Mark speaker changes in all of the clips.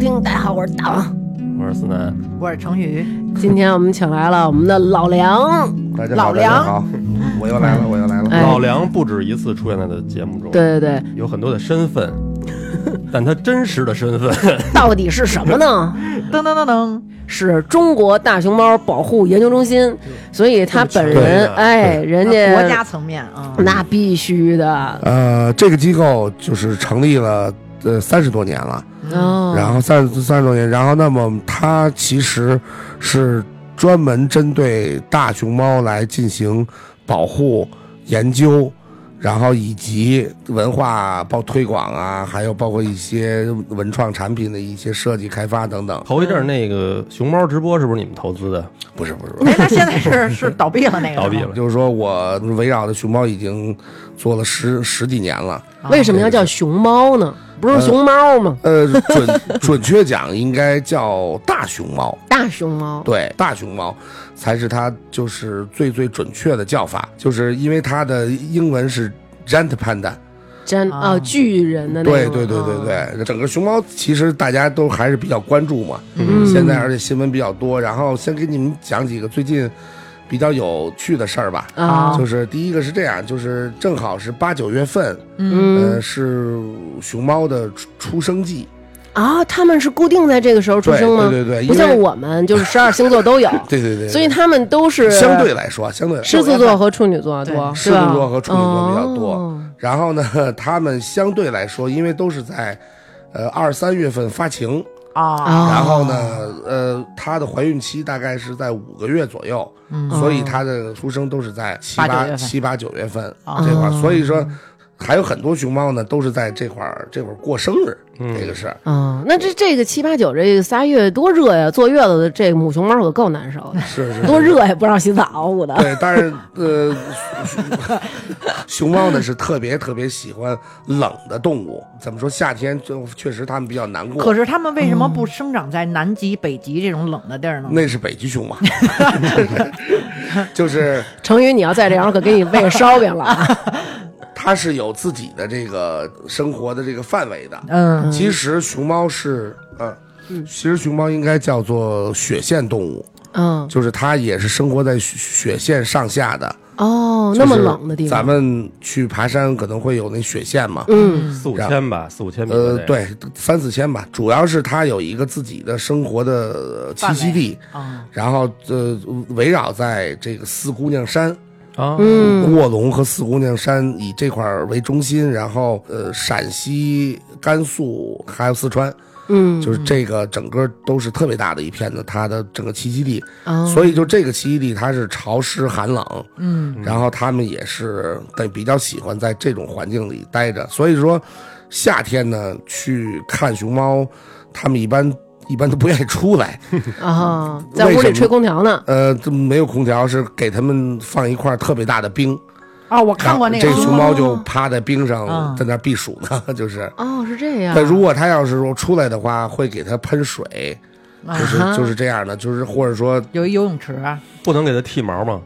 Speaker 1: 听，大家好，我是大王。
Speaker 2: 我是思南，
Speaker 3: 我是成语，
Speaker 1: 今天我们请来了我们的老梁，
Speaker 4: 大家
Speaker 1: 老
Speaker 4: 好，大家
Speaker 1: 梁
Speaker 4: 好，我又来了，我又来了。
Speaker 1: 哎
Speaker 2: 老梁不止一次出现在的节目中，
Speaker 1: 对对对，
Speaker 2: 有很多的身份，但他真实的身份
Speaker 1: 到底是什么呢？
Speaker 3: 噔噔噔噔，
Speaker 1: 是中国大熊猫保护研究中心，所以他本
Speaker 2: 这么全
Speaker 1: 人
Speaker 2: 啊
Speaker 1: 哎，人
Speaker 3: 国
Speaker 1: 家
Speaker 3: 家层面啊，
Speaker 1: 那必须的
Speaker 4: 呃，这个机构就是成立了呃三十多年了，
Speaker 1: 哦，
Speaker 4: 然后三十三十多年，然后那么它其实是专门针对大熊猫来进行保护研究。然后以及文化包推广啊，还有包括一些文创产品的一些设计开发等等，
Speaker 2: 头一阵儿那个熊猫直播是不是你们投资的？
Speaker 4: 不是不是不是，
Speaker 3: 哎，他现在 是是倒闭了那个，
Speaker 2: 倒闭了，
Speaker 4: 就是说我围绕着熊猫已经做了十十几年了，
Speaker 3: 啊
Speaker 1: 哦为什么要叫熊猫呢？不是熊猫吗？
Speaker 4: 呃，准准确讲应该叫大熊猫，
Speaker 1: 呃大熊猫，
Speaker 4: 对，大熊猫才是它就是最最准确的叫法，就是因为它的英文是 giant panda，
Speaker 1: 真
Speaker 3: 啊
Speaker 1: 啊，巨人的那
Speaker 4: 对
Speaker 1: 个，
Speaker 4: 对对
Speaker 1: 啊
Speaker 4: 对，对，整个熊猫其实大家都还是比较关注嘛，
Speaker 1: 嗯
Speaker 4: 现在而且新闻比较多，然后先给你们讲几个最近比较有趣的事儿吧，
Speaker 1: 啊，
Speaker 4: 就是第一个是这样，就是正好是八九月份，
Speaker 1: 嗯
Speaker 4: 呃，是熊猫的出出生季，
Speaker 1: 啊，他们是固定在这个时候出
Speaker 4: 对
Speaker 1: 生吗？
Speaker 4: 对对对，因
Speaker 1: 不
Speaker 4: 为
Speaker 1: 像我们就是十二星座 都有，
Speaker 4: 对对对对，
Speaker 1: 哦所以他们都是
Speaker 4: 相对来说，相对来
Speaker 1: 狮
Speaker 4: 说
Speaker 1: 子座和处女座多，
Speaker 4: 狮
Speaker 1: 是吧
Speaker 4: 子座和处女座比较多
Speaker 1: 哦
Speaker 4: 然后呢， 他们相对来说，因为都是在，呃二三月份发情，
Speaker 3: 啊
Speaker 1: 哦
Speaker 4: 然后呢，呃，她的怀孕期大概是在五个月左右，所以她的出生都是在七
Speaker 3: 嗯八九月
Speaker 4: 八
Speaker 3: 份
Speaker 4: 七八九月份
Speaker 3: 哦
Speaker 4: 这块儿，所以说还有很多熊猫呢，都是在这块儿这会儿过生日，这个是。
Speaker 1: 啊、那这这个七八九这个仨月多热呀！坐月子的这母熊猫可够难受的，
Speaker 4: 是是，
Speaker 1: 多热也不让洗澡，捂的。
Speaker 4: 对，但是呃， 熊熊猫呢是特别特别喜欢冷的动物。怎么说？夏天就确实它们比较难过。
Speaker 3: 可是他们为什么
Speaker 1: 哦
Speaker 3: 不生长在南极、北极这种冷的地儿呢？
Speaker 4: 那是北极 熊嘛， 就是
Speaker 1: 成宇，你要再这样，我可给你喂烧饼了啊。
Speaker 4: 它是有自己的这个生活的这个范围的。
Speaker 3: 嗯，
Speaker 4: 其实熊猫是呃，其实熊猫应该叫做雪线动物，
Speaker 1: 嗯，
Speaker 4: 就是它也是生活在雪雪线上下的。
Speaker 1: 哦，
Speaker 4: 就
Speaker 1: 那么
Speaker 4: 是
Speaker 1: 冷的地方，
Speaker 4: 咱们去爬山可能会有那雪线嘛。
Speaker 1: 嗯
Speaker 2: 四五千吧，四五千米。
Speaker 4: 呃，，对，三四千吧，主要是它有一个自己的生活的栖息地，
Speaker 3: 啊，
Speaker 4: 然后呃，围绕在这个四姑娘山，
Speaker 2: 啊，
Speaker 1: 嗯
Speaker 4: 卧龙和四姑娘山以这块儿为中心，然后呃，陕西、甘肃还有四川，
Speaker 1: 嗯，
Speaker 4: 就是这个整个都是特别大的一片的，它的整个栖息地。
Speaker 1: 啊
Speaker 4: 所以就这个栖息地，它是潮湿寒冷，
Speaker 3: 嗯，
Speaker 4: 然后他们也是对比较喜欢在这种环境里待着。所以说，夏天呢去看熊猫，他们一般一般都不愿意出来。
Speaker 1: 啊，在
Speaker 4: 为
Speaker 1: 屋
Speaker 4: 什
Speaker 1: 里
Speaker 4: 么
Speaker 1: 吹空调呢。
Speaker 4: 呃，这没有空调，是给他们放一块特别大的冰。
Speaker 3: 啊，我看过那
Speaker 4: 这
Speaker 3: 个
Speaker 4: 个熊猫就趴在冰
Speaker 3: 嗯
Speaker 4: 上，在那儿避暑呢， 就是。
Speaker 1: 哦，是这样
Speaker 4: 但。如果它要是说出来的话，会给它喷水，
Speaker 3: 嗯
Speaker 4: 就是
Speaker 1: 啊
Speaker 4: 就是这样的，就是或者说
Speaker 3: 有一游泳池，啊
Speaker 2: 不能给它剃毛吗？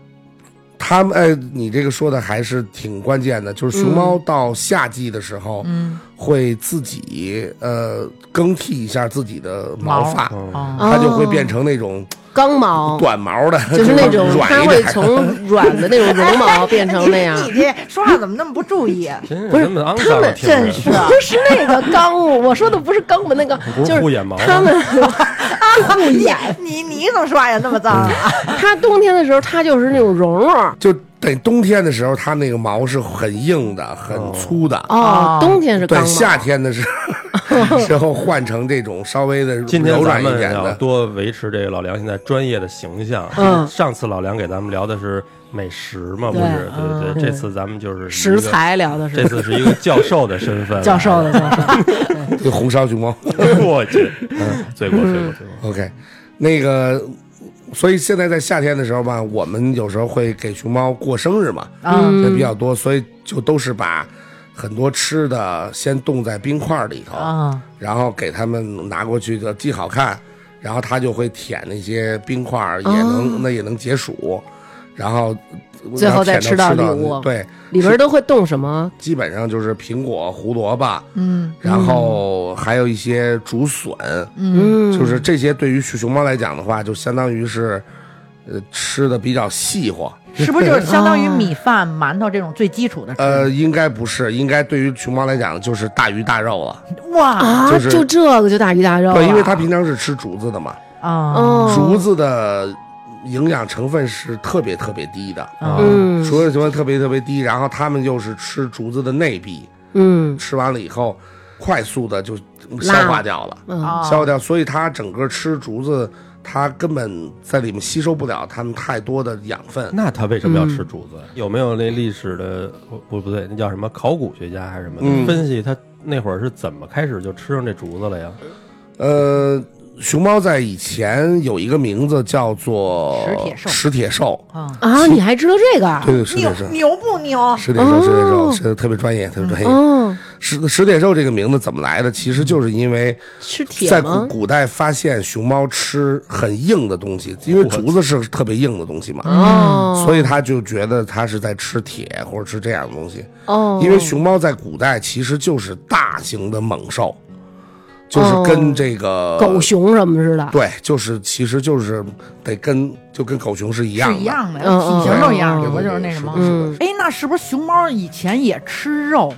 Speaker 4: 它们哎，你这个说的还是挺关键的，就
Speaker 1: 嗯
Speaker 4: 是熊猫到夏季的时候，
Speaker 3: 嗯，
Speaker 4: 会自己呃更替一下自己的毛发，
Speaker 2: 嗯，
Speaker 3: 啊，
Speaker 1: 哦
Speaker 4: 它就会变成那种
Speaker 1: 刚毛，
Speaker 4: 短毛的，
Speaker 1: 就是那种它
Speaker 4: 软一
Speaker 1: 会
Speaker 4: 点的。
Speaker 1: 从软的那种绒毛变成那样。
Speaker 3: 你哎这说话怎么那么不 注意？
Speaker 2: 真是
Speaker 1: 不是
Speaker 2: 那么肮
Speaker 1: 他
Speaker 2: 脏
Speaker 1: 们
Speaker 2: 的听着，
Speaker 3: 真是
Speaker 1: 不是那个肛门，我说的不是肛门那个
Speaker 2: 不，
Speaker 1: 就是
Speaker 2: 护
Speaker 1: 是
Speaker 2: 眼毛
Speaker 1: 他
Speaker 2: 吗？
Speaker 1: 们护眼。
Speaker 3: 哎 你你怎么说话也那么脏啊？
Speaker 1: 它冬天的时候，它就是那种绒绒儿
Speaker 4: 就得冬天的时候，它那个毛是很硬的、很粗的。
Speaker 1: 哦
Speaker 3: 哦，
Speaker 1: 冬天是肛
Speaker 4: 对，
Speaker 1: 毛，
Speaker 4: 夏天的时候时候换成这种稍微的
Speaker 2: 今天
Speaker 4: 柔
Speaker 2: 咱
Speaker 4: 软一
Speaker 2: 们
Speaker 4: 点
Speaker 2: 要
Speaker 4: 的。
Speaker 2: 多维持这个老梁现在专业的形象。
Speaker 1: 嗯
Speaker 2: 上次老梁给咱们聊的是美食嘛，不
Speaker 1: 对
Speaker 2: 是？对对
Speaker 1: 嗯
Speaker 2: 对，这次咱们就是一
Speaker 1: 食
Speaker 2: 个，
Speaker 1: 材聊的
Speaker 2: 这
Speaker 1: 是，
Speaker 2: 次是一个教授的身 份啊
Speaker 1: 教授的，教授
Speaker 4: 对红烧熊猫
Speaker 2: 我去，罪过罪过罪过。
Speaker 4: ，OK，那个，所以现在在夏天的时候吧，我们有时候会给熊猫过生日嘛，
Speaker 3: 啊，
Speaker 1: 嗯
Speaker 4: 也比较多，所以就都是把很多吃的先冻在冰块里头，
Speaker 1: 嗯
Speaker 3: 啊，
Speaker 4: 然后给他们拿过去，就既好看，然后它就会舔那些冰块，也能、那也能解暑。然后
Speaker 1: 哦最后再
Speaker 4: 然舔
Speaker 1: 吃到
Speaker 4: 到
Speaker 1: 礼物
Speaker 4: 对，
Speaker 1: 里边都会冻什么？
Speaker 4: 基本上就是苹果、胡萝卜，
Speaker 3: 嗯
Speaker 4: 然后还有一些竹笋，
Speaker 3: 嗯
Speaker 1: 嗯，
Speaker 4: 就是这些对于熊猫来讲的话，就相当于是，呃，吃的比较细乎。
Speaker 3: 是不是就是相当于米饭、馒头这种最基础的吃？
Speaker 4: 呃，应该不是，应该对于熊猫来讲就是大鱼大肉了。
Speaker 3: 哇
Speaker 1: 啊，
Speaker 4: 就是
Speaker 1: 就这个就大鱼大肉啊，
Speaker 4: 对，因为它平常是吃竹子的嘛，
Speaker 3: 啊，
Speaker 1: 哦
Speaker 4: 竹子的营养成分是特别特别低的，
Speaker 3: 嗯
Speaker 1: 嗯
Speaker 4: 除了成分特别特别低，然后它们又是吃竹子的内壁，
Speaker 1: 嗯
Speaker 4: 吃完了以后，快速的就消化掉了，
Speaker 1: 嗯
Speaker 3: 啊
Speaker 4: 消化掉，所以它整个吃竹子，它根本在里面吸收不了它们太多的养分。
Speaker 2: 那他为什么要吃竹子？有没有那历史的不不不对，那叫什么考古学家还是什么的、
Speaker 4: 嗯
Speaker 2: 分析他那会儿是怎么开始就吃上这竹子了呀？
Speaker 4: 呃，熊猫在以前有一个名字叫做
Speaker 3: 石铁兽
Speaker 4: 石铁兽，
Speaker 3: 啊，
Speaker 1: 啊，你还知道这个？
Speaker 4: 对对，石
Speaker 3: 牛
Speaker 4: 铁兽。
Speaker 3: 牛不牛？
Speaker 4: 石铁兽，石铁兽
Speaker 1: 哦
Speaker 4: 是特别专业，特别专业。
Speaker 1: 哦，
Speaker 4: 石石铁兽这个名字怎么来的？其实就是因为
Speaker 1: 吃铁
Speaker 4: 在古
Speaker 1: 吗？
Speaker 4: 古代发现熊猫吃很硬的东西，因为竹子是特别硬的东西嘛，
Speaker 1: 哦，
Speaker 4: 所以他就觉得它是在吃铁或者吃这样的东西。
Speaker 1: 哦，
Speaker 4: 因为熊猫在古代其实就是大型的猛兽，就是跟这个
Speaker 1: 狗熊什么似的，
Speaker 4: 呃对，就是其实就是得跟就跟狗熊是一样
Speaker 3: 是
Speaker 4: 的，
Speaker 3: 一样的，
Speaker 1: 嗯嗯
Speaker 3: 体型都一样，
Speaker 1: 嗯
Speaker 3: 只不过就是那什么。
Speaker 4: 是的
Speaker 1: 嗯
Speaker 3: 哎，那是不是熊猫以前也吃肉？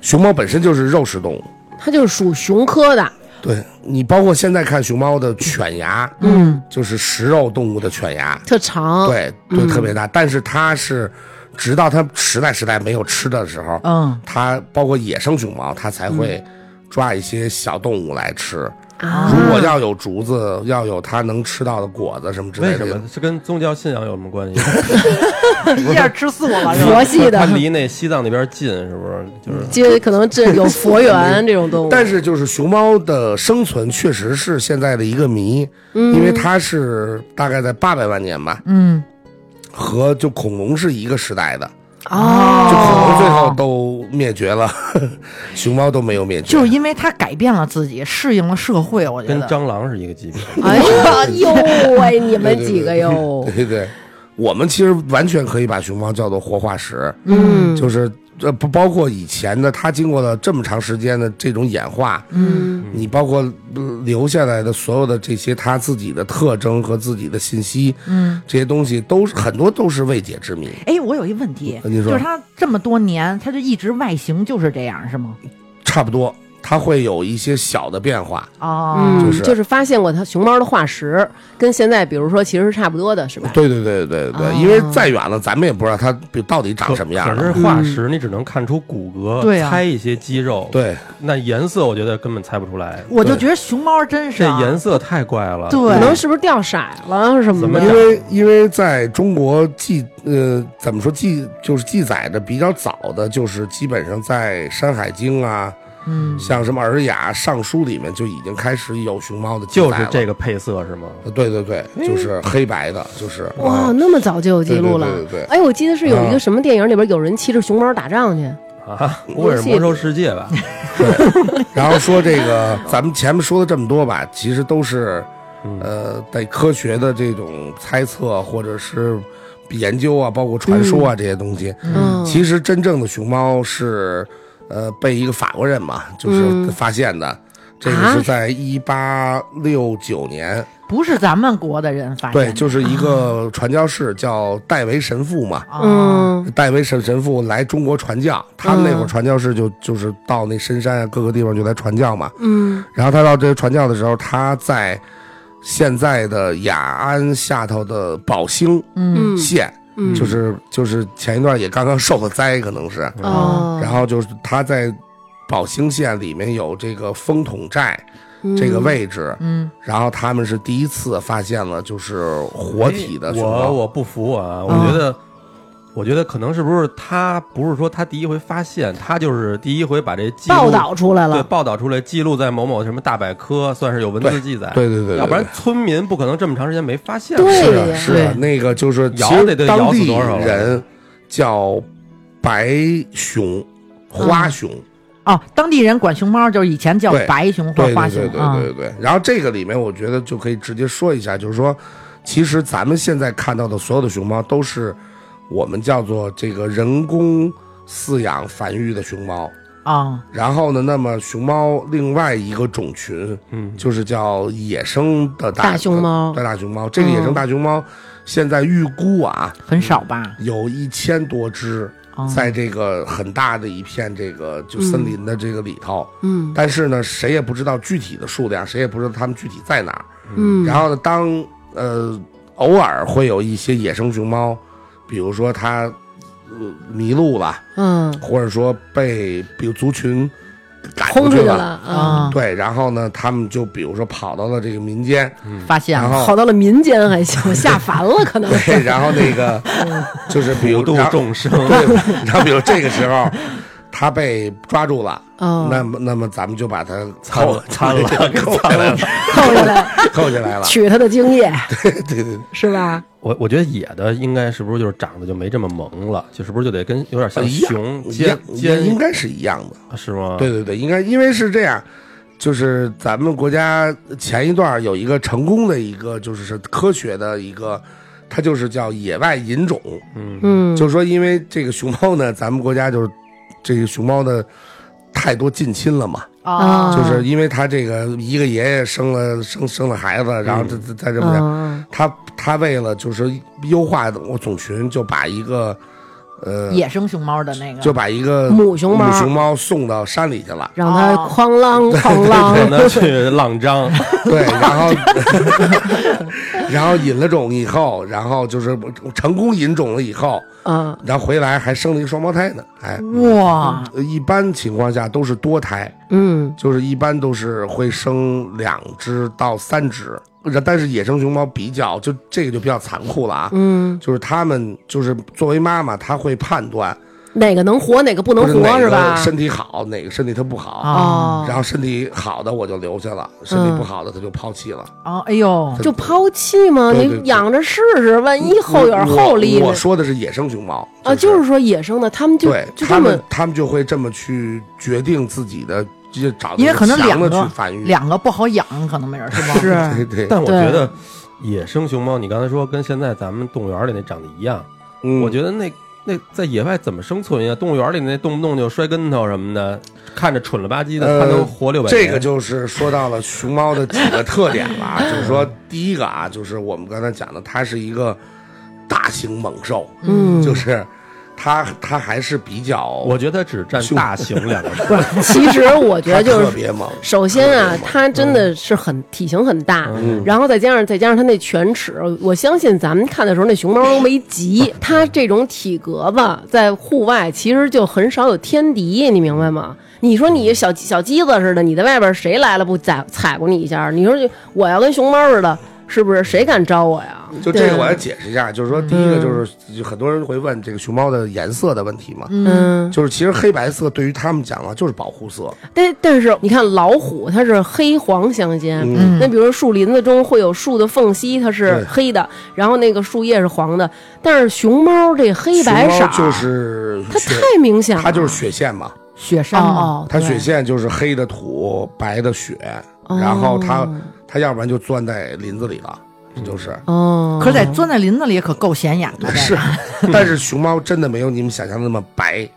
Speaker 4: 熊猫本身就是肉食动物。
Speaker 1: 它就是属熊科的，
Speaker 4: 对你，包括现在看熊猫的犬牙，
Speaker 1: 嗯，哦
Speaker 4: 就是食肉动物的犬牙，
Speaker 1: 特长，，
Speaker 4: 对对，特别大。但是它是，直到它实在实在没有吃的时候，
Speaker 3: 嗯，
Speaker 4: 它包括野生熊猫，它才会抓一些小动物来吃。
Speaker 1: 啊、
Speaker 4: 如果要有竹子，要有它能吃到的果子什么之类
Speaker 2: 为什
Speaker 4: 的。
Speaker 2: 么？是跟宗教信仰有什么关系？
Speaker 3: 一下吃素了是吧？
Speaker 1: 佛系的，
Speaker 2: 它
Speaker 1: 嗯
Speaker 2: 离那西藏那边近，是不是？就是
Speaker 1: 就可能这有佛缘这种动物，
Speaker 4: 但是就是熊猫的生存确实是现在的一个谜，因为它是大概在八百万年吧，
Speaker 3: 嗯，
Speaker 4: 和就恐龙是一个时代的。就恐
Speaker 1: 哦，
Speaker 4: 龙最后都灭绝了， 熊猫都没有灭 绝。
Speaker 3: 就是因为它改变了自己，适应了社会，我觉
Speaker 2: 跟
Speaker 3: 得。
Speaker 2: 蟑螂是一个级别。
Speaker 1: 哎呀呦喂，你们几个哟，
Speaker 4: 对对，我们其实完全可以把熊猫叫做活化石，
Speaker 1: 嗯
Speaker 4: 就是这不包括以前的它经过了这么长时间的这种演化，
Speaker 1: 嗯
Speaker 4: 你包括呃留下来的所有的这些它自己的特征和自己的信息，
Speaker 3: 嗯，
Speaker 4: 这些东西都是很多都是未解之谜。
Speaker 3: 哎，我有一问题，
Speaker 4: 呃你说
Speaker 3: 就是它这么多年，它就一直外形就是这样，是吗？
Speaker 4: 差不多，它会有一些小的变化。
Speaker 3: 哦，
Speaker 1: 嗯
Speaker 4: 啊就是
Speaker 1: 就是发现过它熊猫的化石，跟现在比如说其实是差不多的，是吧？
Speaker 4: 对对对对对
Speaker 1: 哦
Speaker 4: 对，因为再远了，咱们也不知道它到底长
Speaker 2: 可
Speaker 4: 什么样了。
Speaker 2: 可是化石你只能看出骨骼，
Speaker 3: 对啊
Speaker 2: 猜一些肌肉，，
Speaker 4: 对，
Speaker 2: 那颜色我觉得根本猜不出来，
Speaker 3: 我就觉得熊猫真是
Speaker 2: 这
Speaker 3: 啊
Speaker 2: 颜色太怪了。
Speaker 3: 对
Speaker 1: 可能是不是掉色了什么
Speaker 2: 怎么
Speaker 1: 的
Speaker 4: 因？为因为在中国记呃怎么说记就是记载的比较早的，就是基本上在《山海经》啊，
Speaker 3: 嗯，
Speaker 4: 像什么《尔雅》《尚书》里面就已经开始有熊猫的记
Speaker 2: 就
Speaker 4: 载
Speaker 2: 是
Speaker 4: 了。
Speaker 2: 这个哎配色是吗？
Speaker 4: 对对对，就是黑白的，就是
Speaker 1: 哇，
Speaker 4: 嗯
Speaker 1: 那么早就有记录了。
Speaker 4: 对对对对对
Speaker 1: 哎，我记得是有一个什么电影里边有人骑着熊猫打仗去，
Speaker 2: 啊，不会是魔兽世界吧？
Speaker 4: 然后说这个， 咱们前面说了这么多吧，其实都是，
Speaker 2: 嗯
Speaker 4: 呃，在科学的这种猜测或者是研究啊，包括传说啊、这些东西。
Speaker 1: 嗯，
Speaker 4: 其实真正的熊猫是，呃，被一个法国人嘛，就是
Speaker 1: 嗯啊
Speaker 4: 发现的。这个是在一八六九年，
Speaker 3: 不是咱们国的人发现
Speaker 4: 对，
Speaker 3: 的，
Speaker 4: 就是一个
Speaker 1: 啊
Speaker 4: 传教士叫戴维神父嘛。
Speaker 3: 啊
Speaker 1: 嗯
Speaker 4: 戴维神神父来中国传教，他们那会儿传教士就就是到那深山啊各个地方就来传教嘛。
Speaker 1: 嗯
Speaker 4: 然后他到这些传教的时候，他在现在的雅安下头的宝兴
Speaker 3: 嗯
Speaker 1: 嗯
Speaker 4: 县，
Speaker 1: 嗯，
Speaker 4: 就是就是前一段也刚刚受了灾，可能是。
Speaker 1: 哦，
Speaker 2: 嗯
Speaker 4: 然后就是他在宝兴县里面有这个风筒寨这个位置，
Speaker 3: 嗯，
Speaker 4: 然后他们是第一次发现了就是活体的熊
Speaker 2: 哎我
Speaker 4: 猫。
Speaker 2: 我不服啊！
Speaker 1: 嗯
Speaker 2: 我觉得，我觉得可能是不是他不是说他第一回发现，他就是第一回把这记录
Speaker 1: 报道出来
Speaker 2: 对
Speaker 1: 了，
Speaker 2: 报道出来，记录在某某什么大百科，算是有文字记载。
Speaker 4: 对对对对对
Speaker 2: 要不然村民不可能这么长时间没发现。
Speaker 1: 对
Speaker 4: 是啊
Speaker 1: 对
Speaker 4: 的，是的，
Speaker 3: 对
Speaker 4: 那个就是
Speaker 2: 咬
Speaker 4: 其实
Speaker 2: 得得
Speaker 4: 当
Speaker 2: 咬死
Speaker 4: 地
Speaker 2: 多少了
Speaker 4: 人叫白熊、花
Speaker 2: 嗯
Speaker 4: 熊。
Speaker 3: 哦，当地人管熊猫就是以前叫
Speaker 4: 对
Speaker 3: 白熊或
Speaker 4: 对
Speaker 3: 花
Speaker 4: 对
Speaker 3: 熊
Speaker 4: 对
Speaker 3: 啊
Speaker 4: 对，对对。然后这个里面，我觉得就可以直接说一下，就是说，其实咱们现在看到的所有的熊猫都是我们叫做这个人工饲养繁育的熊猫。
Speaker 3: 啊，
Speaker 4: 然后呢，那么熊猫另外一个种群
Speaker 2: 嗯，
Speaker 4: 就是叫野生的大
Speaker 1: 大熊猫
Speaker 4: 对大熊猫，这个野生大熊猫现在预估啊
Speaker 3: 很少吧？
Speaker 4: 有一千多只，
Speaker 3: 啊
Speaker 4: 在这个很大的一片这个就森林的这个里头，
Speaker 1: 嗯
Speaker 4: 但是呢，谁也不知道具体的数量，谁也不知道它们具体在哪儿。
Speaker 1: 嗯，
Speaker 4: 然后呢，当呃偶尔会有一些野生熊猫，比如说它、呃、迷路了，
Speaker 1: 嗯
Speaker 4: 或者说被比如族群赶出
Speaker 1: 轰出
Speaker 4: 去
Speaker 1: 去
Speaker 4: 了，
Speaker 1: 了
Speaker 3: 啊，
Speaker 4: 对，然后呢，他们就比如说跑到了这个民间，
Speaker 3: 发现
Speaker 4: 然
Speaker 3: 了，
Speaker 1: 嗯
Speaker 4: 后
Speaker 1: 跑到了民间还行， 下凡了可能
Speaker 4: 啊对，然后那个就是比如
Speaker 2: 普度
Speaker 4: 然后
Speaker 2: 众生，
Speaker 4: 对，然后比如这个时候他被抓住了，
Speaker 1: 哦，
Speaker 4: 那么那么咱们就把他
Speaker 2: 参
Speaker 4: 扣
Speaker 2: 了参 了
Speaker 4: 扣下来了，
Speaker 1: 扣下 来
Speaker 4: 扣下来了，
Speaker 1: 取他的精液
Speaker 4: 对对对，
Speaker 1: 是吧？
Speaker 2: 我我觉得野的应该是不是就是长得就没这么萌了，就是不是就得跟有点像
Speaker 4: 一样
Speaker 1: 嗯
Speaker 2: 熊
Speaker 4: 一
Speaker 2: 尖
Speaker 4: 样
Speaker 2: 尖
Speaker 4: 应该是一样的，
Speaker 2: 是
Speaker 1: 啊
Speaker 2: 吗？
Speaker 4: 对，对对，应该因为是这样。就是咱们国家前一段有一个成功的一个，就是是科学的一个，它就是叫野外引种，
Speaker 2: 嗯
Speaker 1: 嗯，
Speaker 4: 就是说，因为这个熊猫呢，咱们国家就是这个熊猫的太多近亲了嘛，
Speaker 3: 哦
Speaker 1: 啊
Speaker 4: 就是因为它这个一个爷爷生了生生了孩子，然后这这再这么着，
Speaker 1: 嗯
Speaker 4: 它它为了就是优化我种群，就把一个呃
Speaker 3: 野生熊猫的那个，
Speaker 4: 就把一个
Speaker 1: 母熊猫，
Speaker 4: 母熊猫送到山里去了
Speaker 1: 让他
Speaker 3: 哦
Speaker 1: 哐啷哐
Speaker 2: 让
Speaker 1: 啷，
Speaker 2: 他去浪张，
Speaker 4: 对，然后然后 引了种以后，然后就是成功引种了以后，
Speaker 1: 嗯
Speaker 4: 然后回来还生了一个双胞胎呢，哎，
Speaker 3: 哇，
Speaker 4: 呃一般情况下都是多胎。
Speaker 1: 嗯
Speaker 4: 就是一般都是会生两只到三只，但是野生熊猫比较就这个就比较残酷了啊，
Speaker 1: 嗯，
Speaker 4: 就是它们就是作为妈妈，她会判断
Speaker 1: 哪个能活哪个不能
Speaker 4: 就是哪
Speaker 1: 活是
Speaker 4: 个
Speaker 1: 吧？
Speaker 4: 身体好，哪个身体它不好，
Speaker 3: 啊
Speaker 1: 哦，嗯
Speaker 4: 然后身体好的我就留下了，身体不好的它就抛弃了。
Speaker 3: 啊，哎呦，
Speaker 1: 就抛弃吗？
Speaker 4: 对对对
Speaker 1: 你养着试试，万一后
Speaker 4: 我
Speaker 1: 有后力
Speaker 4: 我
Speaker 1: 呢
Speaker 4: 我？说的是野生熊猫
Speaker 1: 啊，就是说野生的，他们就
Speaker 4: 对
Speaker 1: 就
Speaker 4: 他
Speaker 1: 这么
Speaker 4: 们他们就会这么去决定自己的，就找
Speaker 3: 因为可能
Speaker 4: 强
Speaker 3: 两
Speaker 4: 的
Speaker 3: 个
Speaker 4: 去繁 育。
Speaker 3: 两个不好养，可能没人是吧？
Speaker 1: 是
Speaker 4: 对对，
Speaker 2: 但我
Speaker 1: 对
Speaker 2: 觉得野生熊猫，你刚才说跟现在咱们动物园里那长得一样，
Speaker 4: 嗯
Speaker 2: 我觉得那那在野外怎么生存呀？动物园里那动不动就摔跟头什么的，看着蠢了吧唧的，
Speaker 4: 呃
Speaker 2: 它能活六百年。
Speaker 4: 这个就是说到了熊猫的几 个特点了啊，就是说第一个啊，就是我们刚才讲的，它是一个大型猛兽，
Speaker 1: 嗯，
Speaker 4: 就是它它还是比较，
Speaker 2: 我觉得只占
Speaker 4: 熊
Speaker 2: 大型两个字。
Speaker 1: 其实我觉
Speaker 4: 它
Speaker 1: 得就
Speaker 4: 特
Speaker 1: 是，
Speaker 4: 别猛，
Speaker 1: 首先啊
Speaker 4: 特别，猛
Speaker 1: 它真的是很体型很大，
Speaker 2: 嗯
Speaker 1: 然后再加上再加上它那犬齿，我相信咱们看的时候那熊猫都没
Speaker 4: 嗯
Speaker 1: 急，它这种体格子在户外其实就很少有天敌，你明白吗？你说你
Speaker 4: 嗯
Speaker 1: 小小鸡子似的，你在外边谁来了不踩踩过你一下？你说我要跟熊猫似的，是不是谁敢招我呀？
Speaker 4: 就这个
Speaker 1: 对嗯
Speaker 4: 我要解释一下，就是说第一个就是就很多人会问这个熊猫的颜色的问题嘛，
Speaker 1: 嗯，
Speaker 4: 就是其实黑白色对于他们讲啊就是保护色，
Speaker 1: 但但是你看老虎它是黑黄相间，
Speaker 4: 嗯
Speaker 1: 那比如说树林子中会有树的缝隙它是
Speaker 4: 对
Speaker 1: 黑的，然后那个树叶是黄的，但是熊猫这黑白
Speaker 4: 熊
Speaker 1: 色
Speaker 4: 猫
Speaker 1: 儿
Speaker 4: 就是
Speaker 1: 它
Speaker 4: 血
Speaker 1: 太明显了，
Speaker 4: 它就是血线嘛，
Speaker 3: 雪山嘛，
Speaker 1: 哦，
Speaker 4: 它
Speaker 1: 对
Speaker 4: 血线就是黑的土白的雪，然后它
Speaker 1: 哦
Speaker 4: 它要不然就钻在林子里了，这就是。
Speaker 1: 哦，
Speaker 3: 可是在钻在林子里也可够显眼的，
Speaker 4: 嗯是，但是熊猫真的没有你们想象的那么白，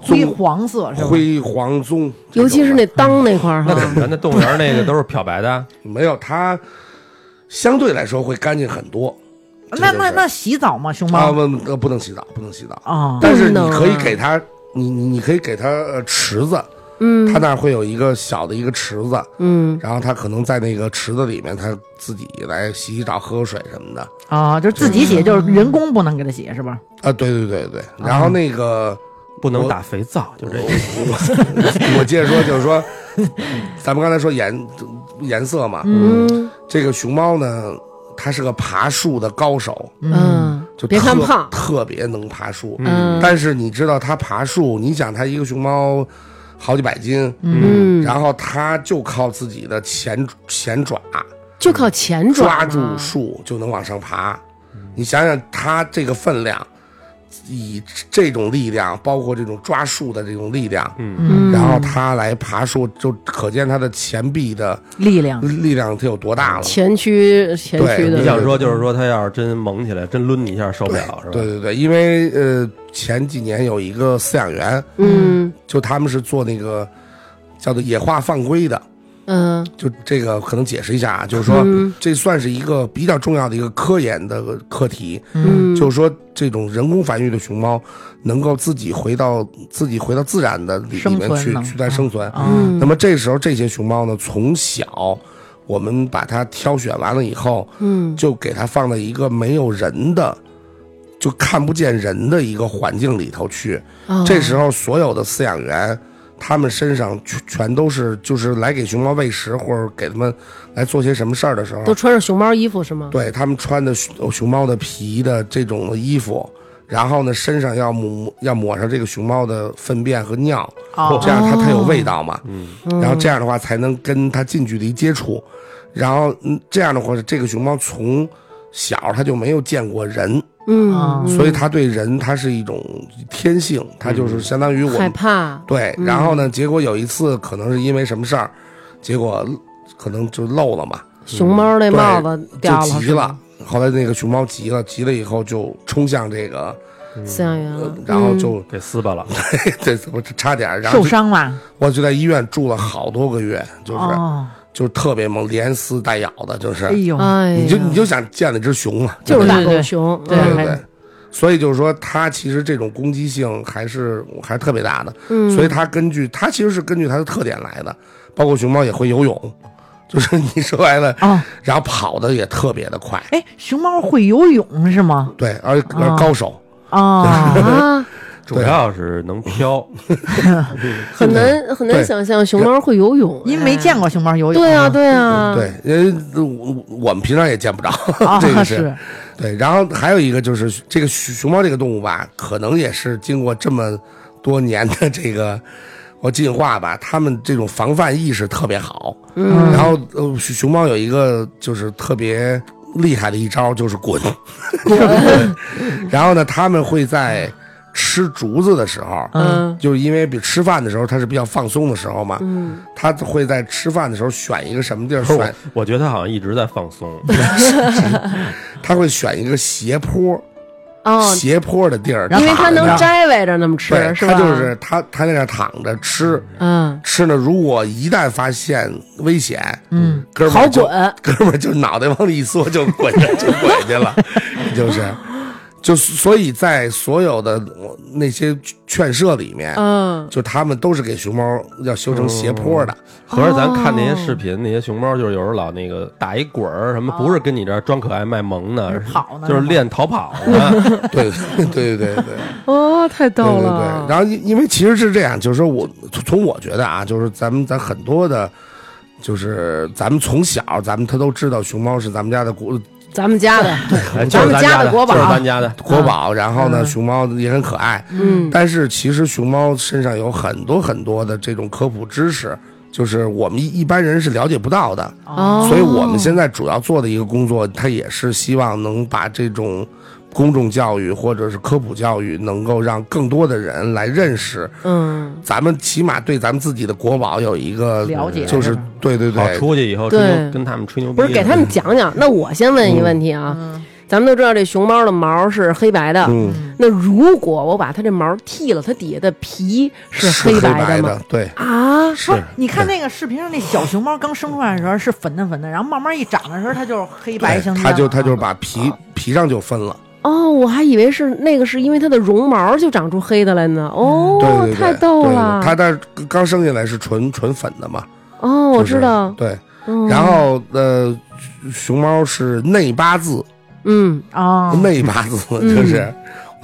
Speaker 3: 灰
Speaker 4: 棕、
Speaker 3: 黄色是吧？
Speaker 4: 灰黄棕，
Speaker 1: 尤其是那裆那块儿
Speaker 2: 那
Speaker 1: 哈
Speaker 2: 怎，么着？那动物园那个都是漂白 的，
Speaker 4: 没有它，相对来说会干净很多。
Speaker 3: 那
Speaker 4: 这就是
Speaker 3: 那那洗澡吗？熊
Speaker 4: 啊，
Speaker 3: 猫
Speaker 4: 不呃不能洗澡，不能洗澡，
Speaker 3: 啊，
Speaker 4: 但是
Speaker 1: 不
Speaker 4: 你
Speaker 1: 能啊
Speaker 4: 可以给它，你你你可以给它呃池子，
Speaker 1: 嗯
Speaker 4: 它那儿会有一个小的一个池子，
Speaker 1: 嗯，
Speaker 4: 然后它可能在那个池子里面，它自己来洗洗澡、喝喝水什么的。
Speaker 3: 啊，就是自己洗，就是人工不能给它洗，是吧？
Speaker 4: 啊，对对对对，然后 那个。
Speaker 2: 不能打肥皂，就这个。
Speaker 4: 我我接着说，就是说，咱们刚才说颜颜色嘛，
Speaker 1: 嗯
Speaker 4: 这个熊猫呢，它是个爬树的高手，
Speaker 1: 嗯，
Speaker 4: 就
Speaker 1: 别
Speaker 4: 特
Speaker 1: 看胖
Speaker 4: 特别能爬树。
Speaker 1: 嗯
Speaker 4: 但是你知道它爬树，你想它一个熊猫好几百斤，
Speaker 1: 嗯，
Speaker 4: 然后它就靠自己的前前爪
Speaker 1: 就靠前爪
Speaker 4: 抓
Speaker 1: 嘛
Speaker 4: 住树就能往上爬。你想想它这个分量，以这种力量，包括这种抓树的这种力量，
Speaker 1: 嗯
Speaker 4: 然后它来爬树，就可见它的前臂的
Speaker 3: 力量，
Speaker 4: 力量它有多大了。
Speaker 1: 前驱前驱
Speaker 4: 对
Speaker 2: 你
Speaker 1: 的
Speaker 2: 想说就是说，他要是真猛起来，真抡你一下受 不了是吧？
Speaker 4: 对对对，因为呃，前几年有一个饲养员，
Speaker 1: 嗯
Speaker 4: 就他们是做那个叫做野化放归的，
Speaker 1: 嗯
Speaker 4: 就这个可能解释一下啊，就是说、
Speaker 1: 嗯
Speaker 4: 这算是一个比较重要的一个科研的课题，
Speaker 1: 嗯，
Speaker 4: 就是说这种人工繁育的熊猫能够自己回到自己回到自然的里
Speaker 3: 生
Speaker 4: 里面
Speaker 3: 存
Speaker 4: 去
Speaker 3: 能
Speaker 4: 去再生存。
Speaker 3: 嗯
Speaker 4: 那么这时候这些熊猫呢，从小我们把它挑选完了以后，
Speaker 1: 嗯
Speaker 4: 就给它放在一个没有人的。就看不见人的一个环境里头去，
Speaker 3: 嗯
Speaker 1: 哦
Speaker 4: 这时候所有的饲养员，他们身上全全都是就是来给熊猫喂食或者给它们来做些什么事儿的时候，
Speaker 1: 都穿着熊猫衣服是吗？
Speaker 4: 对他们穿的熊熊猫的皮的这种的衣服，然后呢身上要抹要抹上这个熊猫的粪便和尿，
Speaker 3: 哦
Speaker 4: 这样它才有味道嘛。
Speaker 2: 嗯，
Speaker 4: 然后这样的话才能跟它近距离接触，然后嗯这样的话，这个熊猫从小它就没有见过人，
Speaker 1: 嗯
Speaker 3: 啊，
Speaker 1: 嗯
Speaker 4: 所以它对人它是一种天性，它就是相当于我
Speaker 1: 害
Speaker 4: 们嗯
Speaker 1: 怕，嗯
Speaker 4: 对，然后呢，结果有一次可能是因为什么事儿，结果可能就漏了嘛，
Speaker 1: 熊猫那帽子掉
Speaker 4: 就急
Speaker 1: 是吗
Speaker 4: 了。后来那个熊猫急了，急了以后就冲向这个，
Speaker 1: 饲养员
Speaker 4: 呃
Speaker 1: 了，
Speaker 4: 然后就、
Speaker 2: 给撕巴了，
Speaker 4: 这我差点，然后
Speaker 3: 嗯受
Speaker 4: 就
Speaker 3: 伤了，
Speaker 4: 我就在医院住了好多个月，就是、
Speaker 3: 哦，
Speaker 4: 就是特别猛，连撕带咬的，就是、
Speaker 3: 哎呦
Speaker 1: 嗯，哎呀，
Speaker 4: 你就你就想见了只熊嘛，
Speaker 1: 就是
Speaker 4: 对
Speaker 1: 大
Speaker 3: 对对
Speaker 1: 狗熊，
Speaker 3: 对
Speaker 4: 对
Speaker 1: 嗯
Speaker 4: 对
Speaker 3: 还
Speaker 4: 对。所以就是说，它其实这种攻击性还是还是特别大的，
Speaker 1: 嗯，
Speaker 4: 所以它根据它其实是根据它的特点来的，包括熊猫也会游泳，就是你说白了，
Speaker 3: 哦，
Speaker 4: 然后跑的也特别的快，
Speaker 3: 哎，熊猫会游泳是吗？
Speaker 4: 对，而且而且
Speaker 3: 哦
Speaker 4: 高手，
Speaker 3: 哦，
Speaker 1: 啊，
Speaker 2: 主要是能飘，
Speaker 1: 很难很难
Speaker 4: 对嗯
Speaker 1: 想象熊猫会游泳，
Speaker 3: 因为没见过熊猫游
Speaker 1: 哎。
Speaker 3: 泳。
Speaker 1: 对啊，对啊，
Speaker 4: 对，因为我我们平常也见不着，
Speaker 3: 嗯啊，
Speaker 4: 这个
Speaker 3: 是
Speaker 4: 对。然后还有一个就是这个熊熊猫这个动物吧，可能也是经过这么多年的这个我进化吧，它们这种防范意识特别好。
Speaker 1: 嗯，
Speaker 4: 然后呃，熊熊猫有一个就是特别厉害的一招，就 是滚。然后呢，它们会在吃竹子的时候。
Speaker 1: 嗯
Speaker 4: 就是因为比吃饭的时候，它是比较放松的时候嘛，
Speaker 1: 嗯，
Speaker 4: 它会在吃饭的时候选一个什么地儿，
Speaker 2: 不是
Speaker 4: 选
Speaker 2: 我，我觉得他好像一直在放 松，
Speaker 4: 他会选一个斜坡、
Speaker 1: 哦，
Speaker 4: 斜坡的地儿，
Speaker 1: 因为它能
Speaker 4: 躺着
Speaker 1: 摘歪着那么吃，
Speaker 4: 对，
Speaker 1: 是
Speaker 4: 他
Speaker 1: 吧？
Speaker 4: 就是他他在那儿躺着吃
Speaker 1: 嗯，
Speaker 4: 吃呢。如果一旦发现危险，
Speaker 3: 嗯，
Speaker 4: 哥们
Speaker 1: 好
Speaker 4: 儿就
Speaker 1: 滚，
Speaker 4: 哥们儿就脑袋往里一缩，就滚着就滚去了，就是。 就所以，在所有的呃那些劝社里面，
Speaker 1: 嗯，
Speaker 4: 就他们都是给熊猫要修成斜坡的，
Speaker 2: 合着咱看那些视频，那些熊猫就是有时候老那个打一滚儿什么，不是跟你这儿装可爱卖萌呢，
Speaker 3: 哦是跑呢
Speaker 2: 就是练逃跑 呢。
Speaker 4: 对 对对对对。
Speaker 1: 哦，太
Speaker 4: 对
Speaker 1: 逗
Speaker 4: 对
Speaker 1: 嗯了
Speaker 4: 对，，然后因因为其实是这样，就是说我从从我觉得啊，就是咱们咱很多的，就是咱们从小咱们他都知道熊猫是咱们家的国
Speaker 1: 咱们家 的，
Speaker 2: 哎就
Speaker 1: 咱
Speaker 2: 是咱
Speaker 1: 们家的
Speaker 2: 的
Speaker 1: 国宝
Speaker 2: 就是咱家的。
Speaker 4: 国宝，然后呢，熊猫也很可爱，
Speaker 1: 嗯
Speaker 4: 但是其实熊猫身上有很多很多的这种科普知识，就是我们一一般人是了解不到的，
Speaker 1: 哦
Speaker 4: 所以我们现在主要做的一个工作，它也是希望能把这种公众教育或者是科普教育，能够让更多的人来认识。
Speaker 1: 嗯，
Speaker 4: 咱们起码对咱们自己的国宝有一个
Speaker 3: 了解
Speaker 4: 就是
Speaker 3: 是吧
Speaker 4: 对对
Speaker 2: 好
Speaker 4: 对，
Speaker 2: 出去以后吹牛
Speaker 1: 对
Speaker 2: 跟他们吹牛逼，
Speaker 1: 不是给他们讲讲。那我先问一个问题啊，咱们都知道这熊猫的毛是黑白的，
Speaker 4: 嗯，
Speaker 1: 那如果我把它这毛剃了，它底下的皮是黑
Speaker 4: 白
Speaker 1: 的
Speaker 4: 的
Speaker 1: 吗？，
Speaker 4: 对
Speaker 1: 啊，
Speaker 3: 不是，你看那个视频上那小熊猫刚生出来的时候是粉嫩粉嫩，然后慢慢一长的时候它就是黑白
Speaker 4: 对
Speaker 3: 相，间了。
Speaker 4: 它就它就是把皮皮上就分了，
Speaker 1: 哦，我还以为是那个是因为它的绒毛就长出黑的来呢。哦，
Speaker 4: 对对对，
Speaker 1: 太逗
Speaker 4: 对对
Speaker 1: 了。
Speaker 4: 它但是刚生下来是纯纯粉的嘛，
Speaker 1: 哦，我
Speaker 4: 就是
Speaker 1: 知道。
Speaker 4: 对，
Speaker 1: 嗯
Speaker 4: 然后呃，熊猫是内八字，
Speaker 1: 嗯
Speaker 3: 啊，
Speaker 4: 内八 字就是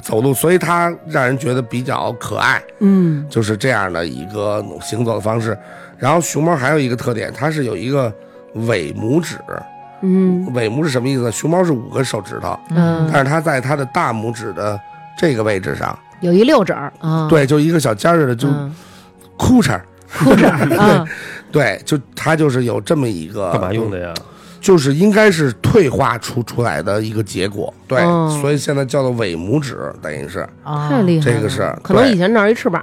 Speaker 4: 走路，所以它让人觉得比较可爱，
Speaker 1: 嗯
Speaker 4: 就是这样的一个行走的方式。然后熊猫还有一个特点，它是有一个尾拇指，
Speaker 1: 嗯
Speaker 4: 尾拇是什么意思呢？熊猫是五个手指头，
Speaker 1: 嗯
Speaker 4: 但，是它在它的大拇指的这个位置上，
Speaker 1: 有一六指儿啊，
Speaker 4: 对，就一个小尖儿似的，就
Speaker 1: 嗯，
Speaker 4: 裤衩儿，
Speaker 1: 裤衩儿啊，
Speaker 4: 对，就它就是有这么一个
Speaker 2: 嗯干嘛用的呀？
Speaker 4: 就是应该是退化出出来的一个结果。对，
Speaker 1: 哦
Speaker 4: 所以现在叫做伪拇指，等于是，
Speaker 3: 啊
Speaker 1: 太厉害了，
Speaker 4: 这个是
Speaker 1: 可能
Speaker 4: 对
Speaker 1: 以前那儿一翅膀，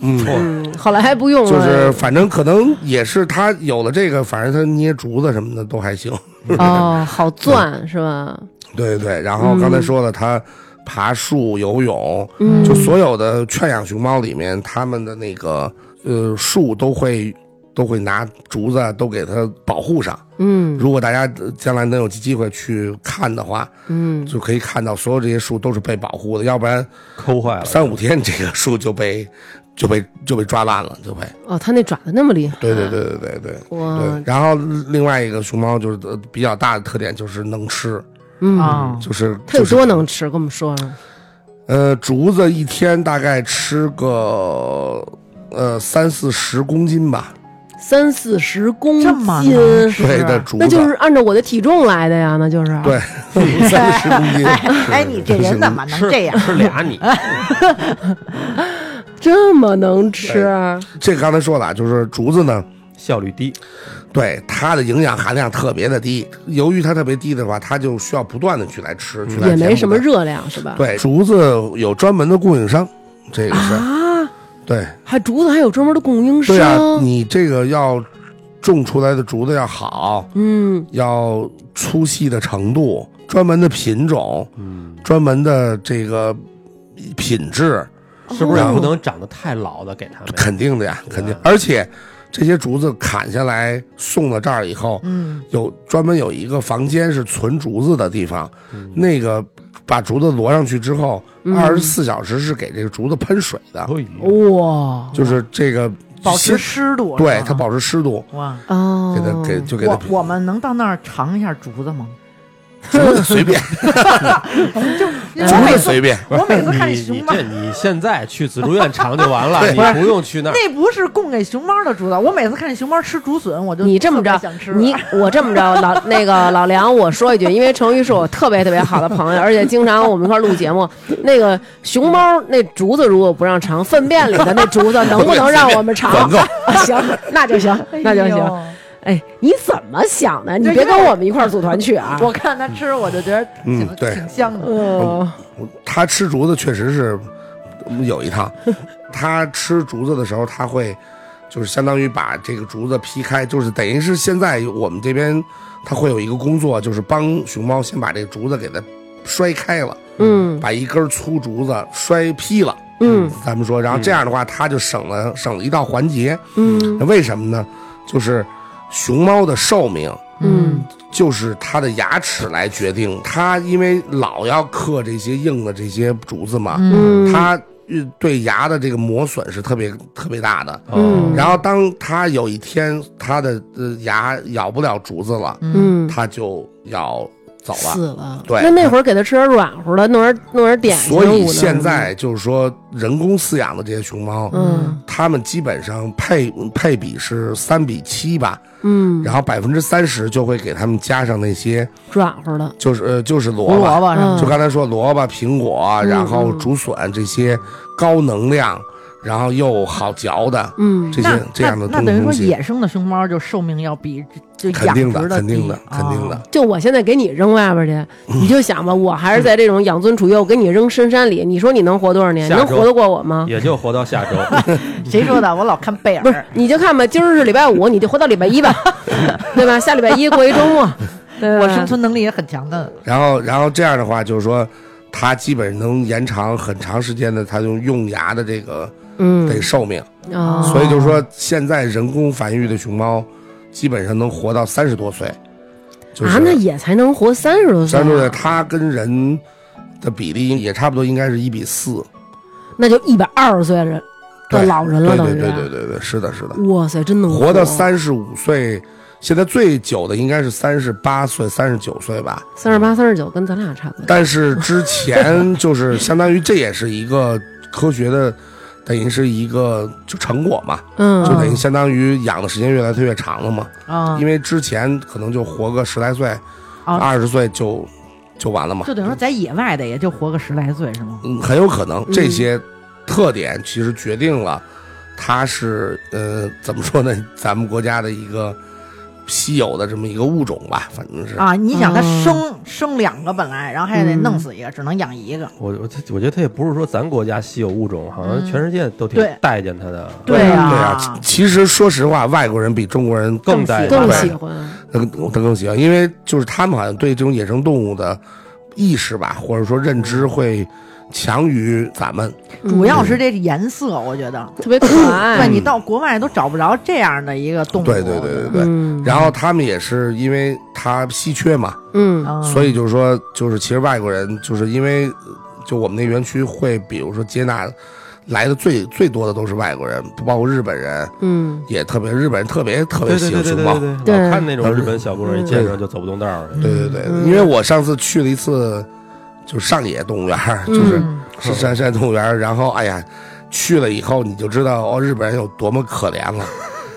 Speaker 4: 嗯，
Speaker 1: 嗯，后来还不用了，
Speaker 4: 就是反正可能也是他有了这个，反正他捏竹子什么的都还行。
Speaker 1: 哦，好钻是吧？
Speaker 4: 对对对，然后刚才说了，他爬树、游泳，
Speaker 1: 嗯，
Speaker 4: 就所有的圈养熊猫里面，它们的那个呃树都会都会拿竹子啊都给它保护上。
Speaker 1: 嗯
Speaker 4: 如果大家呃将来能有机会去看的话，
Speaker 1: 嗯，
Speaker 4: 就可以看到所有这些树都是被保护的，要不然
Speaker 2: 抠坏了。
Speaker 4: 三五天这个树就被就被就被抓烂了，就被。
Speaker 1: 哦，他那爪子那么厉害，
Speaker 4: 对对，对对对对。
Speaker 1: 哇
Speaker 4: 对，，然后另外一个熊猫就是呃比较大的特点就是能吃，
Speaker 1: 嗯，
Speaker 3: 啊！
Speaker 4: 就是
Speaker 1: 它有
Speaker 4: 就是
Speaker 1: 多能吃？跟我们说说，
Speaker 4: 呃，竹子一天大概吃个呃三四十公斤吧，
Speaker 1: 三四十公
Speaker 3: 这么
Speaker 1: 斤
Speaker 3: 能，
Speaker 1: 是
Speaker 4: 对的，竹子，
Speaker 1: 那就是按照我的体重来的呀，那就是
Speaker 4: 对三十公斤。
Speaker 3: 哎，你这人怎么能
Speaker 2: 吃
Speaker 3: 这样？
Speaker 2: 吃俩你，
Speaker 1: 这么能吃，
Speaker 4: 这个刚才说了啊，就是竹子呢，
Speaker 2: 效率低，
Speaker 4: 对它的营养含量特别的低，由于它特别低的话，它就需要不断的去来吃，去
Speaker 1: 嗯
Speaker 4: 来
Speaker 1: 也
Speaker 4: 填
Speaker 1: 没
Speaker 4: 补
Speaker 1: 什么
Speaker 4: 它。
Speaker 1: 热量是吧？
Speaker 4: 对，竹子有专门的供应商，这个是
Speaker 1: 啊，
Speaker 4: 对
Speaker 1: 还竹子还有专门的供应
Speaker 4: 对啊，
Speaker 1: 商，
Speaker 4: 你这个要种出来的竹子要好，
Speaker 1: 嗯，
Speaker 4: 要粗细的程度、专门的品种、
Speaker 2: 嗯，
Speaker 4: 专门的这个品质，
Speaker 2: 是不是也
Speaker 1: 哦
Speaker 2: 不能长得太老的给他们？
Speaker 4: 肯定的呀，肯定
Speaker 2: 对。
Speaker 4: 而且这些竹子砍下来送到这儿以后，
Speaker 3: 嗯，
Speaker 4: 有专门有一个房间是存竹子的地方，那个把竹子摞上去之后，
Speaker 1: 嗯
Speaker 4: 二十四小时是给这个竹子喷水的，
Speaker 2: 哎呦
Speaker 1: 哇，
Speaker 4: 就是这个
Speaker 3: 保持
Speaker 4: 先
Speaker 3: 湿度，啊
Speaker 4: 对
Speaker 3: 是吧
Speaker 4: 它保持湿度，
Speaker 3: 哇。
Speaker 1: 哦，
Speaker 4: 给它给就给它
Speaker 3: 我我们能到那儿尝一下竹子吗？
Speaker 4: 竹子随便，
Speaker 3: 就
Speaker 1: 嗯
Speaker 4: 竹
Speaker 3: 我每
Speaker 4: 子
Speaker 3: 次
Speaker 4: 随便。
Speaker 3: 我每次看
Speaker 2: 你
Speaker 3: 见
Speaker 2: 你
Speaker 3: 熊猫，
Speaker 2: 这你现在去紫竹院尝就完了，
Speaker 4: 对
Speaker 2: 你不用去那儿。
Speaker 3: 那不是供给熊猫的竹子。我每次看见熊猫吃竹笋，我就
Speaker 1: 你这么着
Speaker 3: 特别想吃，
Speaker 1: 你我这么着，老那个老梁，我说一句，因为成昱是我特别特别好的朋友，而且经常我们一块儿录节目。那个熊猫那竹子如果不让尝，粪便里的那竹子能不能让我们 尝？ 啊行，那就行，那就行。
Speaker 3: 哎
Speaker 1: 哎，你怎么想的？你
Speaker 3: 对
Speaker 1: 别
Speaker 3: 因为
Speaker 1: 跟我们一块儿组团去啊
Speaker 3: 呦。！我看它吃，我就觉得挺、
Speaker 4: 嗯对
Speaker 3: 挺香的。
Speaker 1: 嗯，
Speaker 4: 他吃竹子确实是嗯有一 套，他吃竹子的时候，他会就是相当于把这个竹子劈开，就是等于是现在我们这边他会有一个工作，就是帮熊猫先把这个竹子给它摔开了，
Speaker 1: 嗯
Speaker 4: 把一根粗竹子摔劈了。
Speaker 1: 嗯，
Speaker 4: 咱们说，然后这样的话，它就省了省了一道环节。
Speaker 1: 嗯
Speaker 4: 为什么呢？就是熊猫的寿命
Speaker 1: 嗯
Speaker 4: 就是它的牙齿来决定，它因为老要嗑这些硬的这些竹子嘛，
Speaker 3: 嗯
Speaker 1: 嗯，
Speaker 4: 它呃对牙的这个磨损是特别特别大的。
Speaker 1: 嗯
Speaker 4: 然后当它有一天它的呃牙咬不了竹子了，
Speaker 1: 嗯
Speaker 4: 它就要走了。
Speaker 1: 死了。
Speaker 4: 对
Speaker 1: 那那会儿给它吃点软乎的，弄点弄点点心
Speaker 4: 所
Speaker 1: 捂
Speaker 4: 以
Speaker 1: 呢
Speaker 4: 现在就是说，人工饲养的这些熊猫，
Speaker 1: 嗯
Speaker 4: 它们基本上配配比是三比七吧，
Speaker 1: 嗯
Speaker 4: 然后百分之三十就会给它们加上那些
Speaker 1: 软乎的，
Speaker 4: 就是呃就是萝
Speaker 3: 胡
Speaker 4: 卜，
Speaker 3: 萝卜什么
Speaker 1: 嗯
Speaker 4: 就刚才说萝卜、苹果，啊
Speaker 1: 嗯
Speaker 4: 然后
Speaker 1: 嗯
Speaker 4: 竹笋这些高能量，然后又好嚼的
Speaker 1: 嗯
Speaker 4: 这
Speaker 3: 那
Speaker 4: 些这样的
Speaker 3: 那
Speaker 4: 东
Speaker 3: 那等于说
Speaker 4: 东西，
Speaker 3: 野生的熊猫就寿命要比就
Speaker 4: 肯
Speaker 3: 养殖
Speaker 4: 定的，肯定的
Speaker 3: 低，
Speaker 4: 肯定的
Speaker 3: 啊。
Speaker 1: 就我现在给你扔外边
Speaker 4: 嗯
Speaker 1: 去，你就想吧，我还是在这种养尊处优，我给你扔深山里，你说你能活多少年？你
Speaker 2: 下
Speaker 1: 能
Speaker 2: 周
Speaker 1: 活得过我吗？
Speaker 2: 也就活到下周，
Speaker 3: 谁说的？我老看贝
Speaker 1: 不是
Speaker 3: 尔，，
Speaker 1: 你就看吧，今儿是礼拜五，你就活到礼拜一 吧，对吧？下礼拜一过一周末，对吧
Speaker 3: 我生存能力也很强的。
Speaker 4: 然后然后这样的话，就是说。它基本能延长很长时间的它用用牙的这个
Speaker 1: 嗯
Speaker 4: 得寿命，
Speaker 1: 啊，
Speaker 4: 所以就是说现在人工繁育的熊猫，基本上能活到三十多岁，就
Speaker 1: 啊，那
Speaker 4: 是
Speaker 1: 也才能活三十多岁
Speaker 4: 三
Speaker 1: 啊，
Speaker 4: 十多岁，它跟人的比例也差不多，应该是一比四。
Speaker 1: 那就一百二十岁人的
Speaker 4: 对
Speaker 1: 老人了，
Speaker 4: 对
Speaker 1: 等
Speaker 4: 对
Speaker 1: 于啊
Speaker 4: 对对对对，是的，是的。
Speaker 1: 哇塞，真能
Speaker 4: 活到三十五岁，现在最久的应该是三十八岁、三十九岁吧。
Speaker 1: 三十八、三十九，跟咱俩差不多。
Speaker 4: 但是之前就是相当于这也是一个科学的，等于是一个就成果嘛，就
Speaker 1: 嗯
Speaker 4: 等于相当于养的时间越来越长了嘛。
Speaker 3: 啊
Speaker 4: 因为之前可能就活个十来岁、
Speaker 3: 啊，
Speaker 4: 二十岁就就完了嘛
Speaker 3: 就，等于说在野外的也就活个十来岁是吗？
Speaker 4: 嗯，很有可能这些特点其实决定了它是呃怎么说呢，咱们国家的一个稀有的这么一个物种吧，反正是。
Speaker 3: 啊，你想它
Speaker 1: 嗯
Speaker 3: 生生两个本来，然后还得
Speaker 1: 嗯
Speaker 3: 弄死一个，只能养一个。
Speaker 2: 我我我觉得它也不是说咱国家稀有物种，好像
Speaker 3: 嗯
Speaker 2: 全世界都挺
Speaker 3: 对
Speaker 2: 待见它的，
Speaker 3: 对呀
Speaker 4: 对啊，其其实说实话，外国人比中国人更
Speaker 2: 更待见
Speaker 1: 更
Speaker 2: 它
Speaker 1: 喜欢，
Speaker 4: 他他更喜欢，因为就是他们好像对这种野生动物的意识吧，或者说认知会强于咱们。
Speaker 3: 主要是这颜色，我觉得，
Speaker 1: 特别可
Speaker 3: 对
Speaker 1: 爱。
Speaker 3: 你到国外都找不着这样的一个动物。
Speaker 4: 对对对对对。
Speaker 1: 嗯
Speaker 4: 然后他们也是因为它稀缺嘛，
Speaker 1: 嗯
Speaker 3: 嗯，
Speaker 4: 所以就是说，就是其实外国人就是因为就我们那园区会，比如说接纳来的最最多的都是外国人，包括日本人
Speaker 1: 嗯，
Speaker 4: 也特别，日本人特别特别
Speaker 2: 对对对
Speaker 4: 喜欢
Speaker 2: 对
Speaker 4: 熊
Speaker 2: 对
Speaker 4: 猫。
Speaker 2: 对对，
Speaker 1: 对
Speaker 2: 老看那种日本小姑娘一见着就走不动道儿了。
Speaker 4: 对对对，
Speaker 1: 嗯
Speaker 4: 因为我上次去了一次，就上野动物园，就是
Speaker 1: 嗯
Speaker 4: 是山山动物园，然后哎呀，去了以后你就知道哦，日本人有多么可怜 了。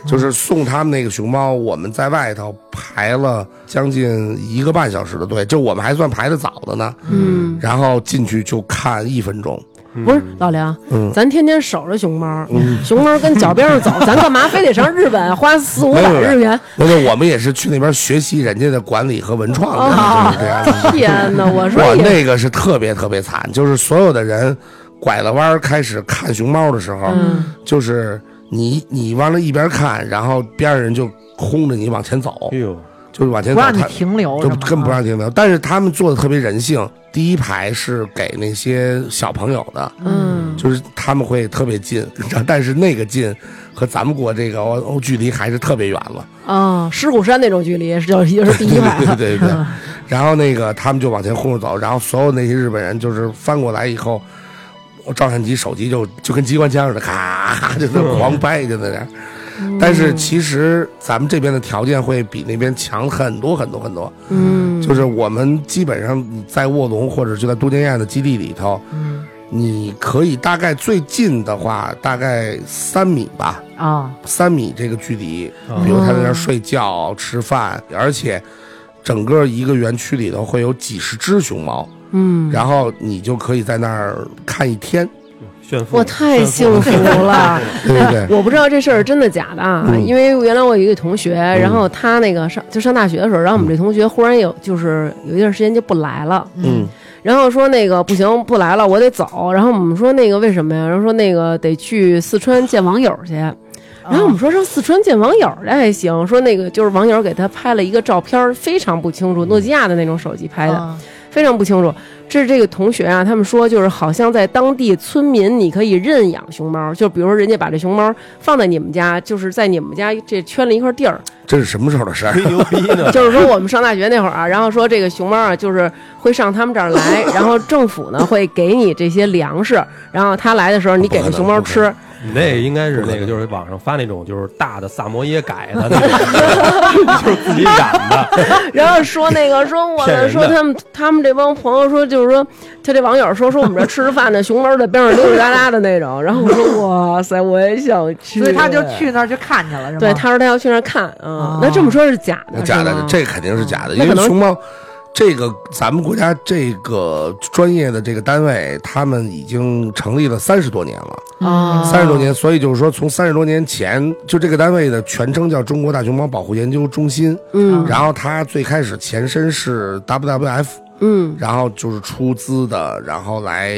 Speaker 4: 就是送他们那个熊猫，我们在外头排了将近一个半小时的队，就我们还算排的早的呢。
Speaker 1: 嗯，
Speaker 4: 然后进去就看一分钟，
Speaker 2: 嗯
Speaker 1: 不是老梁，
Speaker 4: 嗯
Speaker 1: 咱天天守着熊猫，
Speaker 4: 嗯，
Speaker 1: 熊猫跟脚边上 走，咱干嘛非得上日本花四五
Speaker 4: 没
Speaker 1: 百
Speaker 4: 有没有
Speaker 1: 日元？
Speaker 4: 那个我们也是去那边学习人家的管理和文创的，
Speaker 1: 哦
Speaker 4: 就是这样的。
Speaker 1: 天哪，我说
Speaker 4: 哇，
Speaker 1: 也
Speaker 4: 那个是特别特别惨，就是所有的人拐了弯儿开始看熊猫的时候，
Speaker 1: 嗯
Speaker 4: 就是你你往那一边看，然后边上人就轰着你往前走
Speaker 2: 哎，呦，
Speaker 4: 就是往前
Speaker 3: 不
Speaker 4: 走，
Speaker 3: 让你
Speaker 4: 他
Speaker 3: 停留
Speaker 4: 就是
Speaker 3: 吗，
Speaker 4: 更不让停留。但是他们做的特别人性，第一排是给那些小朋友的，
Speaker 1: 嗯，
Speaker 4: 就是他们会特别近，但是那个近和咱们国这个哦哦距离还是特别远了。
Speaker 1: 啊，狮虎山那种距离是就是就是第嗯一排
Speaker 4: 对对对对对。然后那个他们就往前轰着走，然后所有那些日本人就是翻过来以后，我照相机手机就就跟机关枪似的，咔 就在那
Speaker 1: 嗯
Speaker 4: 狂拍，就在那儿。但是其实咱们这边的条件会比那边强很多很多很多，
Speaker 1: 嗯，
Speaker 4: 就是我们基本上在卧龙或者就在都江堰的基地里头，
Speaker 3: 嗯
Speaker 4: 你可以大概最近的话大概三米吧，
Speaker 1: 哦
Speaker 3: 啊，
Speaker 4: 三米这个距离，
Speaker 2: 啊
Speaker 4: 比如他在那儿睡觉、吃饭，而且整个一个园区里头会有几十只熊猫，
Speaker 1: 嗯，
Speaker 4: 然后你就可以在那儿看 一天，
Speaker 2: 炫富，
Speaker 1: 我太
Speaker 2: 炫富
Speaker 1: 幸福 了。
Speaker 4: 对不对？
Speaker 1: 我不知道这事儿真的假的啊，
Speaker 4: 嗯
Speaker 1: 因为原来我有一个同学，然后他那个上就上大学的时候，然后我们这同学忽然有就是有一段时间就不来了，
Speaker 4: 嗯，
Speaker 1: 然后说那个不行不来了，我得走。然后我们说那个为什么呀？然后说那个得去四川见网友去。然后我们说上四川见网友去还行，说那个就是网友给他拍了一个照片，非常不清楚，诺基亚的那种手机拍的。
Speaker 3: 啊
Speaker 1: 非常不清楚。这是这个同学啊，他们说就是好像在当地村民，你可以认养熊猫，就比如说人家把这熊猫放在你们家，就是在你们家这圈了一块地儿。，
Speaker 4: 这是什么时候的事儿？
Speaker 2: 吹牛逼呢
Speaker 1: 哎就是说我们上大学那会儿啊，然后说这个熊猫啊，就是会上他们这儿 来，然后政府呢会给你这些粮食，然后它来的时候你给这熊猫
Speaker 4: 哦
Speaker 1: 吃。
Speaker 2: 你 那
Speaker 4: 嗯
Speaker 2: 应该是那个，就是网上发那种就是大的萨摩耶改的那种， 就是自己染的，
Speaker 1: 然后说那个说我
Speaker 2: 骗人的
Speaker 1: 说他们他们这帮朋友说就是说他这网友说说我们这吃着饭呢，熊猫在边上溜溜达达的那种。然后我说哇塞，我也想去，
Speaker 3: 所以他就去那儿去看去了，是吗？
Speaker 1: 对，他说他要去那儿看啊、嗯
Speaker 3: 哦
Speaker 1: 那这么说是假的，
Speaker 4: 假
Speaker 1: 是
Speaker 4: 的
Speaker 1: 吗，
Speaker 4: 这肯定是假的，
Speaker 1: 哎那可
Speaker 4: 因为
Speaker 1: 能
Speaker 4: 熊猫。这个咱们国家这个专业的这个单位，他们已经成立了三十多年了，
Speaker 1: 哦
Speaker 4: 嗯三十多年，所以就是说，从三十多年前，就这个单位的全称叫中国大熊猫保护研究中心，
Speaker 1: 嗯
Speaker 4: 然后它最开始前身是 WWF，
Speaker 1: 嗯
Speaker 4: 然后就是出资的，然后来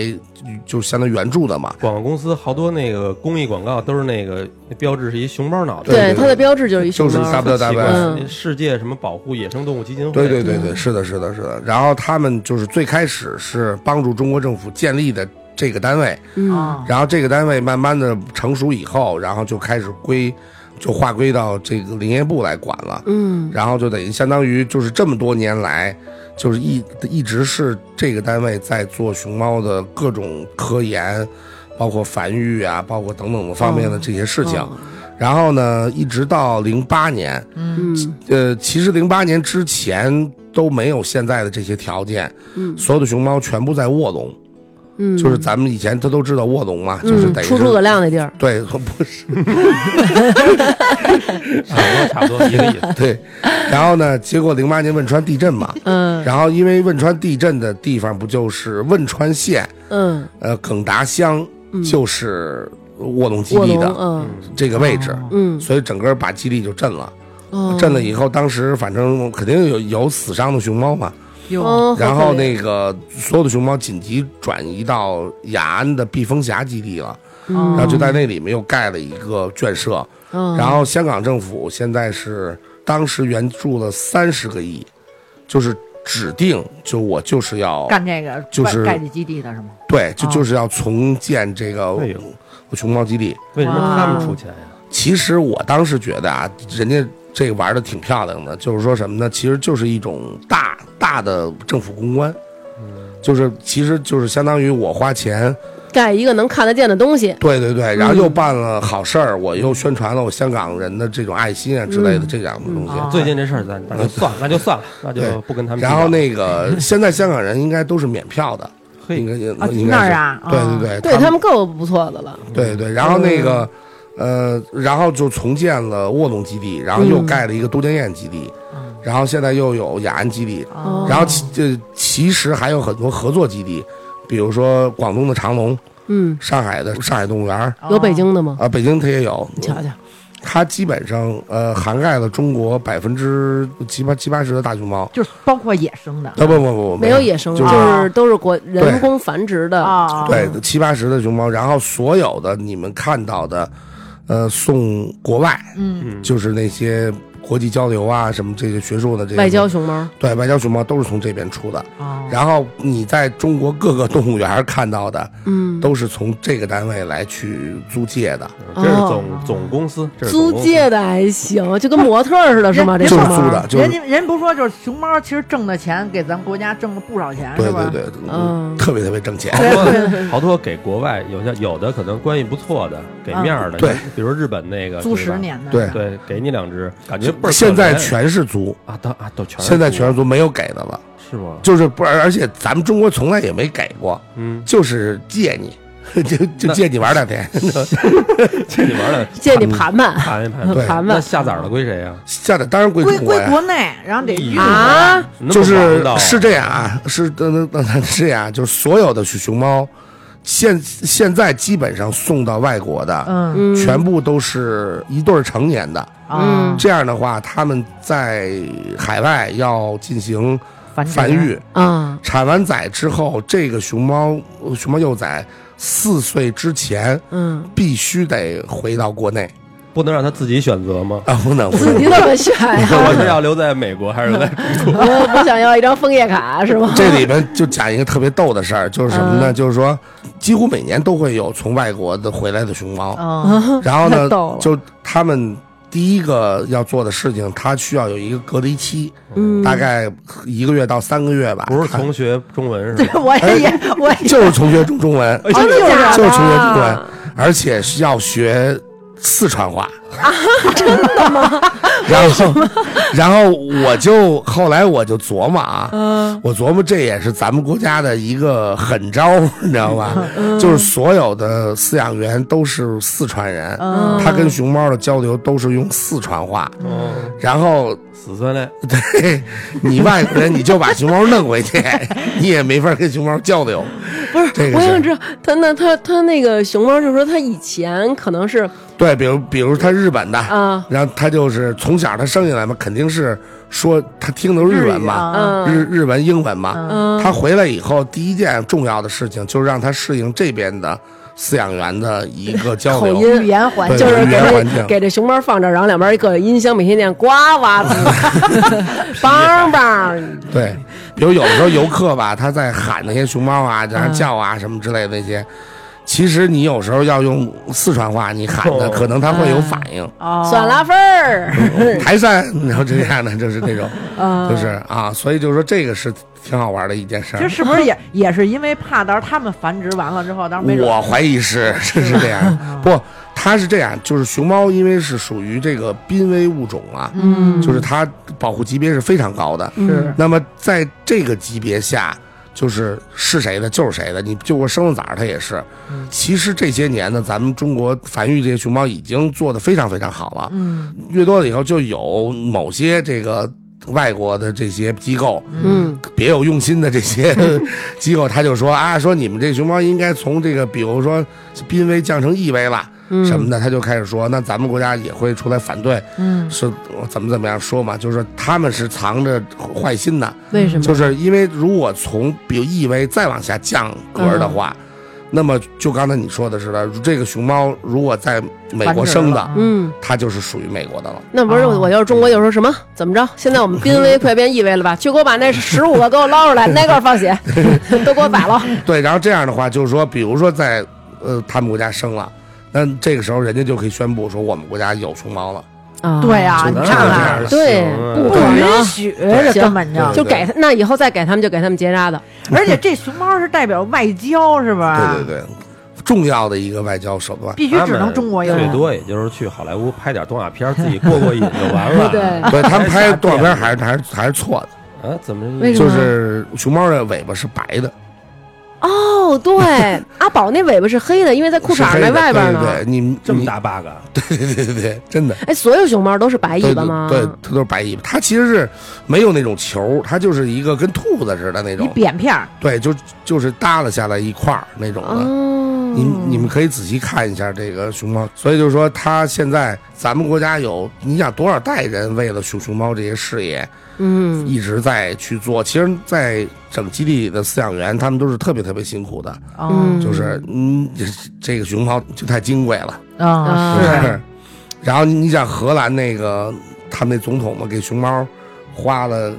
Speaker 4: 就相当于援助的嘛。
Speaker 2: 广告公司好多那个公益广告都是那个那标志是一熊猫脑袋，
Speaker 4: 对对
Speaker 1: 它的标志就是一熊
Speaker 4: 就是
Speaker 1: 猫，
Speaker 4: 大不了大
Speaker 2: 奇
Speaker 4: 不
Speaker 2: 怪
Speaker 4: 了。
Speaker 1: 嗯
Speaker 2: 世界什么保护野生动物基金会，
Speaker 4: 对对对对，是的，是的，是的。然后他们就是最开始是帮助中国政府建立的这个单位，
Speaker 1: 嗯
Speaker 3: 啊，
Speaker 4: 然后这个单位慢慢的成熟以后，然后就开始归，就划归到这个林业部来管了。
Speaker 1: 嗯
Speaker 4: 然后就等于相当于就是这么多年来，就是一一直是这个单位在做熊猫的各种科研，包括繁育啊，包括等等的方面的这些事情。
Speaker 1: 嗯
Speaker 4: 然后呢，一直到零八年，
Speaker 3: 嗯
Speaker 1: 嗯
Speaker 4: 呃，其实零八年之前都没有现在的这些条件，
Speaker 1: 嗯
Speaker 4: 所有的熊猫全部在卧龙，
Speaker 1: 嗯，
Speaker 4: 就是咱们以前他都知道卧龙嘛，就是
Speaker 1: 嗯
Speaker 4: 等于
Speaker 1: 出诸葛
Speaker 4: 是。
Speaker 1: 亮那地儿，
Speaker 4: 对，不是
Speaker 2: 差不多差不多一个意 思。
Speaker 4: 对，然后呢？结果零八年汶川地震嘛，
Speaker 1: 嗯
Speaker 4: 然后因为汶川地震的地方不就是汶川县，
Speaker 1: 嗯，
Speaker 4: 呃，耿达乡
Speaker 1: 嗯
Speaker 4: 就是卧龙基
Speaker 1: 卧
Speaker 4: 地
Speaker 1: 龙，
Speaker 4: 的
Speaker 1: 嗯
Speaker 4: 这个位置，
Speaker 1: 嗯
Speaker 4: 所以整个把基地就震了。
Speaker 1: 哦
Speaker 4: 震了以后，当时反正肯定有有死伤的熊猫嘛，
Speaker 3: 有
Speaker 1: 哦，
Speaker 4: 然后
Speaker 1: 好可怜
Speaker 4: 那个所有的熊猫紧急转移到雅安的避风峡基地了，
Speaker 1: 嗯
Speaker 4: 然后就在那里面又盖了一个圈舍，
Speaker 1: 嗯
Speaker 4: 然后香港政府现在是当时援助了三十个亿，就是指定就我就是要
Speaker 3: 干这个
Speaker 4: 就是
Speaker 3: 盖盖这基地的是吗？
Speaker 4: 对，就
Speaker 3: 哦
Speaker 4: 就是要重建这个
Speaker 2: 哎呦
Speaker 4: 熊猫基地。
Speaker 2: 为什么他们出钱呀？
Speaker 4: 其实我当时觉得啊，人家这个玩的挺漂亮的，就是说什么呢？其实就是一种大大的政府公关，就是其实就是相当于我花钱，
Speaker 1: 盖一个能看得见的东西，
Speaker 4: 对对对，然后又办了好事儿，我又宣传了我香港人的这种爱心啊之类的
Speaker 1: 嗯
Speaker 4: 这样的东西。
Speaker 3: 嗯啊
Speaker 2: 最近这事儿咱那就算了，那就算了，那就
Speaker 4: 对
Speaker 2: 不跟他们计较
Speaker 4: 然
Speaker 2: 了。
Speaker 4: 后那 个现在香港人应该都是免票的，应
Speaker 2: 嘿，
Speaker 4: 该
Speaker 3: 啊
Speaker 4: 呃应该
Speaker 3: 那
Speaker 4: 是
Speaker 3: 儿啊
Speaker 4: 对
Speaker 3: 啊
Speaker 4: 对对，
Speaker 1: 对他们够不错的了。
Speaker 4: 对对，然后那个，呃，然后就重建了卧龙基地，然后又
Speaker 1: 嗯
Speaker 4: 盖了一个都江堰基地，
Speaker 3: 嗯
Speaker 4: 然后现在又有雅安基地，
Speaker 3: 啊
Speaker 1: 哦
Speaker 4: 然后其这其实还有很多合作基地，比如说广东的长隆，
Speaker 1: 嗯，
Speaker 4: 上海的上海动物园儿
Speaker 3: 哦
Speaker 1: 有北京的吗？
Speaker 4: 啊，北京它也有，
Speaker 1: 你瞧瞧，
Speaker 4: 它基本上呃涵盖了中国百分之七八七八十的大熊猫，啊
Speaker 3: 就是包括野生的
Speaker 4: 不不不不，
Speaker 1: 嗯没有野生的，啊
Speaker 4: 就啊
Speaker 1: 就是是都是国人工繁殖的。
Speaker 3: 啊，
Speaker 4: 呃对，七八十的熊猫，然后所有的你们看到的，呃，送国外。
Speaker 3: 嗯，
Speaker 2: 嗯，
Speaker 4: 就是那些国际交流啊，什么这些学术的这些
Speaker 1: 外交，熊猫，
Speaker 4: 对外交熊猫都是从这边出
Speaker 1: 嗯
Speaker 4: 的。
Speaker 3: 哦
Speaker 4: 然后你在中国各个动物园看到的，
Speaker 1: 嗯，
Speaker 4: 都是从这个单位来去租借的，
Speaker 2: 这是
Speaker 1: 哦
Speaker 2: 总总公司，这是总
Speaker 1: 租
Speaker 2: 公司
Speaker 1: 借的还行，就跟模特儿似的，是吗？这
Speaker 3: 人
Speaker 4: 就是
Speaker 1: 熊
Speaker 4: 租
Speaker 1: 猫
Speaker 4: 的，就是
Speaker 3: 人家人不说，就是熊猫其实挣的钱给咱国家挣了不少钱，
Speaker 4: 对
Speaker 3: 是吧？
Speaker 4: 对对，
Speaker 1: 嗯
Speaker 4: 特别特别挣钱。
Speaker 2: 好多好多给国外有些有的可能关系不错的，给面儿的，
Speaker 4: 嗯对，
Speaker 2: 比如日本那个
Speaker 3: 租
Speaker 2: 是吧
Speaker 3: 十，年的，
Speaker 4: 对
Speaker 2: 对，给你两只，感觉倍儿
Speaker 4: 现在
Speaker 2: 可怜
Speaker 4: 全是租，
Speaker 2: 啊，都啊都全是
Speaker 4: 现在
Speaker 2: 租
Speaker 4: 全是租，没有给的了，
Speaker 2: 是吗？
Speaker 4: 就是不，而而且咱们中国从来也没给过，
Speaker 2: 嗯，
Speaker 4: 就是借你， 就就
Speaker 2: 那
Speaker 4: 借你玩两天。
Speaker 2: 借你玩的，
Speaker 1: 借你盘盘
Speaker 2: 盘一盘，
Speaker 4: 对
Speaker 1: 盘
Speaker 2: 那
Speaker 1: 盘
Speaker 2: 下崽儿的归谁呀？
Speaker 4: 下的当然归
Speaker 3: 归
Speaker 4: 中国
Speaker 3: 归
Speaker 4: 呀，
Speaker 3: 国内，然后得
Speaker 4: 嗯
Speaker 3: 运回来，
Speaker 1: 啊！
Speaker 2: 那么
Speaker 4: 就是
Speaker 2: 王道啊
Speaker 4: 是这样啊，是呃呃呃是这样，就是所有的熊猫，现现在基本上送到外国的，
Speaker 3: 嗯
Speaker 1: 嗯，
Speaker 4: 全部都是一对儿成年的。
Speaker 3: 啊
Speaker 1: 嗯，
Speaker 4: 这样的话，他们在海外要进行
Speaker 3: 繁殖
Speaker 4: 繁育，
Speaker 1: 啊，
Speaker 4: 产完崽之后，这个熊猫呃熊猫幼崽四岁之前
Speaker 1: 嗯，
Speaker 4: 必须得回到国内
Speaker 2: 不能让他自己选择吗？
Speaker 4: 啊，不能不
Speaker 1: 自己
Speaker 4: 能。
Speaker 1: 怎么选
Speaker 4: 哎
Speaker 1: 呀？
Speaker 2: 我是要留在美国还是留在？
Speaker 1: 我我想要一张枫叶卡是吗？
Speaker 4: 这里面就讲一个特别逗的事儿，就是什么呢？
Speaker 1: 嗯
Speaker 4: 就是说，几乎每年都会有从外国的回来的熊猫，
Speaker 3: 嗯
Speaker 4: 然后
Speaker 1: 哦 太
Speaker 4: 呢
Speaker 1: 逗了，
Speaker 4: 就他们第一个要做的事情，他需要有一个隔离期，
Speaker 1: 嗯，
Speaker 4: 大概一个月到三个月吧。
Speaker 2: 不是从学中文是
Speaker 3: 对
Speaker 2: 吧？，
Speaker 3: 我也也 我
Speaker 4: 他哎 就是从学中中文，
Speaker 2: 哎
Speaker 1: 哦真的假的？
Speaker 4: 就是从学中文，而且是要学四川话。 啊，真的吗？然后，然后我就后来我就琢磨啊，
Speaker 1: 嗯
Speaker 4: 我琢磨这也是咱们国家的一个狠招，你知道吧？
Speaker 1: 嗯
Speaker 4: 就是所有的饲养员都是四川人，
Speaker 3: 嗯
Speaker 4: 他跟熊猫的交流都是用四川话，
Speaker 2: 嗯，
Speaker 4: 然后
Speaker 2: 死酸嘞，
Speaker 4: 对你外国人你就把熊猫弄回去， 你也没法跟熊猫交流。
Speaker 1: 不是
Speaker 4: 这，个
Speaker 1: 我
Speaker 4: 是
Speaker 1: 想知道他那他他那个熊猫，就是说他以前可能是
Speaker 4: 对，比如比如他日本的，
Speaker 1: 啊，
Speaker 4: 然后他就是从小他生下来嘛，肯定是说他听的
Speaker 3: 日
Speaker 4: 日
Speaker 3: 语
Speaker 4: 文嘛，
Speaker 3: 啊
Speaker 4: 日
Speaker 1: 嗯
Speaker 4: 日文英文嘛。
Speaker 1: 嗯，
Speaker 4: 他回来以后，第一件重要的事情就是让他适应这边的饲养员的一个交
Speaker 1: 口
Speaker 4: 流。
Speaker 1: 音
Speaker 3: 语言环
Speaker 4: 对
Speaker 1: 就是
Speaker 4: 语
Speaker 1: 给
Speaker 4: 言环
Speaker 1: 这
Speaker 4: 境
Speaker 1: 给这熊猫放这儿，然后两边一个音箱，每天念呱 哇子，棒棒，
Speaker 4: 对，比如有的时候游客吧，他在喊那些熊猫啊，在那
Speaker 1: 嗯
Speaker 4: 叫啊什么之类的那些，其实你有时候要用四川话你喊的，
Speaker 2: 哦
Speaker 4: 可能他会有反应。
Speaker 3: 哦，
Speaker 1: 酸辣粉儿，
Speaker 4: 台山，然后这样的 就是那种，
Speaker 1: 啊
Speaker 4: 就是啊，所以就是说这个是挺好玩的一件事
Speaker 3: 这
Speaker 4: 儿。
Speaker 3: 是不是也 也是因为怕到时候他们繁殖完了之后，到时候没准
Speaker 4: 我怀疑是是是这样的，不，它是这样，就是熊猫因为是属于这个濒危物种啊，
Speaker 1: 嗯
Speaker 4: 就是它保护级别是非常高的。
Speaker 3: 是
Speaker 4: 那么在这个级别下，就是是谁的就是谁的，你就我生了崽儿，它也是。其实这些年呢，咱们中国繁育这些熊猫已经做得非常非常好了。
Speaker 3: 嗯
Speaker 4: 越多了以后，就有某些这个外国的这些机构，
Speaker 1: 嗯
Speaker 4: 别有用心的 这些机构，他就说啊，说你们这熊猫应该从这个，比如说濒危降成易危了。什么的，他就开始说，那咱们国家也会出来反对，
Speaker 3: 嗯，
Speaker 4: 是呃怎么怎么样说嘛，就是他们是藏着坏心的，
Speaker 1: 为
Speaker 3: 嗯
Speaker 1: 什么？
Speaker 4: 就是因为如果从比如意味再往下降格儿的话，
Speaker 3: 嗯
Speaker 4: 那么就刚才你说的似的，这个熊猫如果在美国生的，
Speaker 3: 繁殖了，
Speaker 1: 嗯，
Speaker 4: 它就是属于美国的了。
Speaker 1: 那不是
Speaker 3: 哦
Speaker 1: 我要是中国就说什么怎么着？现在我们濒危快变异危 了吧？去给我把那十五个给我捞出来，哪个放血都给我宰了。
Speaker 4: 对，然后这样的话，就是说，比如说在呃他们国家生了，那这个时候人家就可以宣布说我们国家有熊猫了。
Speaker 1: 啊
Speaker 3: 对呀、
Speaker 4: 就
Speaker 3: 你
Speaker 4: 能
Speaker 3: 看
Speaker 4: 这
Speaker 3: 看
Speaker 4: 样，的
Speaker 1: 对
Speaker 2: 行，啊
Speaker 1: 不
Speaker 3: 不
Speaker 1: 可能
Speaker 3: 允，许，这
Speaker 1: 行
Speaker 3: 根本就
Speaker 4: 对
Speaker 1: 就给他那以后再给他们就给他们结扎的。
Speaker 3: 而且这熊猫是代表外交，是
Speaker 1: 啊
Speaker 3: 吧？
Speaker 4: 对对对，重要的一个外交手段。
Speaker 3: 必须
Speaker 2: 他
Speaker 3: 只
Speaker 2: 们
Speaker 3: 能中国有。
Speaker 2: 啊最多也就是去好莱坞拍点动画片儿，自己过过瘾就完了。
Speaker 1: 对
Speaker 4: 对他 们拍动画片还是还是还是错的，
Speaker 2: 啊，怎么
Speaker 1: 为什么
Speaker 4: 就是熊猫的尾巴是白的，
Speaker 1: 哦， 对，阿宝那尾巴是黑的，因为在裤
Speaker 4: 是
Speaker 1: 衩儿
Speaker 4: 黑
Speaker 1: 那
Speaker 4: 的
Speaker 1: 外边儿
Speaker 4: 对
Speaker 1: 呢。
Speaker 4: 对对，你
Speaker 2: 这么
Speaker 4: 你
Speaker 2: 大 bug？啊
Speaker 4: 对对对对，真的。
Speaker 1: 哎，所有熊猫都是白尾
Speaker 4: 对
Speaker 1: 巴吗？
Speaker 4: 对，对它都是白尾巴，它其实是没有那种球，它就是一个跟兔子似的那
Speaker 3: 一
Speaker 4: 种，
Speaker 3: 扁片儿，
Speaker 4: 对，就就是耷拉下来一块儿那种的。
Speaker 1: 哦，
Speaker 4: 你你们可以仔细看一下这个熊猫，所以就是说，它现在咱们国家有，你想多少代人为了熊熊猫这些事业
Speaker 1: 嗯，
Speaker 4: 一直在去做。其实，在整基地里的饲养员，他们都是特别特别辛苦的，
Speaker 1: 嗯
Speaker 4: 就是嗯，这个熊猫就太金贵了，
Speaker 3: 啊，
Speaker 1: 嗯
Speaker 3: 是，
Speaker 4: 是。然后你想荷兰那个他们那总统嘛，给熊猫花了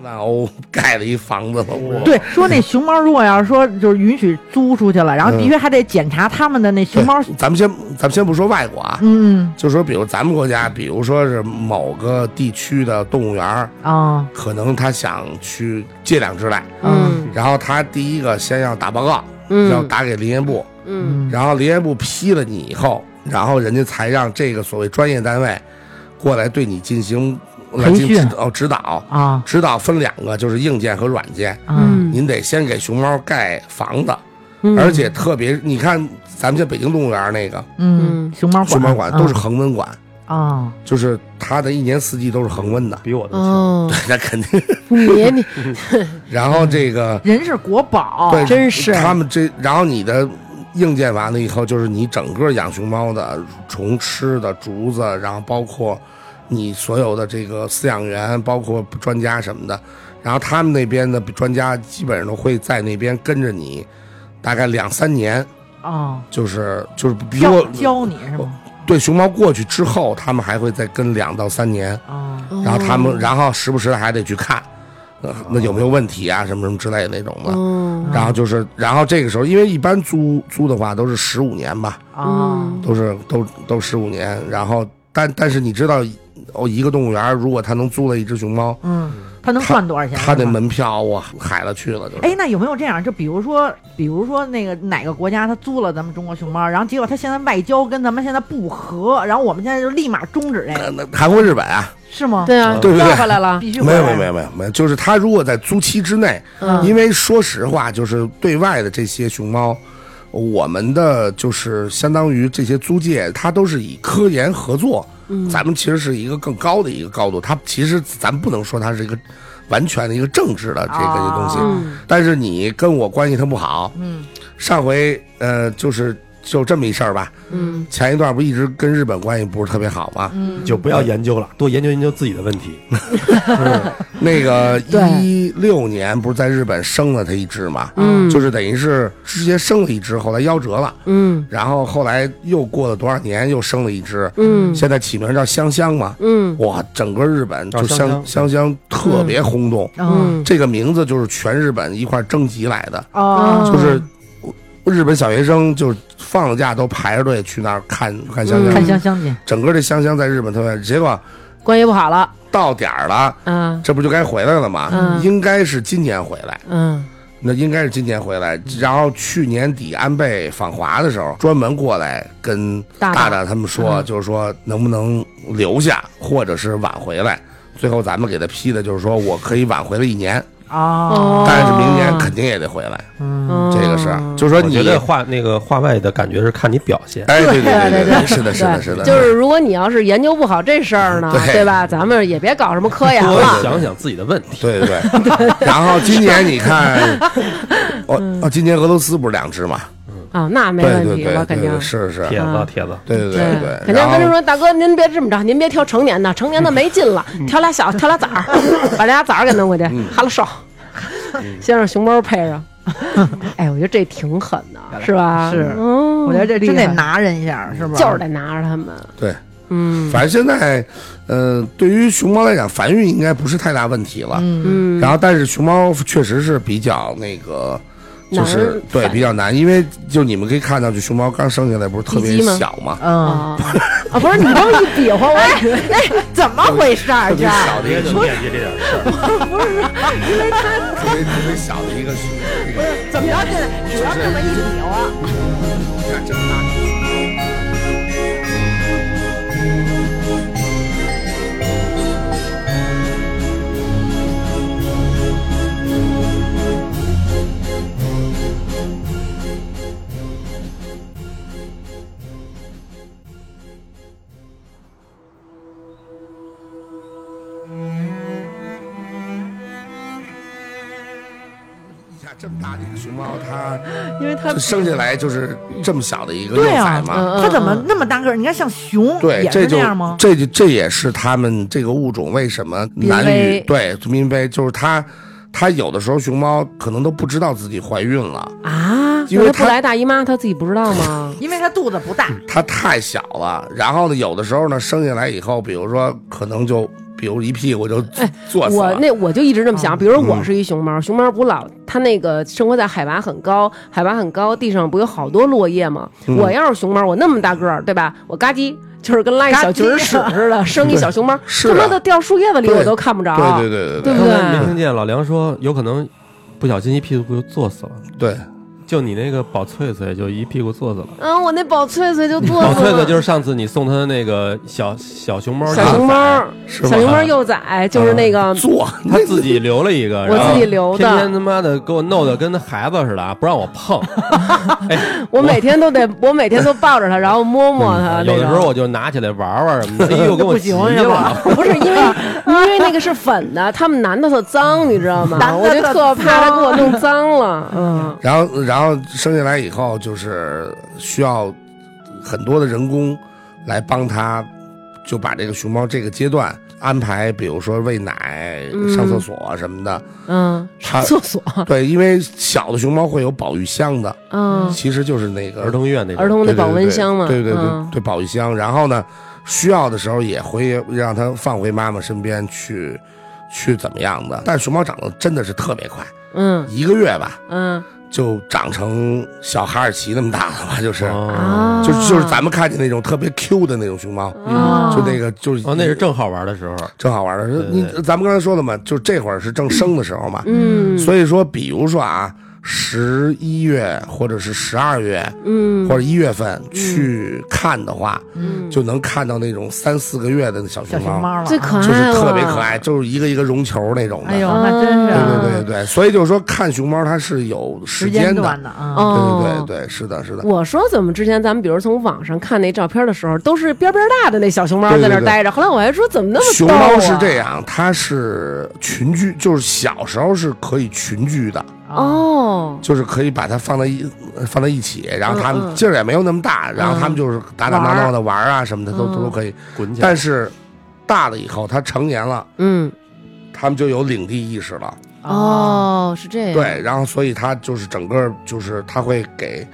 Speaker 4: 万欧盖了一房子了，我
Speaker 3: 对，说那熊猫如果要是说就是允许租出去了，然后
Speaker 4: 嗯
Speaker 3: 必须还得检查他们的那熊猫，
Speaker 4: 咱们先咱们先不说外国啊，
Speaker 3: 嗯
Speaker 4: 就说比如咱们国家，比如说是某个地区的动物园儿，
Speaker 3: 嗯啊，
Speaker 4: 可能他想去借两只来，
Speaker 1: 嗯
Speaker 4: 然后他第一个先要打报告，
Speaker 1: 嗯
Speaker 4: 要打给林业部，
Speaker 1: 嗯
Speaker 4: 然后林业部批了你以后，然后人家才让这个所谓专业单位过来对你进行来进
Speaker 3: 培训
Speaker 4: 行哦指导，
Speaker 3: 啊
Speaker 4: 指导分两个，就是硬件和软件。
Speaker 3: 嗯
Speaker 4: 您得先给熊猫盖房子，
Speaker 1: 嗯
Speaker 4: 而且特别，你看咱们这北京动物园儿那个
Speaker 3: 嗯，熊猫馆，
Speaker 4: 熊猫馆都是恒温馆，
Speaker 3: 啊，
Speaker 4: 就是它的一年四季都是恒温的。
Speaker 2: 比我都强。
Speaker 1: 哦，
Speaker 4: 那肯定。
Speaker 1: 你你
Speaker 4: 然后这个，
Speaker 3: 人是国宝，
Speaker 4: 对，
Speaker 1: 哦真是啊
Speaker 4: 他们这，然后你的硬件完了以后，就是你整个养熊猫的虫吃的竹子，然后包括你所有的这个饲养员，包括专家什么的，然后他们那边的专家基本上都会在那边跟着你，大概两三年，
Speaker 3: 啊，
Speaker 4: 就是就是如
Speaker 3: 教
Speaker 4: 果
Speaker 3: 教你是吗？
Speaker 4: 对熊猫过去之后，他们还会再跟两到三年，
Speaker 3: 啊，
Speaker 4: 然后他们
Speaker 1: 哦
Speaker 4: 然后时不时还得去看，呃，那有没有问题啊，什么什么之类的那种的。
Speaker 1: 哦
Speaker 4: 然后就是，然后这个时候，因为一般租租的话都是十五年吧，
Speaker 3: 啊，
Speaker 1: 嗯
Speaker 4: 都是都都十五年。然后，但但是你知道，哦，一个动物园如果他能租了一只熊猫，
Speaker 3: 嗯，他能赚多少钱？
Speaker 4: 他
Speaker 3: 是
Speaker 4: 的
Speaker 3: 吧
Speaker 4: 门票哇，海了去了，就是
Speaker 3: 哎，那有没有这样？就比如说，比如说那个哪个国家他租了咱们中国熊猫，然后结果他现在外交跟咱们现在不和，然后我们现在就立马终止这
Speaker 4: 呃
Speaker 3: 个，
Speaker 4: 那韩国、日本啊，
Speaker 3: 是吗？
Speaker 1: 对啊，
Speaker 4: 对不对
Speaker 1: 绕回来了，
Speaker 3: 必须
Speaker 4: 没有
Speaker 3: 回来
Speaker 4: 没有没有没有没有，就是他如果在租期之内，
Speaker 1: 嗯
Speaker 4: 因为说实话，就是对外的这些熊猫，我们的就是相当于这些租界，它都是以科研合作，
Speaker 1: 嗯
Speaker 4: 咱们其实是一个更高的一个高度。它其实咱不能说它是一个完全的一个政治的这个
Speaker 3: 啊
Speaker 4: 东西，
Speaker 1: 嗯
Speaker 4: 但是你跟我关系它不好，
Speaker 3: 嗯，
Speaker 4: 上回呃就是就这么一事儿吧，
Speaker 1: 嗯，
Speaker 4: 前一段不一直跟日本关系不是特别好吗？
Speaker 2: 就不要研究了，多研究研究自己的问题。
Speaker 4: 那个
Speaker 1: 对
Speaker 4: 一六年不是在日本生了它一只嘛，
Speaker 1: 嗯
Speaker 4: 就是等于是直接生了一只，后来夭折了，
Speaker 1: 嗯
Speaker 4: 然后后来又过了多少年又生了一只，
Speaker 1: 嗯
Speaker 4: 现在起名叫香香嘛，
Speaker 1: 嗯
Speaker 4: 哇，整个日本就
Speaker 2: 啊香
Speaker 4: 香香香特别轰动，
Speaker 3: 嗯，
Speaker 4: 这个名字就是全日本一块征集来的，
Speaker 1: 嗯
Speaker 3: 哦，
Speaker 4: 就是日本小学生就放了假都排着队去那儿看看香
Speaker 1: 嗯
Speaker 4: 香，
Speaker 3: 看香香去，
Speaker 4: 整个这香香在日本特别，结果
Speaker 1: 关系不好了
Speaker 4: 到点儿了，
Speaker 1: 啊，
Speaker 4: 这不就该回来了吗？
Speaker 1: 嗯
Speaker 4: 应该是今年回来。
Speaker 1: 嗯
Speaker 4: 那应该是今年回来，然后去年底安倍访华的时候，专门过来跟
Speaker 1: 大大
Speaker 4: 大
Speaker 1: 嗯
Speaker 4: 大他们说，就是说能不能留下，或者是挽回来。最后咱们给他批的就是说我可以挽回了一年，
Speaker 3: 哦，
Speaker 4: 但是明年肯定也得回来。
Speaker 3: 嗯，
Speaker 1: 哦
Speaker 4: 这个是，就是说
Speaker 2: 我
Speaker 4: 你
Speaker 2: 觉得画那个画外的感觉是看你表现。
Speaker 4: 哎，对
Speaker 1: 对
Speaker 4: 对
Speaker 1: 对
Speaker 4: 对，是的，是的，是的，
Speaker 1: 就是如果你要是研究不好这事儿呢，
Speaker 4: 对
Speaker 1: 对吧？咱们也别搞什么科研
Speaker 2: 多
Speaker 1: 了。
Speaker 2: 想想自己的问题。
Speaker 4: 对对对。然后今年你看，哦哦，今年俄罗斯不是两只嘛？
Speaker 1: 啊，那没
Speaker 4: 对
Speaker 1: 问
Speaker 4: 对
Speaker 1: 题，
Speaker 4: 对
Speaker 1: 我
Speaker 4: 对
Speaker 1: 肯定
Speaker 4: 对，。是是，
Speaker 2: 帖
Speaker 1: 啊
Speaker 2: 子帖子，
Speaker 4: 对对对，
Speaker 1: 肯定
Speaker 4: 然
Speaker 1: 跟他
Speaker 4: 后
Speaker 1: 说：“大哥，您别这么着，您别挑成年的，成年的没 劲了，
Speaker 3: 嗯
Speaker 1: 挑俩小，挑俩崽儿，把这俩崽儿给弄过去，哈了手，
Speaker 3: 嗯
Speaker 1: 先让熊猫配 上。”哎，我觉得这挺狠的，是吧？
Speaker 3: 是
Speaker 1: 嗯，
Speaker 3: 我觉得这真
Speaker 1: 厉
Speaker 3: 得
Speaker 1: 害，
Speaker 3: 拿人一下，是吧？
Speaker 1: 就是得拿着他们。
Speaker 4: 对，
Speaker 1: 嗯
Speaker 4: 反正现在，呃，对于熊猫来讲，繁育应该不是太大问题了。
Speaker 3: 嗯，
Speaker 1: 嗯，
Speaker 4: 然后，但是熊猫确实是比较那个，就
Speaker 1: 哪儿
Speaker 4: 是对
Speaker 1: 反
Speaker 4: 比较难，因为就你们可以看到，就熊猫刚生下来不是特别
Speaker 1: 鸡鸡吗
Speaker 4: 小嘛，
Speaker 3: 嗯，哎
Speaker 1: 啊啊，不是你刚一比划，我以为
Speaker 3: 怎么回事儿？
Speaker 4: 特别
Speaker 2: 别
Speaker 3: 这
Speaker 4: 小的一个
Speaker 2: 就惦记这点事儿，
Speaker 4: 特别特别小的一个熊，那个
Speaker 3: 怎么着？这只要这么一比划，
Speaker 4: 你看这么大。你看这么大的一个熊猫，它
Speaker 1: 因为他
Speaker 4: 就生下来就是这么小的一个幼
Speaker 3: 对
Speaker 4: 崽
Speaker 3: 啊，
Speaker 4: 嘛。
Speaker 3: 它怎么那么大个儿？你看像熊
Speaker 4: 对，
Speaker 3: 也
Speaker 4: 这
Speaker 3: 是
Speaker 4: 就
Speaker 3: 那样吗？
Speaker 4: 这就这也是他们这个物种为什么难
Speaker 1: 濒危
Speaker 4: 于对濒危，就是它它有的时候熊猫可能都不知道自己怀孕了，
Speaker 1: 啊，
Speaker 4: 因为
Speaker 1: 那他
Speaker 4: 他
Speaker 1: 不来大姨妈，他自己不知道吗？
Speaker 3: 因为它肚子不大，
Speaker 4: 它太小了。然后呢，有的时候呢，生下来以后，比如说可能就比如一屁股就 坐死
Speaker 1: 哎我
Speaker 4: 了。嗯
Speaker 1: 那我就一直这么想，比如我是一熊猫，熊猫不老它那个生活在海拔很高，海拔很高，地上不有好多落叶吗？
Speaker 4: 嗯
Speaker 1: 我要是熊猫，我那么大个儿，对吧？我嘎叽就是跟拉一小
Speaker 3: 嘎叽
Speaker 1: 卷儿屎似的，生一小熊猫，
Speaker 4: 是
Speaker 1: 他
Speaker 4: 啊
Speaker 1: 妈的掉树叶子里
Speaker 4: 对
Speaker 1: 我都看不着，啊
Speaker 4: 对对对
Speaker 1: 对
Speaker 4: 对对
Speaker 1: 不对？
Speaker 2: 没听见老梁说有可能不小心一屁股就坐死了，
Speaker 4: 对，
Speaker 2: 就你那个宝翠翠就一屁股坐死了。
Speaker 1: 嗯，我那宝翠翠就
Speaker 2: 宝
Speaker 1: 坐死
Speaker 2: 翠翠
Speaker 1: 了。
Speaker 2: 就是上次你送她的那个小小熊猫，
Speaker 1: 小熊猫，
Speaker 4: 是吧啊
Speaker 1: 小熊猫幼崽就是那个，
Speaker 4: 坐
Speaker 2: 他自己留了一个，
Speaker 1: 我
Speaker 2: 然后
Speaker 1: 自己留的
Speaker 2: 天天他妈的给我弄得跟那孩子似的啊，不让我 碰。哎
Speaker 1: 我每天都得，我每天都抱着它，然后摸摸
Speaker 4: 嗯
Speaker 1: 它。
Speaker 2: 有
Speaker 1: 那
Speaker 2: 的时
Speaker 1: 种
Speaker 2: 候我就拿起来玩玩什么的，哎呦，给我
Speaker 3: 不
Speaker 2: 急
Speaker 3: 行是吧
Speaker 2: 了。？
Speaker 1: 不啊是因 为因为那个是粉的，他们男的特脏，你知道吗？
Speaker 3: 男的
Speaker 1: 我就嗯
Speaker 3: 特
Speaker 1: 特怕他
Speaker 3: 脏
Speaker 1: 给我弄脏了。嗯，
Speaker 4: 然后然后生下来以后，就是需要很多的人工来帮他，就把这个熊猫这个阶段安排，比如说喂奶、上厕所什么的。
Speaker 1: 嗯，
Speaker 4: 它
Speaker 1: 厕所，
Speaker 4: 对，因为小的熊猫会有保育箱的，
Speaker 1: 嗯，
Speaker 4: 其实就是那个
Speaker 2: 儿童医院那种
Speaker 1: 儿童
Speaker 4: 对
Speaker 1: 的
Speaker 4: 对
Speaker 1: 保温箱嘛，
Speaker 4: 对对对
Speaker 1: 嗯
Speaker 4: 对，保育箱。然后呢，需要的时候也会让它放回妈妈身边去。去怎么样的？但是熊猫长得真的是特别快，
Speaker 1: 嗯
Speaker 4: 一个月吧
Speaker 1: 嗯
Speaker 4: 就长成小哈士奇那么大了吧， 就是。
Speaker 2: 哦，
Speaker 1: 啊，
Speaker 4: 嗯就就是咱们看见那种特别 Q 的那种熊猫，
Speaker 1: 啊，
Speaker 4: 就那个就是
Speaker 2: 哦，那是正好玩的时候，
Speaker 4: 正好玩的。
Speaker 2: 对
Speaker 4: 你咱们刚才说了嘛，就是这会儿是正生的时候嘛，
Speaker 1: 嗯
Speaker 4: 所以说，比如说啊，十一月或者是十二月
Speaker 1: 嗯
Speaker 4: 或者一月份去看的话，
Speaker 1: 嗯，
Speaker 4: 就能看到那种三四个月的小
Speaker 3: 小
Speaker 4: 熊
Speaker 3: 熊
Speaker 4: 猫，
Speaker 3: 猫了，
Speaker 1: 最可爱
Speaker 4: 就
Speaker 1: 了，
Speaker 4: 是特别可爱，就是一个一个绒球那种的。
Speaker 3: 哎呦，
Speaker 1: 啊
Speaker 3: 那真是
Speaker 4: 对
Speaker 3: 啊
Speaker 4: 对对对，所以就是说看熊猫它是有时
Speaker 3: 时间
Speaker 4: 的，
Speaker 3: 段的啊，
Speaker 1: 哦。
Speaker 4: 对对对对，是的，是的。
Speaker 1: 我说怎么之前咱们比如从网上看那照片的时候，都是边边大的那小熊猫在那儿
Speaker 4: 对对对
Speaker 1: 待着，后来我还说怎么那么
Speaker 4: 熊
Speaker 1: 逗啊
Speaker 4: 猫是这样，它是群居，就是小时候是可以群居的，
Speaker 1: 哦，
Speaker 4: 就是可以把它放在一呃放在一起，然后它
Speaker 1: 嗯
Speaker 4: 们
Speaker 1: 嗯
Speaker 4: 劲儿也没有那么大，然后它们就是打打闹闹的玩儿啊什么的都
Speaker 1: 嗯
Speaker 4: 都可以。
Speaker 2: 滚起来
Speaker 4: 但。是大了以后，它成年了，
Speaker 1: 嗯
Speaker 4: 它们就有领地意识了，
Speaker 3: 哦，
Speaker 1: 哦，是这样，
Speaker 4: 对，然后所以它就是整个就是它会给。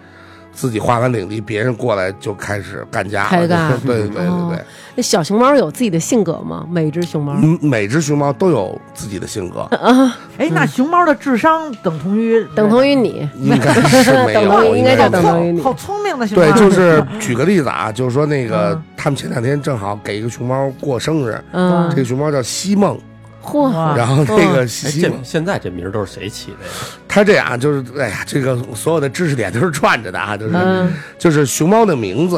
Speaker 4: 自己划完领地，别人过来就开始干架
Speaker 1: 开
Speaker 4: 了，
Speaker 1: 干
Speaker 4: 就是对对对对对，
Speaker 1: 那小熊猫有自己的性格吗？每只熊猫
Speaker 4: 嗯每只熊猫都有自己的性格，
Speaker 1: 啊，
Speaker 3: 哎，
Speaker 4: 嗯
Speaker 3: 那熊猫的智商等同于
Speaker 1: 等同于你，
Speaker 4: 应该 是没有，
Speaker 1: 等同于应该叫
Speaker 4: 没
Speaker 1: 等
Speaker 4: 有
Speaker 1: 同于你
Speaker 3: 好聪明的 熊猫，
Speaker 4: 对，就是举个例子啊，就是说那个
Speaker 3: 嗯
Speaker 4: 他们前两天正好给一个熊猫过生日，
Speaker 1: 嗯啊哦
Speaker 4: 这，个熊猫叫西梦，
Speaker 1: 嚯，
Speaker 3: 哇
Speaker 4: 然后那个西
Speaker 2: 哎，
Speaker 4: 西
Speaker 2: 这
Speaker 4: 梦，
Speaker 2: 现在这名儿都是谁起的呀？
Speaker 4: 它这样就是，哎呀，这个所有的知识点都是串着的啊，就是
Speaker 1: 嗯
Speaker 4: 就是熊猫的名字，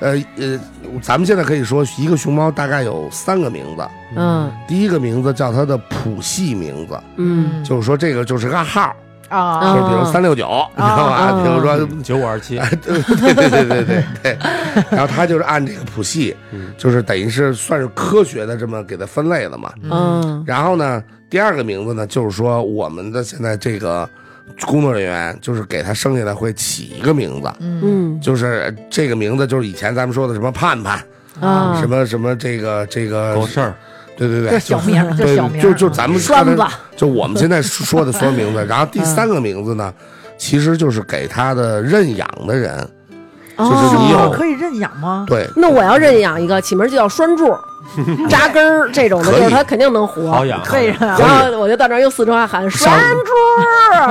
Speaker 4: 呃呃，咱们现在可以说一个熊猫大概有三个名字，
Speaker 1: 嗯
Speaker 4: 第一个名字叫它的谱系名字，
Speaker 1: 嗯，
Speaker 4: 就是说这个就是个号，就
Speaker 3: 啊
Speaker 1: 嗯，
Speaker 4: 是比如
Speaker 1: 啊
Speaker 4: 三六九，你知道吧？
Speaker 1: 啊
Speaker 4: 比如说
Speaker 2: 九五二七，
Speaker 4: 对对对对对对，然后他就是按这个谱系，
Speaker 3: 嗯
Speaker 4: 就是等于是算是科学的这么给它分类了嘛。
Speaker 1: 嗯
Speaker 4: 然后呢，第二个名字呢，就是说我们的现在这个工作人员就是给它生下来会起一个名字，
Speaker 3: 嗯
Speaker 1: 嗯
Speaker 4: 就是这个名字就是以前咱们说的什么盼盼，
Speaker 1: 啊，
Speaker 4: 什么什么这个这个
Speaker 2: 狗事儿，
Speaker 4: 对对
Speaker 3: 嗯这
Speaker 4: 对，
Speaker 3: 是小名儿，这是
Speaker 4: 对
Speaker 3: 小名儿，
Speaker 4: 就就咱们
Speaker 1: 栓子，
Speaker 4: 就我们现在说的所有 名字，然后第三个名字呢，其实就是给他的认养的人，就是
Speaker 3: 我
Speaker 4: 你有
Speaker 1: 哦。
Speaker 3: 可以认养吗？
Speaker 4: 对，
Speaker 1: 那我要认养一个，起名就叫栓柱、扎根儿这种的，
Speaker 4: 可以
Speaker 1: 就是它肯定能活。
Speaker 2: 好养。
Speaker 3: 可以认养
Speaker 4: 可以
Speaker 1: 然后我就到那儿用四川话喊栓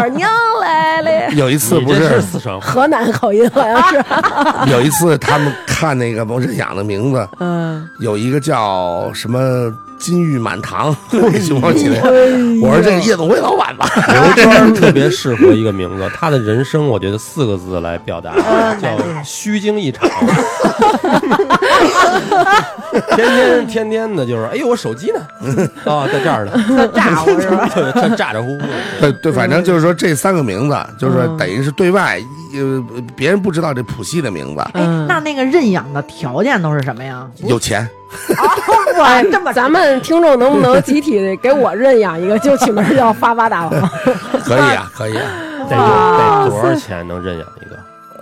Speaker 1: 柱娘来了，
Speaker 4: 有一次
Speaker 2: 你
Speaker 4: 不
Speaker 2: 这
Speaker 4: 是
Speaker 2: 是四川话，
Speaker 1: 河南口音好像是。
Speaker 4: 有一次他们看那个认养的名字，
Speaker 1: 嗯，
Speaker 4: 有一个叫什么金玉满 堂，那熊猫起来，我说这叶子辉老板吧，
Speaker 2: 刘娟特别适合一个名字，她的人生我觉得四个字来表
Speaker 1: 嗯
Speaker 2: 达，叫虚惊 一场。天天天天的就是，哎呦，我手机呢？ 啊，在这儿 呢，
Speaker 4: 嗯
Speaker 3: 炸我是 吧？
Speaker 2: 对他咋咋呼呼的。
Speaker 4: 对对，反正就是说这三个名字，就是说等于是对外，呃，别人不知道这普系的名字，
Speaker 3: 哎，
Speaker 1: 嗯
Speaker 3: 那那个认养的条件都是什么 呀？
Speaker 4: 有钱，哎
Speaker 3: 哇，这么
Speaker 1: 哎咱们听众能不能集体给我认养一个，就起名叫发发大王？
Speaker 4: 可以啊，可以 啊，
Speaker 2: 得有得多少钱能认养一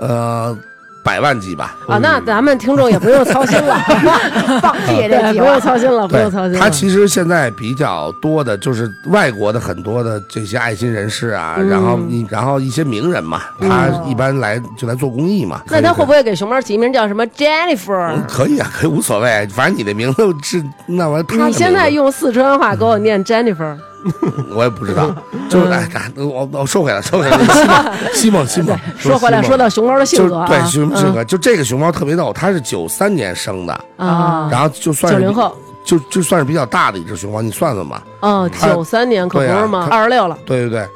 Speaker 2: 个？
Speaker 4: 呃，百万级吧。
Speaker 1: 啊，那咱们听众也不用操心了，
Speaker 3: 放弃 这
Speaker 1: 对，
Speaker 3: 计
Speaker 1: 不用
Speaker 3: 划，
Speaker 1: 操心啊了，不
Speaker 4: 对
Speaker 1: 用操心，了。
Speaker 4: 他其实现在比较多的就是外国的很多的这些爱心人士啊，
Speaker 1: 嗯
Speaker 4: 然后你然后一些名人嘛，他一般来就来做公益嘛。
Speaker 1: 那他会不会给熊猫起名叫什么 Jennifer？
Speaker 4: 嗯可以啊，可以无所谓，反正你的名字是那玩意儿他的名字。嗯
Speaker 1: 你现在用四川话给我念 Jennifer，
Speaker 4: 我也不知 道，
Speaker 1: 嗯
Speaker 4: 就是哎，哎我我收回来，收回来， 西蒙，西蒙，西蒙，
Speaker 1: 说回来，
Speaker 4: 西蒙
Speaker 1: 说到熊猫的性
Speaker 4: 就
Speaker 1: 格啊，
Speaker 4: 对熊性格，就这个熊猫特别逗，它是九三年生的，
Speaker 1: 嗯啊，
Speaker 4: 然后就算
Speaker 1: 九
Speaker 4: 是
Speaker 1: 零
Speaker 4: 比
Speaker 1: 后，
Speaker 4: 就就算是比较大的一只熊猫，你算算吧，
Speaker 1: 嗯，
Speaker 4: 他
Speaker 1: 九三年可不
Speaker 4: 对啊
Speaker 1: 是吗？
Speaker 4: 他
Speaker 1: 二十六了，
Speaker 4: 对对对。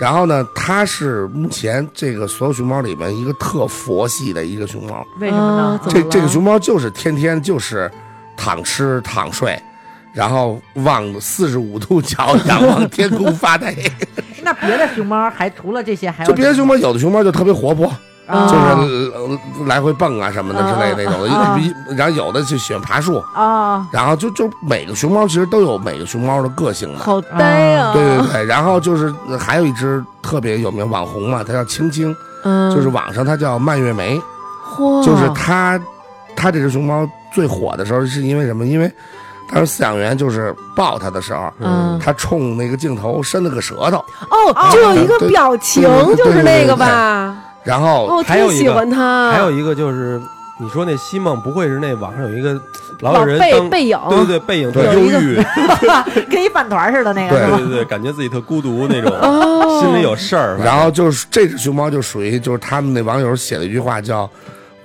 Speaker 4: 然后呢，它是目前这个所有熊猫里面一个特佛系的一个熊猫，
Speaker 3: 为什么
Speaker 1: 啊？
Speaker 3: 呢
Speaker 1: 怎么
Speaker 4: 这
Speaker 1: 了
Speaker 4: 这个熊猫就是天天就是躺吃躺睡。然后往四十五度角仰望天空发呆，
Speaker 3: 那别的熊猫还除了这些还有
Speaker 4: 就别的熊猫，有的熊猫就特别活泼，
Speaker 1: 啊
Speaker 4: 就是
Speaker 3: 啊
Speaker 4: 呃来回蹦啊什么的之类的那种
Speaker 3: 啊啊
Speaker 4: 的，一一然后有的就喜欢爬树，
Speaker 3: 啊，
Speaker 4: 然后就就每个熊猫其实都有每个熊猫的个性嘛，
Speaker 1: 好呆啊，
Speaker 4: 对对对，然后就是呃还有一只特别有名网红嘛，它叫青青，
Speaker 1: 嗯，
Speaker 4: 就是网上它叫蔓越莓，
Speaker 1: 嚯，
Speaker 4: 就是它，它这只熊猫最火的时候是因为什么？因为当时饲养员就是抱它的时候，
Speaker 1: 嗯
Speaker 4: 它冲那个镜头伸了个舌头，
Speaker 1: 哦，就有一个
Speaker 4: 对
Speaker 1: 表情
Speaker 4: 对对对
Speaker 1: 就是那个吧，
Speaker 4: 然
Speaker 1: 哦
Speaker 4: 后
Speaker 1: 我
Speaker 2: 还有
Speaker 1: 特
Speaker 2: 一个
Speaker 1: 喜欢他，
Speaker 2: 还有一个就是，你说那西梦不会是那网上有一个老有
Speaker 1: 老
Speaker 2: 人
Speaker 1: 背
Speaker 2: 当
Speaker 1: 背影，
Speaker 2: 对对对背影特
Speaker 1: 有一个
Speaker 2: 忧郁，
Speaker 3: 跟一饭团似的那个是
Speaker 2: 对
Speaker 3: 吧？
Speaker 2: 对对，感觉自己特孤独那种，
Speaker 1: 哦，
Speaker 2: 心里有事儿。
Speaker 4: 然后就是这只熊猫就属于就是他们那网友写了一句话叫。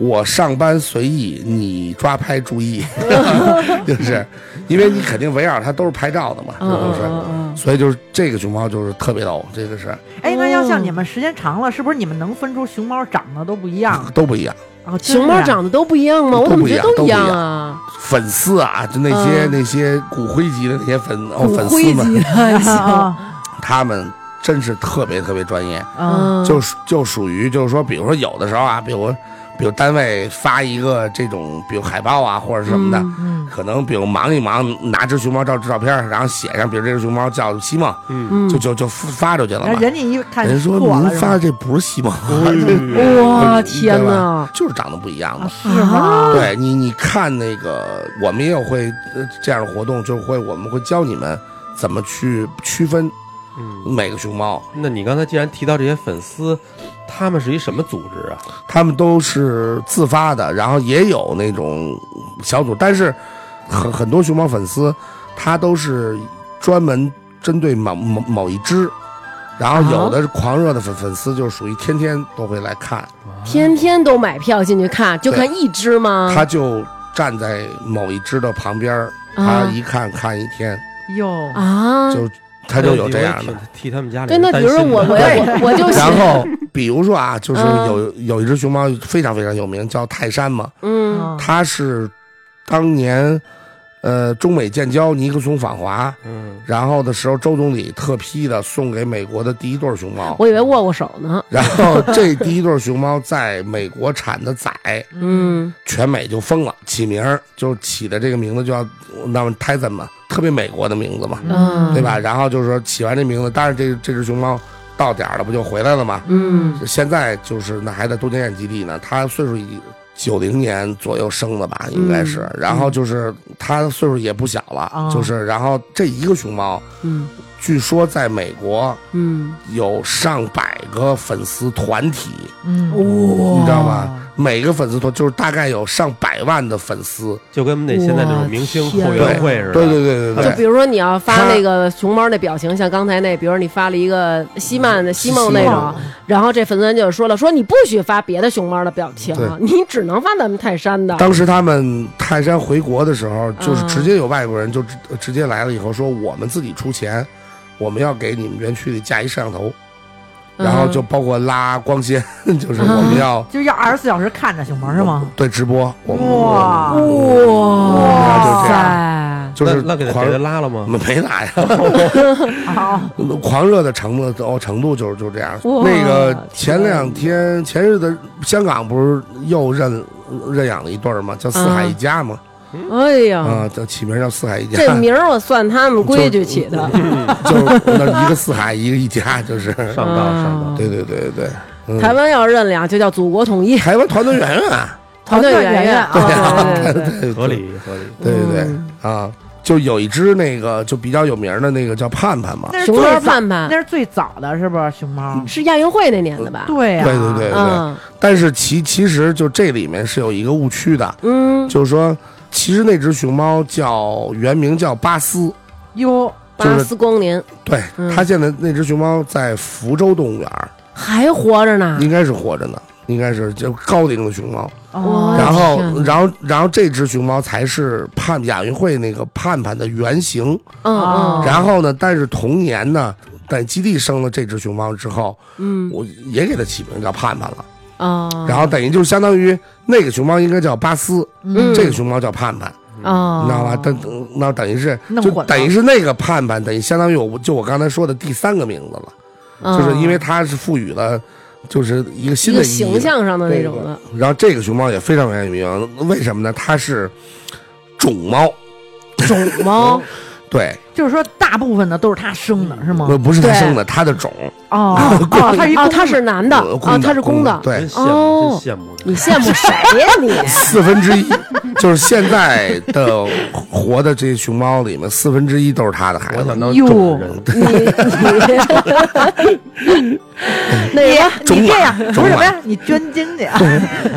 Speaker 4: 我上班随意，你抓拍 注意，就是因为你肯定围绕它都是拍照的嘛，
Speaker 1: 嗯，
Speaker 4: 就
Speaker 1: 嗯
Speaker 4: 是。
Speaker 1: 嗯嗯
Speaker 4: 所以就是这个熊猫就是特别逗，这个是
Speaker 3: 哎，那要像你们时间长了，是不是你们能分出熊猫长得都不一样？
Speaker 4: 都不一样。
Speaker 3: 啊，真
Speaker 1: 熊猫
Speaker 3: 是啊
Speaker 1: 长得都不一样吗？我
Speaker 4: 都
Speaker 1: 怎么
Speaker 4: 不一
Speaker 1: 觉得
Speaker 4: 样
Speaker 1: 都
Speaker 4: 都
Speaker 1: 一
Speaker 4: 不一
Speaker 1: 样
Speaker 4: 样
Speaker 1: 啊？
Speaker 4: 粉丝啊，就那些、
Speaker 1: 嗯
Speaker 4: 那些骨灰级的那些粉哦
Speaker 1: 骨
Speaker 4: 粉
Speaker 1: 灰
Speaker 4: 丝
Speaker 1: 级
Speaker 4: 们，
Speaker 1: 的行，
Speaker 3: 啊
Speaker 4: 他们真是特别特别专业，
Speaker 3: 啊啊！
Speaker 4: 就属就属于就是说，比如说有的时候啊，比如比如单位发一个这种，比如海报啊或者什么的。
Speaker 1: 嗯
Speaker 3: 嗯，
Speaker 4: 可能比如忙一忙，拿只熊猫照照片，然后写上，比如这只熊猫叫西蒙，
Speaker 2: 嗯，
Speaker 1: 嗯，
Speaker 4: 就就就发出去了
Speaker 3: 然后
Speaker 4: 嘛。
Speaker 3: 人家一看
Speaker 4: 人说
Speaker 3: 错了
Speaker 4: 您
Speaker 3: 是吧嗯
Speaker 4: 发的这不是西蒙，
Speaker 1: 哇
Speaker 4: 对
Speaker 1: 天哪！
Speaker 4: 就是长得不一样嘛
Speaker 3: 啊。是吗？
Speaker 4: 对你，你看那个，我们也有会呃这样的活动，就是会我们会教你们怎么去区分
Speaker 2: 嗯
Speaker 4: 每个熊猫，
Speaker 2: 那你刚才既然提到这些粉丝，他们是一什么组织啊？
Speaker 4: 它们都是自发的，然后也有那种小组，但是很很多熊猫粉丝，他都是专门针对某某某一只。然后有的是狂热的粉粉丝，就是属于天天都会来看，
Speaker 1: 天天都买票进去看，就看一只吗？
Speaker 4: 他就站在某一只的旁边儿，他
Speaker 1: 啊
Speaker 4: 一看看一天，
Speaker 3: 哟，
Speaker 1: 啊，
Speaker 4: 就他就有这样的。，
Speaker 2: 替他们家里
Speaker 1: 对，
Speaker 2: 人
Speaker 1: 那比如说
Speaker 2: 担心
Speaker 1: 我我
Speaker 2: 的
Speaker 1: 我我就喜
Speaker 4: 然后比如说啊，就是
Speaker 1: 嗯
Speaker 4: 有有一只熊猫非常非常有名，叫泰山嘛，
Speaker 1: 嗯
Speaker 4: 它是当年呃中美建交尼克松访华，
Speaker 2: 嗯，
Speaker 4: 然后的时候周总理特批的送给美国的第一对熊猫，
Speaker 1: 我以为握过手呢，
Speaker 4: 然后这第一对熊猫在美国产的 崽，
Speaker 1: 嗯
Speaker 4: 全美就疯了，起名儿就起的这个名字就叫那么泰森嘛，特别美国的名字嘛，
Speaker 1: 嗯
Speaker 4: 对吧？然后就是说起完这名字，当然这这只熊猫到点儿了不就回来了吗？
Speaker 1: 嗯
Speaker 4: 现在就是那还在都江堰基地呢，他岁数已九零年左右生的吧，应该是。然后就是他岁数也不小了，
Speaker 3: 啊
Speaker 4: 就是然后这一个熊猫，
Speaker 1: 嗯
Speaker 4: 据说在美国
Speaker 1: 嗯，
Speaker 4: 有上百个粉丝团体，
Speaker 3: 嗯，
Speaker 1: 哇
Speaker 4: 你知道吗？每个粉丝团就是大概有上百万的粉丝，
Speaker 2: 就跟那现在这种明星后援会似的。
Speaker 4: 啊对对对对
Speaker 1: 就
Speaker 4: 对
Speaker 1: 比。如说你要发
Speaker 4: 他
Speaker 1: 那个熊猫那表情，像刚才那，比如你发了一个西曼的西梦那
Speaker 4: 西
Speaker 1: 种
Speaker 4: 梦，
Speaker 1: 然后这粉丝团就说了，说你不许发别的熊猫的表情，
Speaker 4: 对
Speaker 1: 你只能发咱们泰山
Speaker 3: 啊
Speaker 1: 的。
Speaker 4: 当时他们泰山回国的时候，就是直接有外国人就直
Speaker 3: 嗯
Speaker 4: 直接来了以后说，我们自己出钱，我们要给你们园区里架一摄像头，
Speaker 3: 嗯
Speaker 4: 然后就包括拉光纤， 就是我们要
Speaker 3: 就是要二十四小时看着熊猫是吗？
Speaker 4: 对直播，我们
Speaker 3: 哇
Speaker 4: 哇
Speaker 1: 哇
Speaker 3: 塞！
Speaker 4: 就
Speaker 2: 那那给
Speaker 4: 是
Speaker 2: 他
Speaker 4: 狂
Speaker 2: 给他拉了吗？
Speaker 4: 没拉呀，
Speaker 3: 好，
Speaker 4: 狂热的程度哦程度就是就这样。
Speaker 1: 哇
Speaker 4: 那个前两天前日的香港不是又认认养了一对儿吗？叫四海一家嘛，
Speaker 1: 哎呀，
Speaker 3: 嗯
Speaker 4: 啊，叫起名叫四海一家，
Speaker 1: 这名儿我算他们规矩起的，
Speaker 4: 就是那一个四海一个一家，就是
Speaker 2: 上道上道，
Speaker 4: 对对对对对。嗯
Speaker 1: 台湾要认俩就叫祖国统一，
Speaker 4: 台湾团 团圆圆啊，
Speaker 1: 团队圆圆
Speaker 3: 团队圆圆
Speaker 1: 啊，对对对，
Speaker 4: 对
Speaker 2: 合，理合理。
Speaker 4: 对对对
Speaker 1: 嗯
Speaker 4: 啊，就有一只那个就比较有名的那个叫盼盼嘛，
Speaker 3: 那是
Speaker 1: 熊
Speaker 3: 最
Speaker 1: 猫
Speaker 3: 早
Speaker 1: 盼盼
Speaker 3: 那是最早的，是不是熊猫？
Speaker 1: 是亚运会那年的吧？
Speaker 3: 对呀，
Speaker 4: 嗯对对对，对，
Speaker 1: 嗯
Speaker 4: 但是其其实就这里面是有一个误区的，
Speaker 1: 嗯，
Speaker 4: 就是说其实那只熊猫叫原名叫巴斯，
Speaker 3: 哟，
Speaker 4: 就是
Speaker 1: 巴斯光年
Speaker 4: 对，
Speaker 1: 嗯
Speaker 4: 它现在那只熊猫在福州动物园儿，
Speaker 1: 还活着呢，
Speaker 4: 应该是活着呢。应该是就高龄的熊猫，
Speaker 1: 哇
Speaker 3: 哦
Speaker 4: 然后
Speaker 1: 天，哪
Speaker 4: 然后，然后这只熊猫才是盼亚运会那个盼盼的原型，
Speaker 1: 嗯
Speaker 3: 哦
Speaker 1: 嗯，
Speaker 4: 然后呢，但是同年呢，在基地生了这只熊猫之后，
Speaker 1: 嗯
Speaker 4: 我也给它起名叫盼盼了。
Speaker 1: 啊，
Speaker 4: 然后等于就是相当于那个熊猫应该叫巴斯，
Speaker 1: 嗯
Speaker 4: 这个熊猫叫盼盼，
Speaker 1: 啊，
Speaker 4: 你知道吧？但那等于是
Speaker 3: 弄
Speaker 4: 就
Speaker 3: 混了
Speaker 4: 等于是那个盼盼，等于相当于我就我刚才说的第三个名字了，
Speaker 1: 哦嗯
Speaker 4: 就是因为它是赋予了就是一个
Speaker 1: 一
Speaker 4: 新
Speaker 1: 个
Speaker 4: 的意义
Speaker 1: 形象上的那种的，
Speaker 4: 然后这个熊猫也非常有名，为什么呢？它是种猫，
Speaker 1: 种猫，
Speaker 4: 对，
Speaker 3: 就是说大部分的都是它生的，是吗？
Speaker 4: 不不是它
Speaker 1: 哦对
Speaker 4: 生的，它的种。
Speaker 3: 哦
Speaker 1: 哦
Speaker 4: 嗯
Speaker 3: 哦，它是一
Speaker 1: 哦，
Speaker 3: 公
Speaker 1: 他是男的
Speaker 4: 呃公
Speaker 1: 啊，他是公的，
Speaker 4: 对
Speaker 2: 真，羡
Speaker 1: 哦
Speaker 2: 慕，真羡慕
Speaker 1: 你羡慕谁呀你？
Speaker 4: 四分之一，就是现在的活的这些熊猫里面，四分之一都是他的孩
Speaker 2: 我
Speaker 4: 子
Speaker 2: 想。当
Speaker 3: 哟
Speaker 2: 种人，
Speaker 1: 你 你那什么
Speaker 3: 你这样不是
Speaker 4: 种马种
Speaker 3: 什
Speaker 4: 马
Speaker 3: 么呀？你捐精去啊！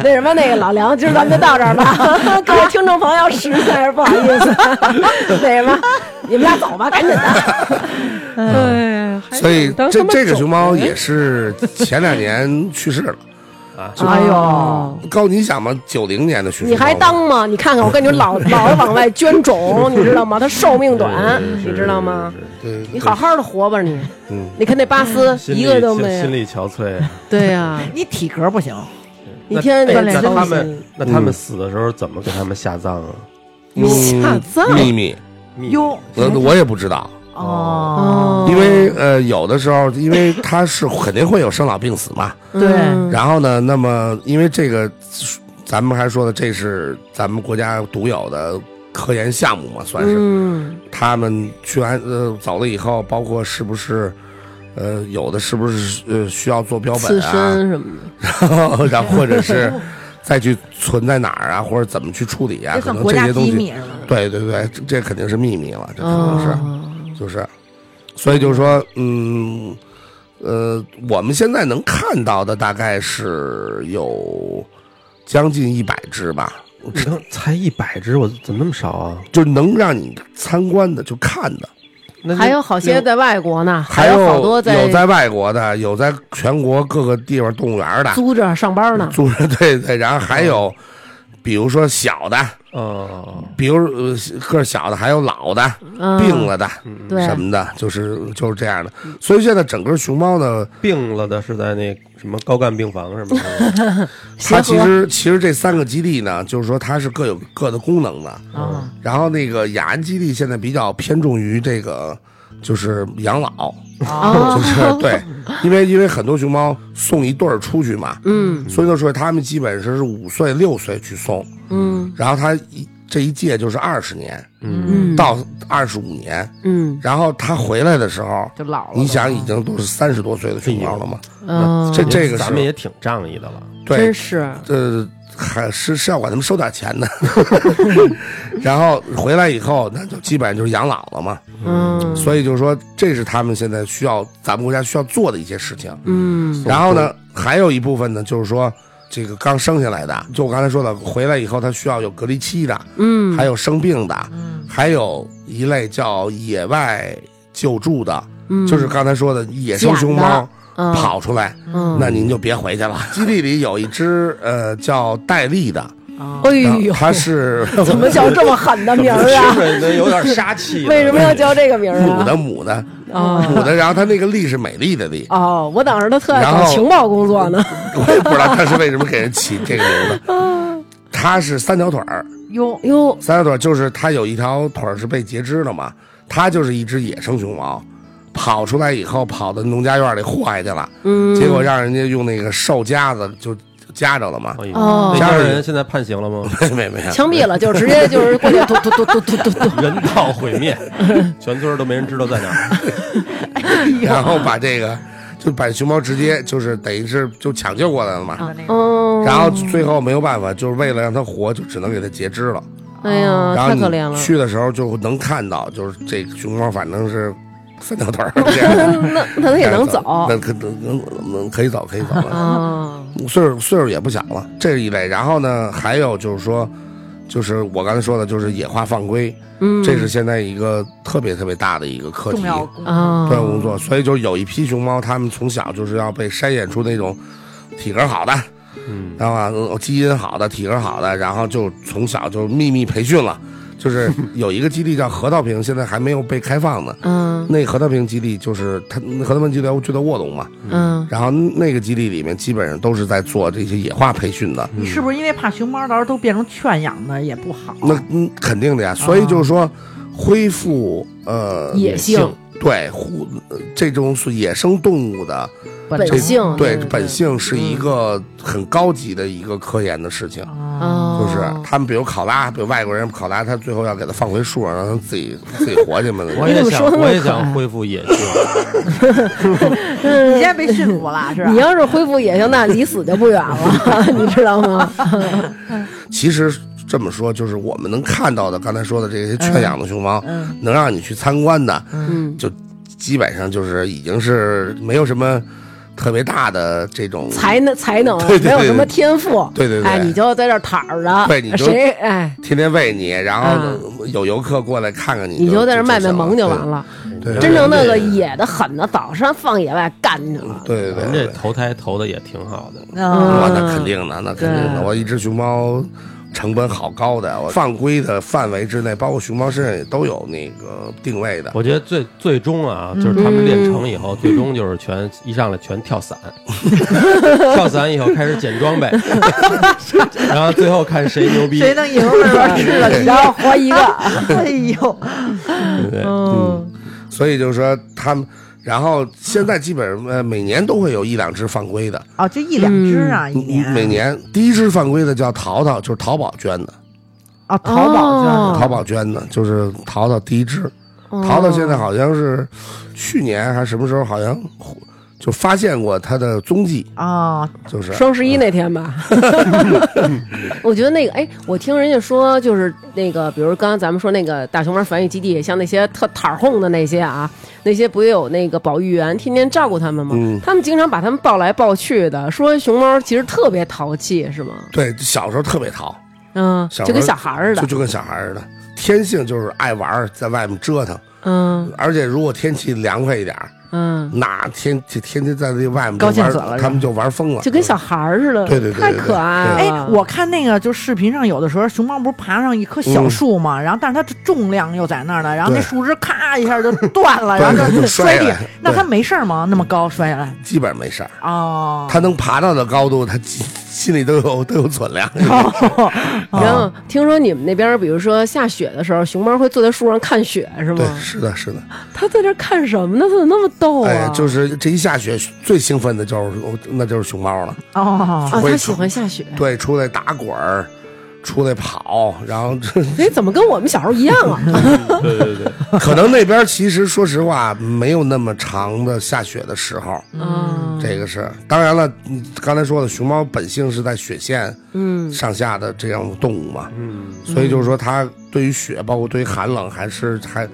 Speaker 1: 那什么那个老梁，今儿咱们就到这儿吧，各位听众朋友，实在是不好意思，那什么，你们俩走吧，赶紧的。
Speaker 5: 哎，
Speaker 3: 嗯
Speaker 5: 还
Speaker 4: 所以
Speaker 5: 当
Speaker 4: 这
Speaker 5: 什么
Speaker 4: 这个
Speaker 5: 种
Speaker 4: 熊猫
Speaker 5: 人
Speaker 4: 也是前两年去世了。
Speaker 3: 哎
Speaker 1: 哦
Speaker 3: 呦，
Speaker 4: 高，你想吧，九零年的去世，
Speaker 1: 你还当吗？你看看，我跟你说，老老往外捐种，你知道吗？它寿命短，你知道吗？？
Speaker 4: 对？对，
Speaker 1: 你好好的活吧你。
Speaker 4: 嗯，
Speaker 1: 你看那巴斯
Speaker 2: 心
Speaker 1: 一个
Speaker 2: 力
Speaker 1: 都没
Speaker 2: 心
Speaker 1: 有。
Speaker 2: 力憔悴。
Speaker 1: 对呀，
Speaker 3: 你体格不行，
Speaker 1: 你天天得
Speaker 2: 那那
Speaker 1: 休
Speaker 2: 他
Speaker 1: 息
Speaker 2: 们。那他们死的时候怎么给他们下葬啊？
Speaker 1: 下葬
Speaker 4: 嗯
Speaker 1: 嗯
Speaker 4: 秘密，
Speaker 2: 秘密
Speaker 3: 哟
Speaker 4: 我我也不知道，
Speaker 3: 哦，
Speaker 4: 因为呃，有的时候，因为它是肯定会有生老病死嘛。
Speaker 3: 对
Speaker 1: 嗯
Speaker 4: 然后呢，那么因为这个，咱们还说的，这是咱们国家独有的科研项目嘛，算是。
Speaker 1: 嗯，
Speaker 4: 他们去完呃走了以后，包括是不是呃有的是不是呃需要做标
Speaker 1: 刺
Speaker 4: 本啊，
Speaker 1: 身什么的，
Speaker 4: 然后或者是再去存在哪儿啊，或者怎么去处理啊，
Speaker 3: 这
Speaker 4: 可
Speaker 3: 算
Speaker 4: 能
Speaker 3: 国
Speaker 4: 这
Speaker 3: 家
Speaker 4: 些东
Speaker 3: 机密
Speaker 4: 西，
Speaker 3: 是吗？
Speaker 4: 对对对，这这肯定是秘密了，这肯定是、
Speaker 1: 哦，
Speaker 4: 就是，所以就是说，嗯呃，我们现在能看到的大概是有将近一百只吧。
Speaker 2: 你看才一百只，我怎么那么少啊？
Speaker 4: 就能让你参观的，就看的，
Speaker 2: 那
Speaker 1: 还有好些在外国呢，还
Speaker 4: 有
Speaker 1: 好多
Speaker 4: 有外国的，有在全国各个地方动物园的，
Speaker 1: 租啊嗯着上班呢。
Speaker 4: 租着对对，然后还有，比如说小的，
Speaker 2: 哦，
Speaker 4: 比如呃个儿小的，还有老的，
Speaker 1: 嗯
Speaker 4: 病了的。
Speaker 2: 嗯
Speaker 1: 对
Speaker 4: 什么的，就是就是这样的，所以现在整个熊猫呢，
Speaker 2: 病了的是在那什么高干病房什么 的，
Speaker 1: 协和
Speaker 4: 它其实其实这三个基地呢，就是说它是各有各的功能的。
Speaker 3: 啊，
Speaker 4: 然后那个雅安基地现在比较偏重于这个，就是养老，
Speaker 1: 哦
Speaker 4: 就是对，因为因为很多熊猫送一对儿出去嘛，
Speaker 1: 嗯
Speaker 4: 所以就说他们基本上是五岁六岁去送，
Speaker 1: 嗯
Speaker 4: 然后他一这一届就是二十年
Speaker 2: 嗯
Speaker 1: 嗯
Speaker 4: 到二十五年，
Speaker 1: 嗯
Speaker 4: 然后他回来的时候，
Speaker 3: 就老了都。
Speaker 4: 你想已经都是三十多岁的熊猫了嘛？
Speaker 1: 嗯，
Speaker 4: 这这个
Speaker 2: 咱
Speaker 4: 是
Speaker 2: 们也挺仗义的 了，
Speaker 1: 真
Speaker 4: 对，
Speaker 1: 是
Speaker 4: 呃，还是是要管他们收点钱 的。然后回来以后，那就基本上就是养老了嘛。
Speaker 1: 嗯，
Speaker 4: 所以就是说，这是他们现在需要咱们国家需要做的一些事情。
Speaker 1: 嗯
Speaker 4: 然后呢，还有一部分呢，就是说这个刚生下来的，就我刚才说的，回来以后他需要有隔离期的，
Speaker 1: 嗯，
Speaker 4: 还有生病的，
Speaker 3: 嗯，
Speaker 4: 还有一类叫野外救助的，
Speaker 1: 嗯
Speaker 4: 就是刚才说的野生熊猫
Speaker 1: 嗯
Speaker 4: 跑出来，
Speaker 1: 嗯，
Speaker 4: 那您就别 回去了。基地里有一只呃叫戴笠的，
Speaker 3: 啊
Speaker 1: 哎呦，
Speaker 4: 它是
Speaker 1: 怎么叫这么狠的名儿啊？
Speaker 2: 是有点杀气
Speaker 1: 为什么要叫这个名儿
Speaker 4: 嗯母
Speaker 1: 啊？
Speaker 4: 的 母的
Speaker 1: 啊
Speaker 4: 母的，然后它那个笠是美丽的 笠，
Speaker 1: 哦，我当时他特爱
Speaker 4: 然
Speaker 1: 搞
Speaker 4: 后
Speaker 1: 情报工作呢。
Speaker 4: 我也不知道它是为什么给人起这个名字。它是三条腿儿，
Speaker 3: 哟，
Speaker 1: 哟，
Speaker 4: 三条腿儿就是它有一条腿儿是被截肢了嘛，它就是一只野生熊猫，跑出来以后跑到农家院里祸害去了，
Speaker 1: 嗯，
Speaker 4: 结果让人家用那个兽夹子就夹着了嘛，
Speaker 2: 哎呦
Speaker 1: 哦
Speaker 2: 那家人现在判刑了 吗？
Speaker 4: 没没没有，
Speaker 1: 枪毙了，就是直接就是过去突突突突突突 突，
Speaker 2: 人道 毁灭，全村都没人知道在哪儿。
Speaker 4: 然后把这个就把熊猫直接就是等于是就抢救过来了嘛，
Speaker 3: 啊那个
Speaker 1: 嗯，
Speaker 4: 然后最后没有办法，就是为了让它活，就只能给它截肢了。
Speaker 1: 哎
Speaker 3: 哦
Speaker 1: 呀，
Speaker 4: 然后
Speaker 1: 太可
Speaker 4: 你
Speaker 1: 怜了。
Speaker 4: 去的时候就能看到，就是这个熊猫反正是三条 腿儿，这样
Speaker 1: 那那他也能走
Speaker 4: 那可能能能可以走可以走了，
Speaker 1: 啊？
Speaker 4: 岁数岁数也不小了，这是一类。然后呢，还有就是说。就是我刚才说的，就是野化放归，
Speaker 1: 嗯，
Speaker 4: 这是现在一个特别特别大的一个课题。
Speaker 3: 重要嗯工作，
Speaker 1: 啊，
Speaker 4: 专业工作，所以就有一批熊猫，它们从小就是要被筛选出那种体格好的，
Speaker 2: 嗯，
Speaker 4: 然后啊呃基因好的、体格好的，然后就从小就秘密培训了。就是 有一个基地叫核桃坪，现在还没有被开放呢。
Speaker 1: 嗯
Speaker 4: 那核桃坪基地就是它，那核桃坪基地就在卧龙嘛。
Speaker 1: 嗯
Speaker 4: 然后那个基地里面基本上都是在做这些野化培训的，
Speaker 3: 你是不是因为怕熊猫到时候都变成圈养的也不好？
Speaker 4: 那嗯肯定的呀。所以就是说，恢复呃
Speaker 1: 野性
Speaker 4: 对，互呃这种是野生动物的
Speaker 1: 本
Speaker 4: 这
Speaker 1: 性
Speaker 4: 对
Speaker 1: 对
Speaker 4: 本性是一个很高级的一个科研的事情，
Speaker 3: 啊，
Speaker 1: 哦，
Speaker 4: 就是他们比如考拉，比如外国人考拉，他最后要给它放回树上，让它自己 自己活去嘛。
Speaker 2: 我
Speaker 1: 你
Speaker 2: 也
Speaker 1: 怎么
Speaker 2: 想
Speaker 1: 说那，么
Speaker 2: 我也
Speaker 1: 可爱
Speaker 2: 想恢复野性。
Speaker 1: 哦
Speaker 3: 你现在被驯服了是吧
Speaker 1: 你？要是恢复野性，那离死就不远了， 你知道吗？
Speaker 4: 其实这么说，就是我们能看到的，刚才说的这些圈养的熊猫，
Speaker 3: 嗯
Speaker 4: 能让你去参观的，
Speaker 1: 嗯，
Speaker 4: 就基本上就是已经是没有什么特别大的这种
Speaker 1: 才能才能
Speaker 4: 对对对
Speaker 1: 没有什么天赋，
Speaker 4: 对对对
Speaker 1: 哎，你就在这儿躺着，
Speaker 4: 对你就
Speaker 1: 谁哎，
Speaker 4: 天天喂你，然后有游客过来看看你，
Speaker 1: 嗯你就在这儿卖卖
Speaker 4: 行
Speaker 1: 萌就完。了。
Speaker 4: 对对
Speaker 1: 真正那个野的狠的，早上放野外干去了。
Speaker 4: 对对对
Speaker 2: 人
Speaker 4: 对
Speaker 2: 这，投胎投的也挺好的，
Speaker 3: 嗯
Speaker 4: 哇，那肯定的，那肯定的。
Speaker 3: 对
Speaker 4: 我一只熊猫成本好高的，我犯规的范围之内，包括熊猫身上也都有那个定位的。
Speaker 2: 我觉得最最终啊，
Speaker 1: 嗯
Speaker 2: 就是他们练成以后，最终就是全一上来全跳 伞，跳伞以后开始捡装备，然后最后看谁牛逼。
Speaker 3: 谁能赢是
Speaker 1: 嗯
Speaker 3: 吧？是了，你
Speaker 1: 然后
Speaker 3: 要，
Speaker 1: 活一个，
Speaker 3: 哎呦，
Speaker 1: 嗯
Speaker 4: 所以就是说他们，然后现在基本上呃每年都会有一两只犯规的，
Speaker 3: 哦，就一两只啊，一
Speaker 1: 嗯
Speaker 3: 年，
Speaker 4: 嗯每年第一只犯规的叫淘淘，就是淘宝捐的，
Speaker 3: 啊，淘宝
Speaker 1: 哦
Speaker 3: 上
Speaker 4: 淘宝捐的，就是淘淘第一只。
Speaker 1: 嗯
Speaker 4: 淘淘现在好像是去年还是什么时候，好像就发现过它的踪迹，
Speaker 3: 啊，
Speaker 4: 就是
Speaker 1: 双十一那天 吧，我觉得那个，哎，我听人家说，就是那个，比如刚刚咱们说那个大熊猫繁育基地，像那些特塔哄的那些啊，那些不也有那个保育员天天照顾他们吗？
Speaker 4: 嗯
Speaker 1: 他们经常把他们抱来抱去的，说熊猫其实特别淘气，是吗？
Speaker 4: 对小时候特别淘。
Speaker 1: 嗯，
Speaker 4: 小
Speaker 1: 就跟
Speaker 4: 孩儿
Speaker 1: 小孩儿似
Speaker 4: 就
Speaker 1: 的，
Speaker 4: 就跟小孩儿似的，天性就是爱玩儿，在外面折腾。
Speaker 1: 嗯
Speaker 4: 而且如果天气凉快一点儿，
Speaker 1: 嗯，
Speaker 4: 那天天天天在这外面就
Speaker 3: 高兴
Speaker 4: 玩
Speaker 3: 死了是吧
Speaker 4: 他们就玩疯了，
Speaker 1: 就跟小孩儿似的，
Speaker 4: 对对对对
Speaker 1: 太可爱
Speaker 3: 哎
Speaker 1: 了。，
Speaker 4: 嗯
Speaker 3: 我看那个就视频上有的时候，熊猫不是爬上一棵小树嘛，然后但是它重量又在那儿呢，然后那
Speaker 4: 嗯对
Speaker 3: 树枝咔一下就断了，
Speaker 4: 对
Speaker 3: 然后
Speaker 4: 就
Speaker 3: 摔
Speaker 4: 摔
Speaker 3: 地
Speaker 4: 下来，
Speaker 3: 那
Speaker 4: 对
Speaker 3: 它没事儿吗？那么高摔下来
Speaker 4: 基本没事儿。
Speaker 3: 哦，
Speaker 4: 他能爬到的高度，他心心里都有都有存量。
Speaker 1: 然后嗯听说你们那边儿，比如说下雪的时候，熊猫会坐在树上看雪，是吗
Speaker 4: 对，？是的，是的。
Speaker 1: 它在这儿看什么呢？它怎么那么逗啊？
Speaker 4: 哎，就是这一下雪，最兴奋的就是那就是熊猫了。
Speaker 3: 哦
Speaker 1: 啊，
Speaker 4: 会
Speaker 1: 他喜
Speaker 4: 出
Speaker 1: 欢下雪。
Speaker 4: 对，出来打滚儿，出来跑，然后这
Speaker 1: 哎，怎么跟我们小时候一样 啊？
Speaker 4: 嗯
Speaker 2: 对对对，
Speaker 4: 可能那边其实说实话没有那么长的下雪的时候，
Speaker 1: 啊，
Speaker 4: 这个是当然了。你刚才说的，熊猫本性是在雪线
Speaker 1: 嗯
Speaker 4: 上下的这样的动物嘛，
Speaker 2: 嗯，
Speaker 4: 所以就是说它对于雪，包括对于寒冷，还是还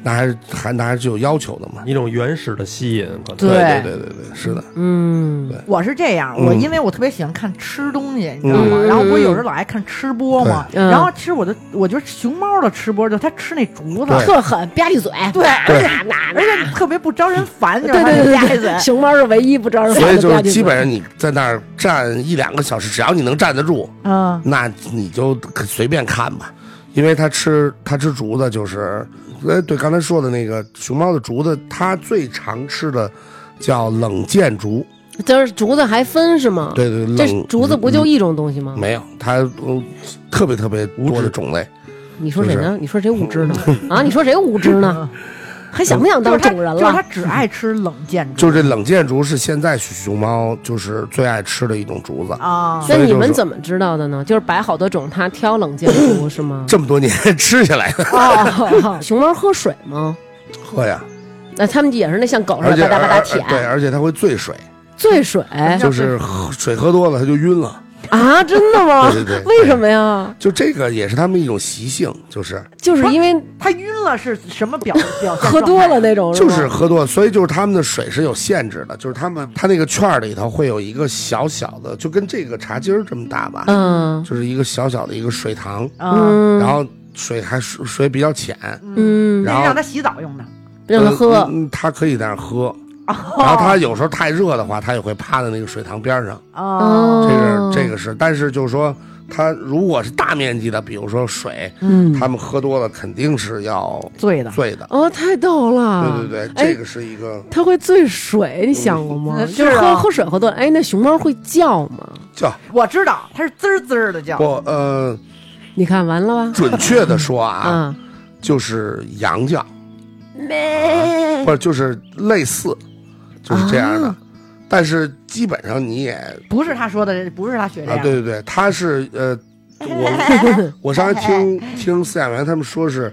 Speaker 4: 那还是还那还是有要求的嘛。
Speaker 2: 一种原始的吸引，可能
Speaker 3: 对
Speaker 4: 对对对对，是的，
Speaker 1: 嗯
Speaker 3: 我是这样，
Speaker 4: 嗯
Speaker 3: 我因为我特别喜欢看吃东西，你知道吗？
Speaker 1: 嗯
Speaker 3: 然后我有时候老爱看吃播嘛，
Speaker 1: 对嗯
Speaker 3: 然后其实我就我觉得熊猫的吃播就它吃那竹子，
Speaker 1: 特狠，吧唧嘴，
Speaker 3: 对，而
Speaker 4: 对
Speaker 3: 且 而且特别不招人烦，就是
Speaker 1: 对
Speaker 3: 它那
Speaker 1: 对
Speaker 3: 吧
Speaker 1: 对
Speaker 3: 唧
Speaker 1: 对，
Speaker 3: 嘴，
Speaker 1: 熊猫是唯一不招人
Speaker 4: 所
Speaker 1: 烦
Speaker 4: 以
Speaker 1: 的
Speaker 4: 就
Speaker 1: 吧
Speaker 4: 是
Speaker 1: 唧嘴
Speaker 4: 基本上你在那儿站一两个小时，只要你能站得住，
Speaker 3: 嗯，
Speaker 4: 那你就可随便看吧，因为它吃它吃竹子就是，哎，对，刚才说的那个熊猫的竹子，它最常吃的叫冷箭竹，
Speaker 1: 就是竹子还分是吗？，
Speaker 4: 对对，
Speaker 1: 这
Speaker 4: 冷
Speaker 1: 竹子不就
Speaker 4: 嗯
Speaker 1: 一种东西吗？
Speaker 4: 没有它、呃特别特别多的种类，
Speaker 1: 你说谁呢？你说谁无知呢？啊，你说谁无知呢？还想不想
Speaker 3: 就是
Speaker 1: 当
Speaker 3: 它
Speaker 1: 种人
Speaker 3: 就是它
Speaker 1: 了？
Speaker 3: 只爱吃冷箭竹，
Speaker 4: 就这冷箭竹是现在熊猫就是最爱吃的一种竹子，
Speaker 3: 啊，
Speaker 1: 那
Speaker 4: 所以
Speaker 1: 你
Speaker 4: 就是
Speaker 1: 们怎么知道的呢？就是摆好多种，他挑冷箭竹是 吗？
Speaker 4: 这么多年吃下来的，
Speaker 1: 哦，熊猫喝水吗？
Speaker 4: 喝呀，
Speaker 1: 那它们也是那像狗似
Speaker 4: 啊
Speaker 1: 的
Speaker 4: 而且
Speaker 1: 吧嗒吧嗒舔
Speaker 4: 而而对，而且它会醉水，
Speaker 1: 醉水
Speaker 4: 就 是喝水喝多了它就晕了，
Speaker 1: 啊？真的吗？
Speaker 4: 对对 对
Speaker 1: 为什么呀？
Speaker 4: 就这个也是它们一种习性，就是
Speaker 1: 就是因为
Speaker 3: 它晕了是什么 表表现？
Speaker 1: 喝多了那种，
Speaker 4: 就
Speaker 1: 吗
Speaker 4: 是喝多，所以就是他们的水是有限制的，就是他们他那个圈儿里头会有一个小小的，就跟这个茶几儿这么大吧，
Speaker 1: 嗯
Speaker 4: 就是一个小小的一个水塘，
Speaker 1: 嗯，
Speaker 3: 嗯，
Speaker 4: 然后水还水水比较浅，
Speaker 1: 嗯
Speaker 3: 那
Speaker 4: 然后
Speaker 3: 是让它洗澡用的，
Speaker 1: 让它
Speaker 4: 呃
Speaker 1: 喝，哦
Speaker 4: 嗯他可以在那儿喝，然后他有时候太热的话，他也会趴在那个水塘边上，
Speaker 3: 哦，
Speaker 4: 呃嗯这
Speaker 1: 哦
Speaker 4: 是这个是，但是就是说他如果是大面积的，比如说水，
Speaker 1: 嗯，
Speaker 4: 他们喝多了肯定是要
Speaker 3: 醉的，
Speaker 4: 醉的，
Speaker 1: 哦，太逗了，
Speaker 4: 对对对，
Speaker 1: 哎
Speaker 4: 这个是一个
Speaker 1: 它会醉水，你想过吗？
Speaker 3: 嗯
Speaker 1: 就是是喝
Speaker 3: 啊
Speaker 1: 喝水喝多了，哎，那熊猫会叫吗？
Speaker 4: 叫
Speaker 3: 我知道它是滋儿滋儿
Speaker 1: 哎
Speaker 3: 的叫，
Speaker 4: 不呃。
Speaker 1: 你看完了吧？
Speaker 4: 准确的说啊，
Speaker 1: 啊，
Speaker 4: 就是羊叫，
Speaker 1: 没
Speaker 4: 或者就是类似，就是这样的。
Speaker 1: 啊
Speaker 4: 但是基本上你也
Speaker 3: 不是他说的，不是他学的
Speaker 4: 啊，
Speaker 3: 呀，
Speaker 4: 对对对，它是呃，我 我上回听听饲养员他们说是，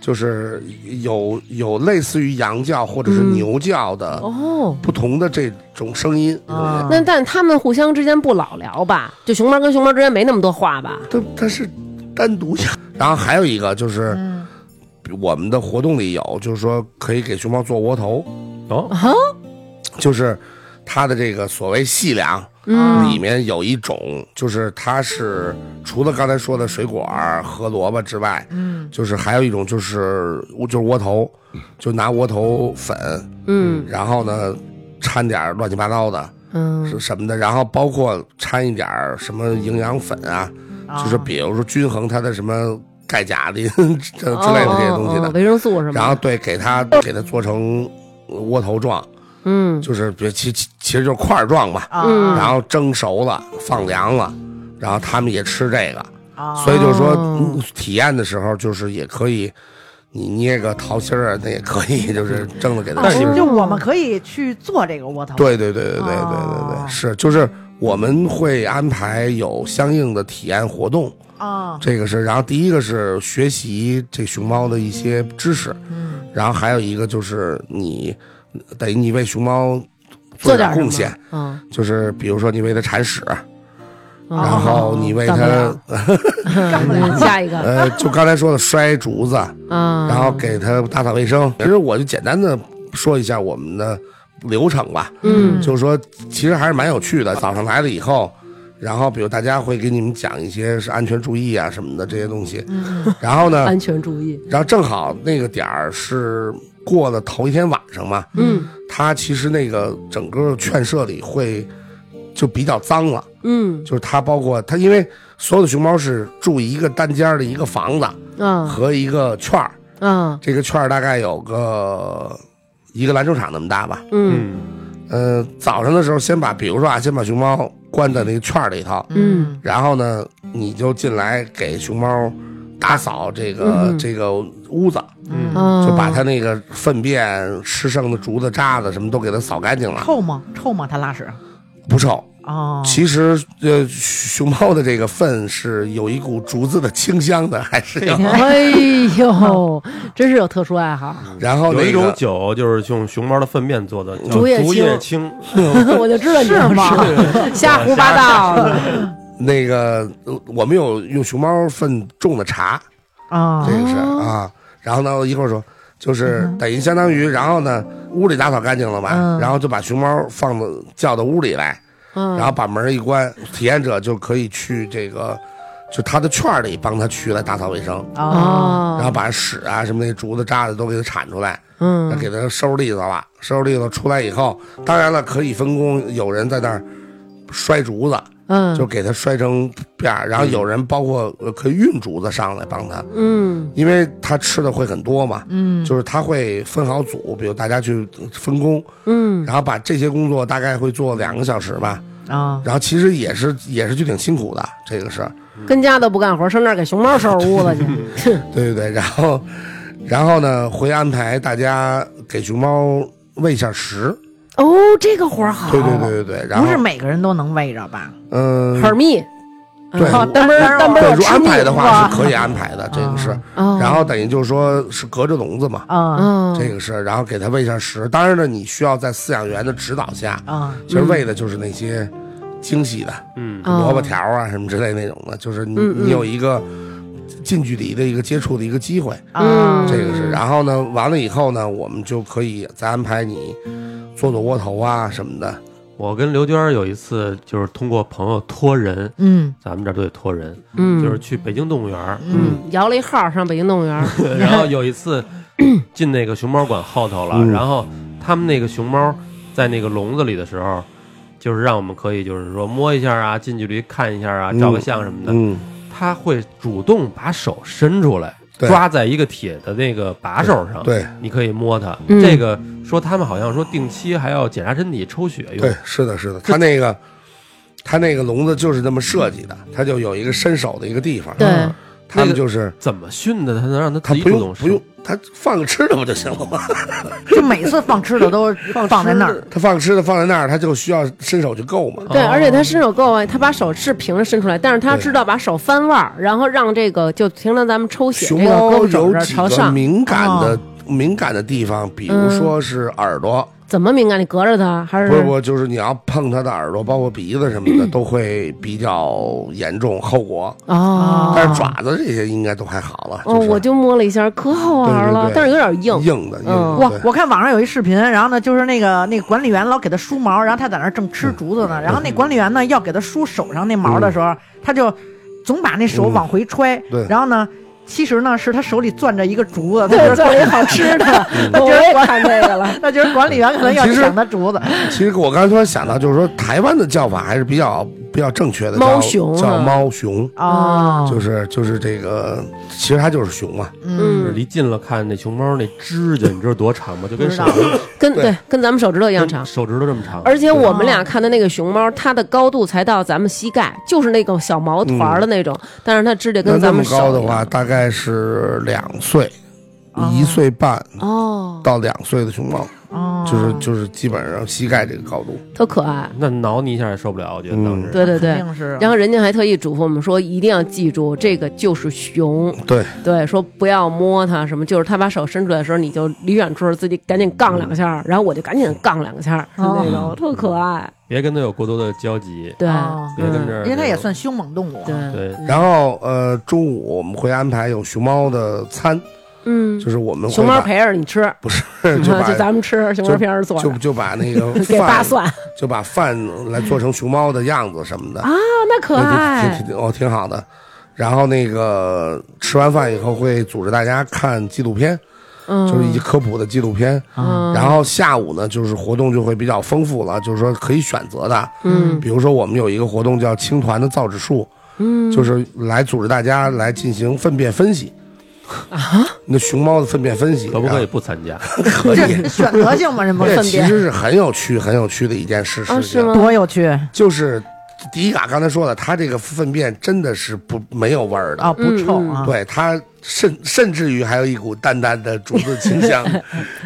Speaker 4: 就是有有类似于羊叫或者是
Speaker 1: 嗯
Speaker 4: 牛叫的
Speaker 1: 哦。
Speaker 4: 不同的这种声音，
Speaker 3: 啊
Speaker 1: 那但他们互相之间不老聊吧？就熊猫跟熊猫之间没那么多话吧？
Speaker 4: 它它是单独叫。然后还有一个就是
Speaker 3: 嗯，
Speaker 4: 我们的活动里有，就是说可以给熊猫做窝头，
Speaker 2: 哦，
Speaker 4: 就是它的这个所谓细粮，
Speaker 1: 嗯
Speaker 4: 里面有一种，就是它是除了刚才说的水果儿、和萝卜之外，
Speaker 3: 嗯，
Speaker 4: 就是还有一种就是就是窝头，就拿窝头粉，
Speaker 1: 嗯
Speaker 4: 然后呢掺点儿乱七八糟的
Speaker 1: 嗯
Speaker 4: 是什么的，然后包括掺一点儿什么营养粉啊，
Speaker 3: 啊
Speaker 4: 就是比如说均衡它的什么钙钾的 这之类的这些东西
Speaker 1: 哦哦哦
Speaker 4: 的，
Speaker 1: 维生素是吗？
Speaker 4: 然后对给它给它做成窝头状，
Speaker 1: 嗯
Speaker 4: 就是比如其其其实就是块儿状吧，
Speaker 3: 啊，
Speaker 1: 嗯
Speaker 4: 然后蒸熟了，放凉了，然后他们也吃这个，
Speaker 3: 啊，
Speaker 4: 所以就是说、
Speaker 1: 哦
Speaker 4: 嗯体验的时候就是也可以，你捏个桃心儿啊，那也可以，就是蒸了给他
Speaker 2: 但
Speaker 4: 吃
Speaker 2: 你。们
Speaker 3: 啊就我们可以去做这个窝头，，
Speaker 4: 对对对对对对对
Speaker 3: 哦
Speaker 4: 对，是就是我们会安排有相应的体验活动，
Speaker 3: 啊，
Speaker 4: 这个是，然后第一个是学习这熊猫的一些知识，
Speaker 3: 嗯，
Speaker 4: 然后还有一个就是你等于你为熊猫
Speaker 1: 做点
Speaker 4: 点
Speaker 1: 什么
Speaker 4: 贡献，
Speaker 1: 啊，
Speaker 4: 就是比如说你为它铲屎，
Speaker 1: 然
Speaker 4: 然后
Speaker 1: 哦
Speaker 4: 你为它。
Speaker 1: 嗯
Speaker 3: 干不了
Speaker 1: 下一个
Speaker 4: 呃，就刚才说的摔竹子，
Speaker 1: 啊，
Speaker 4: 然后给它打扫卫生。其实我就简单的说一下我们的流程吧，
Speaker 1: 嗯
Speaker 4: 就是说其实还是蛮有趣的。早上来了以后，然后比如大家会给你们讲一些是安全注意啊什么的这些东西，然后呢，
Speaker 1: 嗯安全注意，
Speaker 4: 然后正好那个点儿是过了头一天晚上嘛，
Speaker 1: 嗯
Speaker 4: 它其实那个整个圈舍里会就比较脏了，
Speaker 1: 嗯
Speaker 4: 就是它包括它因为。所有的熊猫是住一个单间儿的一个房子，
Speaker 1: 啊
Speaker 4: 和一个圈儿，
Speaker 1: 啊
Speaker 4: 这个圈儿大概有个一个篮球场那么大吧。
Speaker 1: 嗯
Speaker 2: 嗯，
Speaker 4: 呃，早上的时候先把，比如说啊，先把熊猫关在那个圈儿里头，
Speaker 1: 嗯
Speaker 4: 然后呢，你就进来给熊猫打扫这个、
Speaker 1: 嗯
Speaker 4: 这个屋子，
Speaker 2: 嗯
Speaker 1: 啊，
Speaker 4: 就把它那个粪便、吃剩的竹子、渣子什么都给它扫干净了，
Speaker 3: 臭吗？臭吗？他拉屎
Speaker 4: 不臭。
Speaker 3: 哦，
Speaker 4: 其实，呃，熊猫的这个粪是有一股竹子的清香的，还是要。
Speaker 1: 哎呦，真是有特殊爱 好，
Speaker 4: 然后
Speaker 2: 有
Speaker 4: 哦那
Speaker 2: 一种
Speaker 4: 个
Speaker 2: 酒就是用熊猫的粪便做的，叫
Speaker 1: 竹
Speaker 2: 竹
Speaker 1: 叶青
Speaker 2: 叶青，
Speaker 1: 我就知道你
Speaker 3: 是吗？
Speaker 1: 瞎胡八道的。
Speaker 4: 那个，呃我们有用熊猫粪种的茶，
Speaker 3: 啊
Speaker 4: 这，个是啊。然后呢，一会儿说就是等于相当于，然后呢，屋里打扫干净了嘛
Speaker 3: 嗯，
Speaker 4: 然后就把熊猫放到叫到屋里来，
Speaker 1: 嗯
Speaker 4: 然后把门一关，体验者就可以去这个，就他的圈儿里帮他去来打扫卫生，
Speaker 3: 哦，
Speaker 1: 哦，
Speaker 4: 然后把屎啊什么那竹子渣子都给它铲出来，然后
Speaker 1: 嗯
Speaker 4: 给它收拾利索了，收拾利索出来以后，当然了可以分工，有人在那儿摔竹子，
Speaker 1: 嗯，
Speaker 4: 就给它摔成片儿，然后有人包括呃可以运竹子上来帮他，
Speaker 1: 嗯
Speaker 4: 因为他吃的会很多嘛，
Speaker 3: 嗯，
Speaker 4: 就是他会分好组，比如大家去分工，
Speaker 1: 嗯
Speaker 4: 然后把这些工作大概会做两个小时吧，
Speaker 3: 啊，
Speaker 4: 然后其实也是也是就挺辛苦的，这个是，
Speaker 1: 跟家都不干活，上那儿给熊猫收拾屋子去。
Speaker 4: 对对对，然后然后呢会安排大家给熊猫喂一下食，
Speaker 1: 哦，这个活儿好。
Speaker 4: 对对对对对，然
Speaker 3: 不是
Speaker 4: 后
Speaker 3: 每个人都能喂着吧？
Speaker 4: 嗯、
Speaker 1: 很密。
Speaker 4: 对
Speaker 1: 好单门单门
Speaker 4: 对，
Speaker 1: 我
Speaker 4: 如果
Speaker 1: 吃
Speaker 4: 安
Speaker 1: 腻
Speaker 4: 排的话
Speaker 1: 了
Speaker 4: 是可以安排的，这个是，
Speaker 1: 哦
Speaker 4: 然后等于就是说是隔着笼子嘛，
Speaker 3: 啊
Speaker 1: 嗯，
Speaker 4: 这个是，然后给它喂一下食，当然了，你需要在饲养员的指导下，
Speaker 3: 啊，
Speaker 4: 其实喂的就是那些精细的。
Speaker 2: 嗯，
Speaker 1: 哦
Speaker 4: 萝卜条啊什么之类那种的，就是你
Speaker 1: 嗯嗯
Speaker 4: 你有一个近距离的一个接触的一个机会，
Speaker 3: 啊
Speaker 1: 嗯
Speaker 4: 这个是。然后呢，完了以后呢，我们就可以再安排你做做窝头啊什么的。
Speaker 2: 我跟刘娟儿有一次就是通过朋友托人，
Speaker 3: 嗯
Speaker 2: 咱们这儿都得托人，
Speaker 1: 嗯，
Speaker 2: 就是去北京动物园儿，
Speaker 3: 嗯
Speaker 1: 嗯摇了一号上北京动物园。
Speaker 2: 然后有一 次进那个熊猫馆后头了，
Speaker 4: 嗯
Speaker 2: 然后他们那个熊猫在那个笼子里的时候，就是让我们可以就是说摸一下啊，近距离看一下啊，照个相什么的。
Speaker 4: 嗯，
Speaker 2: 它会主动把手伸出来，
Speaker 4: 对
Speaker 2: 抓在一个铁的那个把手上，
Speaker 4: 对
Speaker 2: 你可以摸它。
Speaker 1: 嗯
Speaker 2: 这个说他们好像说定期还要检查身体、抽血用
Speaker 4: 对，，是的，是的，它那个。它那个笼子就是这么设计的，它就有一个伸手的一个地方。
Speaker 1: 对，
Speaker 4: 他们就是
Speaker 2: 怎么训的？它能让它
Speaker 4: 它
Speaker 2: 自己
Speaker 4: 不
Speaker 2: 主
Speaker 4: 用
Speaker 2: 动
Speaker 4: 不
Speaker 2: 伸
Speaker 4: 用？，它放个吃的不就行了吗？
Speaker 3: 就每次放吃的都放在那儿，
Speaker 4: 它放吃的放在那儿，它就需要伸手去够嘛。
Speaker 1: 对，
Speaker 2: 哦
Speaker 1: 而且他伸手够啊，他把手是平着伸出来，但是他知道把手翻腕儿，然后让这个就停留咱们抽血这
Speaker 4: 熊
Speaker 1: 个
Speaker 4: 猫
Speaker 1: 胳膊肘
Speaker 4: 有
Speaker 1: 这儿
Speaker 4: 几
Speaker 1: 朝
Speaker 4: 个
Speaker 1: 上，嗯
Speaker 4: 敏感的
Speaker 3: 哦
Speaker 4: 敏感的地方，比如说是耳朵，
Speaker 1: 怎么敏感？你隔着它还是
Speaker 4: 不是不是就是你要碰它的耳朵，包括鼻子什么的，都会比较严重后果。
Speaker 1: 哦？
Speaker 4: 但是爪子这些应该都还好了，
Speaker 1: 哦，
Speaker 4: 是
Speaker 1: 我就摸了一下，可好玩了，
Speaker 4: 对对对
Speaker 1: 但是有点硬。
Speaker 4: 硬的硬
Speaker 1: 嗯
Speaker 4: 的
Speaker 3: 我
Speaker 4: 对。
Speaker 3: 我看网上有一视频，然后呢，就是那个那个管理员老给他梳毛，然后他在那儿正吃竹
Speaker 4: 嗯
Speaker 3: 子呢，然后那管理员呢要给他梳手上那毛的时候，他就总把那手往回揣，
Speaker 4: 嗯对
Speaker 3: 然后呢，其实呢是他手里攥着一个竹 子，他
Speaker 1: 对
Speaker 3: 觉，得
Speaker 1: 做了一好吃的，
Speaker 4: 嗯
Speaker 3: 他觉
Speaker 1: 我也
Speaker 3: 得管
Speaker 1: 看这个了。
Speaker 3: 他觉得管理员可能要
Speaker 4: 其实
Speaker 3: 抢他竹子，
Speaker 4: 其实我刚才突然想到，就是说台湾的叫法还是比较比较正确的，
Speaker 1: 猫
Speaker 4: 叫
Speaker 1: 熊啊
Speaker 4: 叫猫熊，
Speaker 3: 哦，
Speaker 4: 就是就是这个，其实它就是熊嘛。
Speaker 2: 就是
Speaker 1: 嗯，
Speaker 2: 离近了看那熊猫那指甲，你知道多长吗？就跟
Speaker 3: 不知
Speaker 2: 手
Speaker 3: 道
Speaker 1: 跟对
Speaker 4: 对
Speaker 1: 跟咱们手指头一样
Speaker 2: 跟
Speaker 1: 长，
Speaker 2: 手指头这么长。
Speaker 1: 而且我们俩看的那个熊猫，它的高度才到咱们膝盖，就是那个小毛团儿的那种，但是它指甲
Speaker 4: 嗯那
Speaker 1: 跟
Speaker 4: 那
Speaker 1: 咱
Speaker 4: 么
Speaker 1: 们
Speaker 4: 高的
Speaker 1: 手一
Speaker 4: 话，
Speaker 1: 样。
Speaker 4: 大概是两岁，
Speaker 3: 哦
Speaker 4: 一岁半
Speaker 1: 哦，
Speaker 4: 到两岁的熊猫。
Speaker 3: 哦，
Speaker 4: 就是就是基本上膝盖这个高度，
Speaker 1: 特可爱。
Speaker 2: 那挠你一下也受不了，我觉得当时。
Speaker 1: 对对对
Speaker 3: 肯，定是，
Speaker 1: 然后人家还特意嘱咐我们说，一定要记住，这个就是熊，
Speaker 4: 对，
Speaker 1: 对，说不要摸它，什么就是它把手伸出来的时候，你就离远处自己赶紧杠两下，然后我就赶紧杠两下，是那种嗯哦特可爱，
Speaker 2: 别跟它有过多的交集，
Speaker 1: 对，
Speaker 3: 哦
Speaker 2: 别跟这
Speaker 1: 嗯，
Speaker 2: 儿，
Speaker 3: 因为他也算凶猛动物，啊
Speaker 1: 对，
Speaker 2: 对，
Speaker 4: 然后呃，中午我们会安排有熊猫的餐，
Speaker 1: 嗯，
Speaker 4: 就是我们会
Speaker 1: 熊猫
Speaker 4: 把
Speaker 1: 陪着你吃，啊
Speaker 4: 不 是就
Speaker 1: 就
Speaker 4: 把
Speaker 1: 咱们吃，熊猫陪着做
Speaker 4: 就
Speaker 1: 着，
Speaker 4: 就把那个
Speaker 1: 给扒
Speaker 4: 饭
Speaker 1: 蒜啊，
Speaker 4: 就把饭来做成熊猫的样子什么的，
Speaker 1: 那可
Speaker 4: 对
Speaker 1: 爱
Speaker 4: 挺，挺哦挺好的。然后那个吃完饭以后会组织大家看纪录片，
Speaker 1: 嗯，
Speaker 4: 就是一些科普的纪录片。
Speaker 1: 嗯，
Speaker 4: 然后下午呢，就是活动就会比较丰富了，就是说可以选择的，
Speaker 1: 嗯
Speaker 4: 比如说我们有一个活动叫青团的造纸术，
Speaker 1: 嗯，
Speaker 4: 就是来组织大家来进行粪便分析啊， 那熊猫的粪便分析
Speaker 2: 可不可以
Speaker 4: 啊？
Speaker 2: 不参加？
Speaker 4: 可以，
Speaker 3: 这选择性嘛，这不
Speaker 4: 这
Speaker 3: 分
Speaker 4: 其
Speaker 3: 辨
Speaker 4: 实是很有趣、很有趣的一件事
Speaker 1: 啊
Speaker 4: 事
Speaker 1: 是
Speaker 4: 情，
Speaker 1: 吗？
Speaker 3: 多有趣，
Speaker 4: 就是第一个啊刚才说了，它这个粪便真的是不没有味儿的，
Speaker 3: 啊，
Speaker 1: 嗯
Speaker 3: 不臭啊。
Speaker 4: 对它甚甚至于还有一股淡淡的竹子清 香，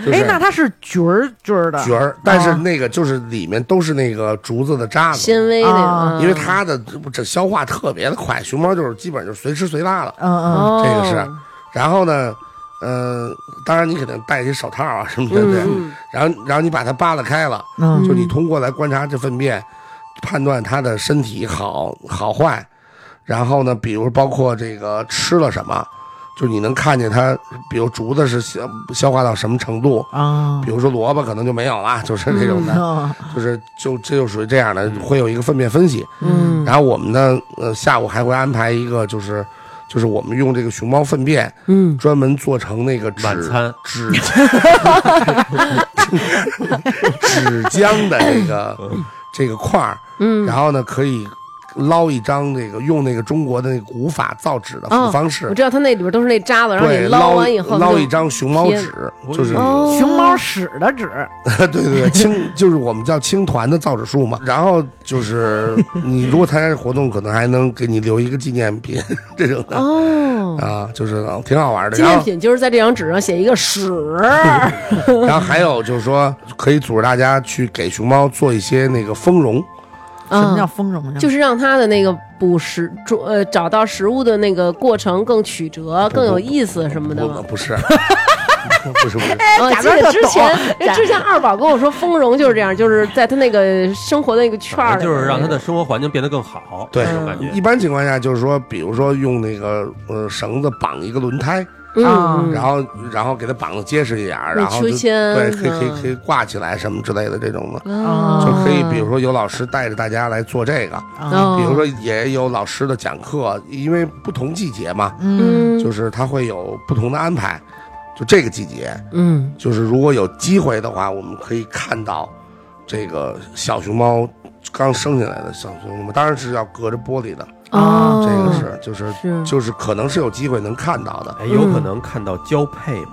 Speaker 4: 就
Speaker 3: 哎
Speaker 4: 是，
Speaker 3: 那它是角儿角儿的
Speaker 4: 角儿，但是
Speaker 3: 啊
Speaker 4: 那个就是里面都是那个竹子的渣子，
Speaker 1: 纤维那
Speaker 3: 啊
Speaker 1: 种，嗯
Speaker 4: 因为它的这消化特别的快，熊猫就是基本就是随吃随拉了。
Speaker 3: 嗯嗯，
Speaker 1: 哦
Speaker 4: 这个是然后呢，呃，当然你肯定戴一些手套啊什么的，对。
Speaker 1: 嗯
Speaker 4: 然后然后你把它扒拉开了，
Speaker 3: 嗯
Speaker 4: 啊就你通过来观察这粪便，判断它的身体好好坏，然后呢，比如包括这个吃了什么，就你能看见它，比如竹子是消消化到什么程度，
Speaker 1: 哦
Speaker 3: 啊
Speaker 4: 比，如说萝卜可能就没有了，就是这种的，
Speaker 3: 嗯
Speaker 4: 就是就这就属于这样的，会有一个粪便分析。
Speaker 1: 嗯
Speaker 4: 然后我们呢，呃，下午还会安排一个，就是就是我们用这个熊猫粪便
Speaker 1: 嗯，
Speaker 4: 专门做成那个纸
Speaker 2: 晚餐
Speaker 4: 纸纸浆的这 个这个块儿，
Speaker 1: 嗯
Speaker 4: 然后呢可以捞一张这个用那个中国的那个古法造纸的
Speaker 1: 哦
Speaker 4: 方式，
Speaker 1: 我知道它那里边都是那渣子，然后你
Speaker 4: 对，捞
Speaker 1: 完以后
Speaker 4: 捞
Speaker 1: 就
Speaker 4: 一张熊猫
Speaker 1: 贴
Speaker 4: 纸，就是
Speaker 1: 哦
Speaker 3: 熊猫屎的纸，
Speaker 4: 对对 对，青就是我们叫青团的造纸术嘛。然后 就是你如果参加这活动，可能还能给你留一个纪念品这种的、
Speaker 1: 哦，
Speaker 4: 啊，就是呃挺好玩的。
Speaker 1: 纪
Speaker 4: 然
Speaker 1: 念
Speaker 4: 后
Speaker 1: 品就是在这张纸上写一个屎，
Speaker 4: 然后还有就是说，可以组织大家去给熊猫做一些那个丰容，
Speaker 3: 什么叫
Speaker 1: 啊，
Speaker 3: 丰容呀？
Speaker 1: 就是让它的那个捕食捉呃找到食物的那个过程更曲折、更有意思什么的
Speaker 4: 不
Speaker 1: 吗？
Speaker 4: 不是。不是不是，
Speaker 1: 哦，
Speaker 3: 假
Speaker 1: 记
Speaker 3: 装
Speaker 1: 得
Speaker 3: 特
Speaker 1: 之
Speaker 3: 懂
Speaker 1: 前之前二宝跟我说，丰容就是这样，就是在他那个生活的那个圈儿里，
Speaker 2: 就是让他的生活环境变得更好，
Speaker 4: 对
Speaker 2: 这种感
Speaker 1: 嗯
Speaker 2: 觉
Speaker 4: 一。般情况下就是说，比如说用那个呃绳子绑一个轮胎，
Speaker 3: 啊
Speaker 1: 嗯，
Speaker 4: 然后然后给它绑的结实一点儿，
Speaker 1: 那
Speaker 4: 然后
Speaker 1: 秋
Speaker 4: 就
Speaker 1: 千
Speaker 4: 对，可以可以
Speaker 1: 嗯
Speaker 4: 可以挂起来什么之类的这种的，
Speaker 1: 啊
Speaker 4: 就可以比如说有老师带着大家来做这个，
Speaker 1: 哦
Speaker 3: 啊，
Speaker 4: 比如说也有老师的讲课，因为不同季节嘛，
Speaker 1: 嗯
Speaker 3: 嗯
Speaker 4: 就是他会有不同的安排。就这个季节，
Speaker 1: 嗯
Speaker 4: 就是如果有机会的话，我们可以看到这个小熊猫刚生下来的小熊猫，当然是要隔着玻璃的，
Speaker 1: 哦
Speaker 4: 这
Speaker 3: 嗯
Speaker 4: 个是就是
Speaker 1: 是
Speaker 4: 就是可能是有机会能看到的，
Speaker 2: 哎，有可能看到交配吗？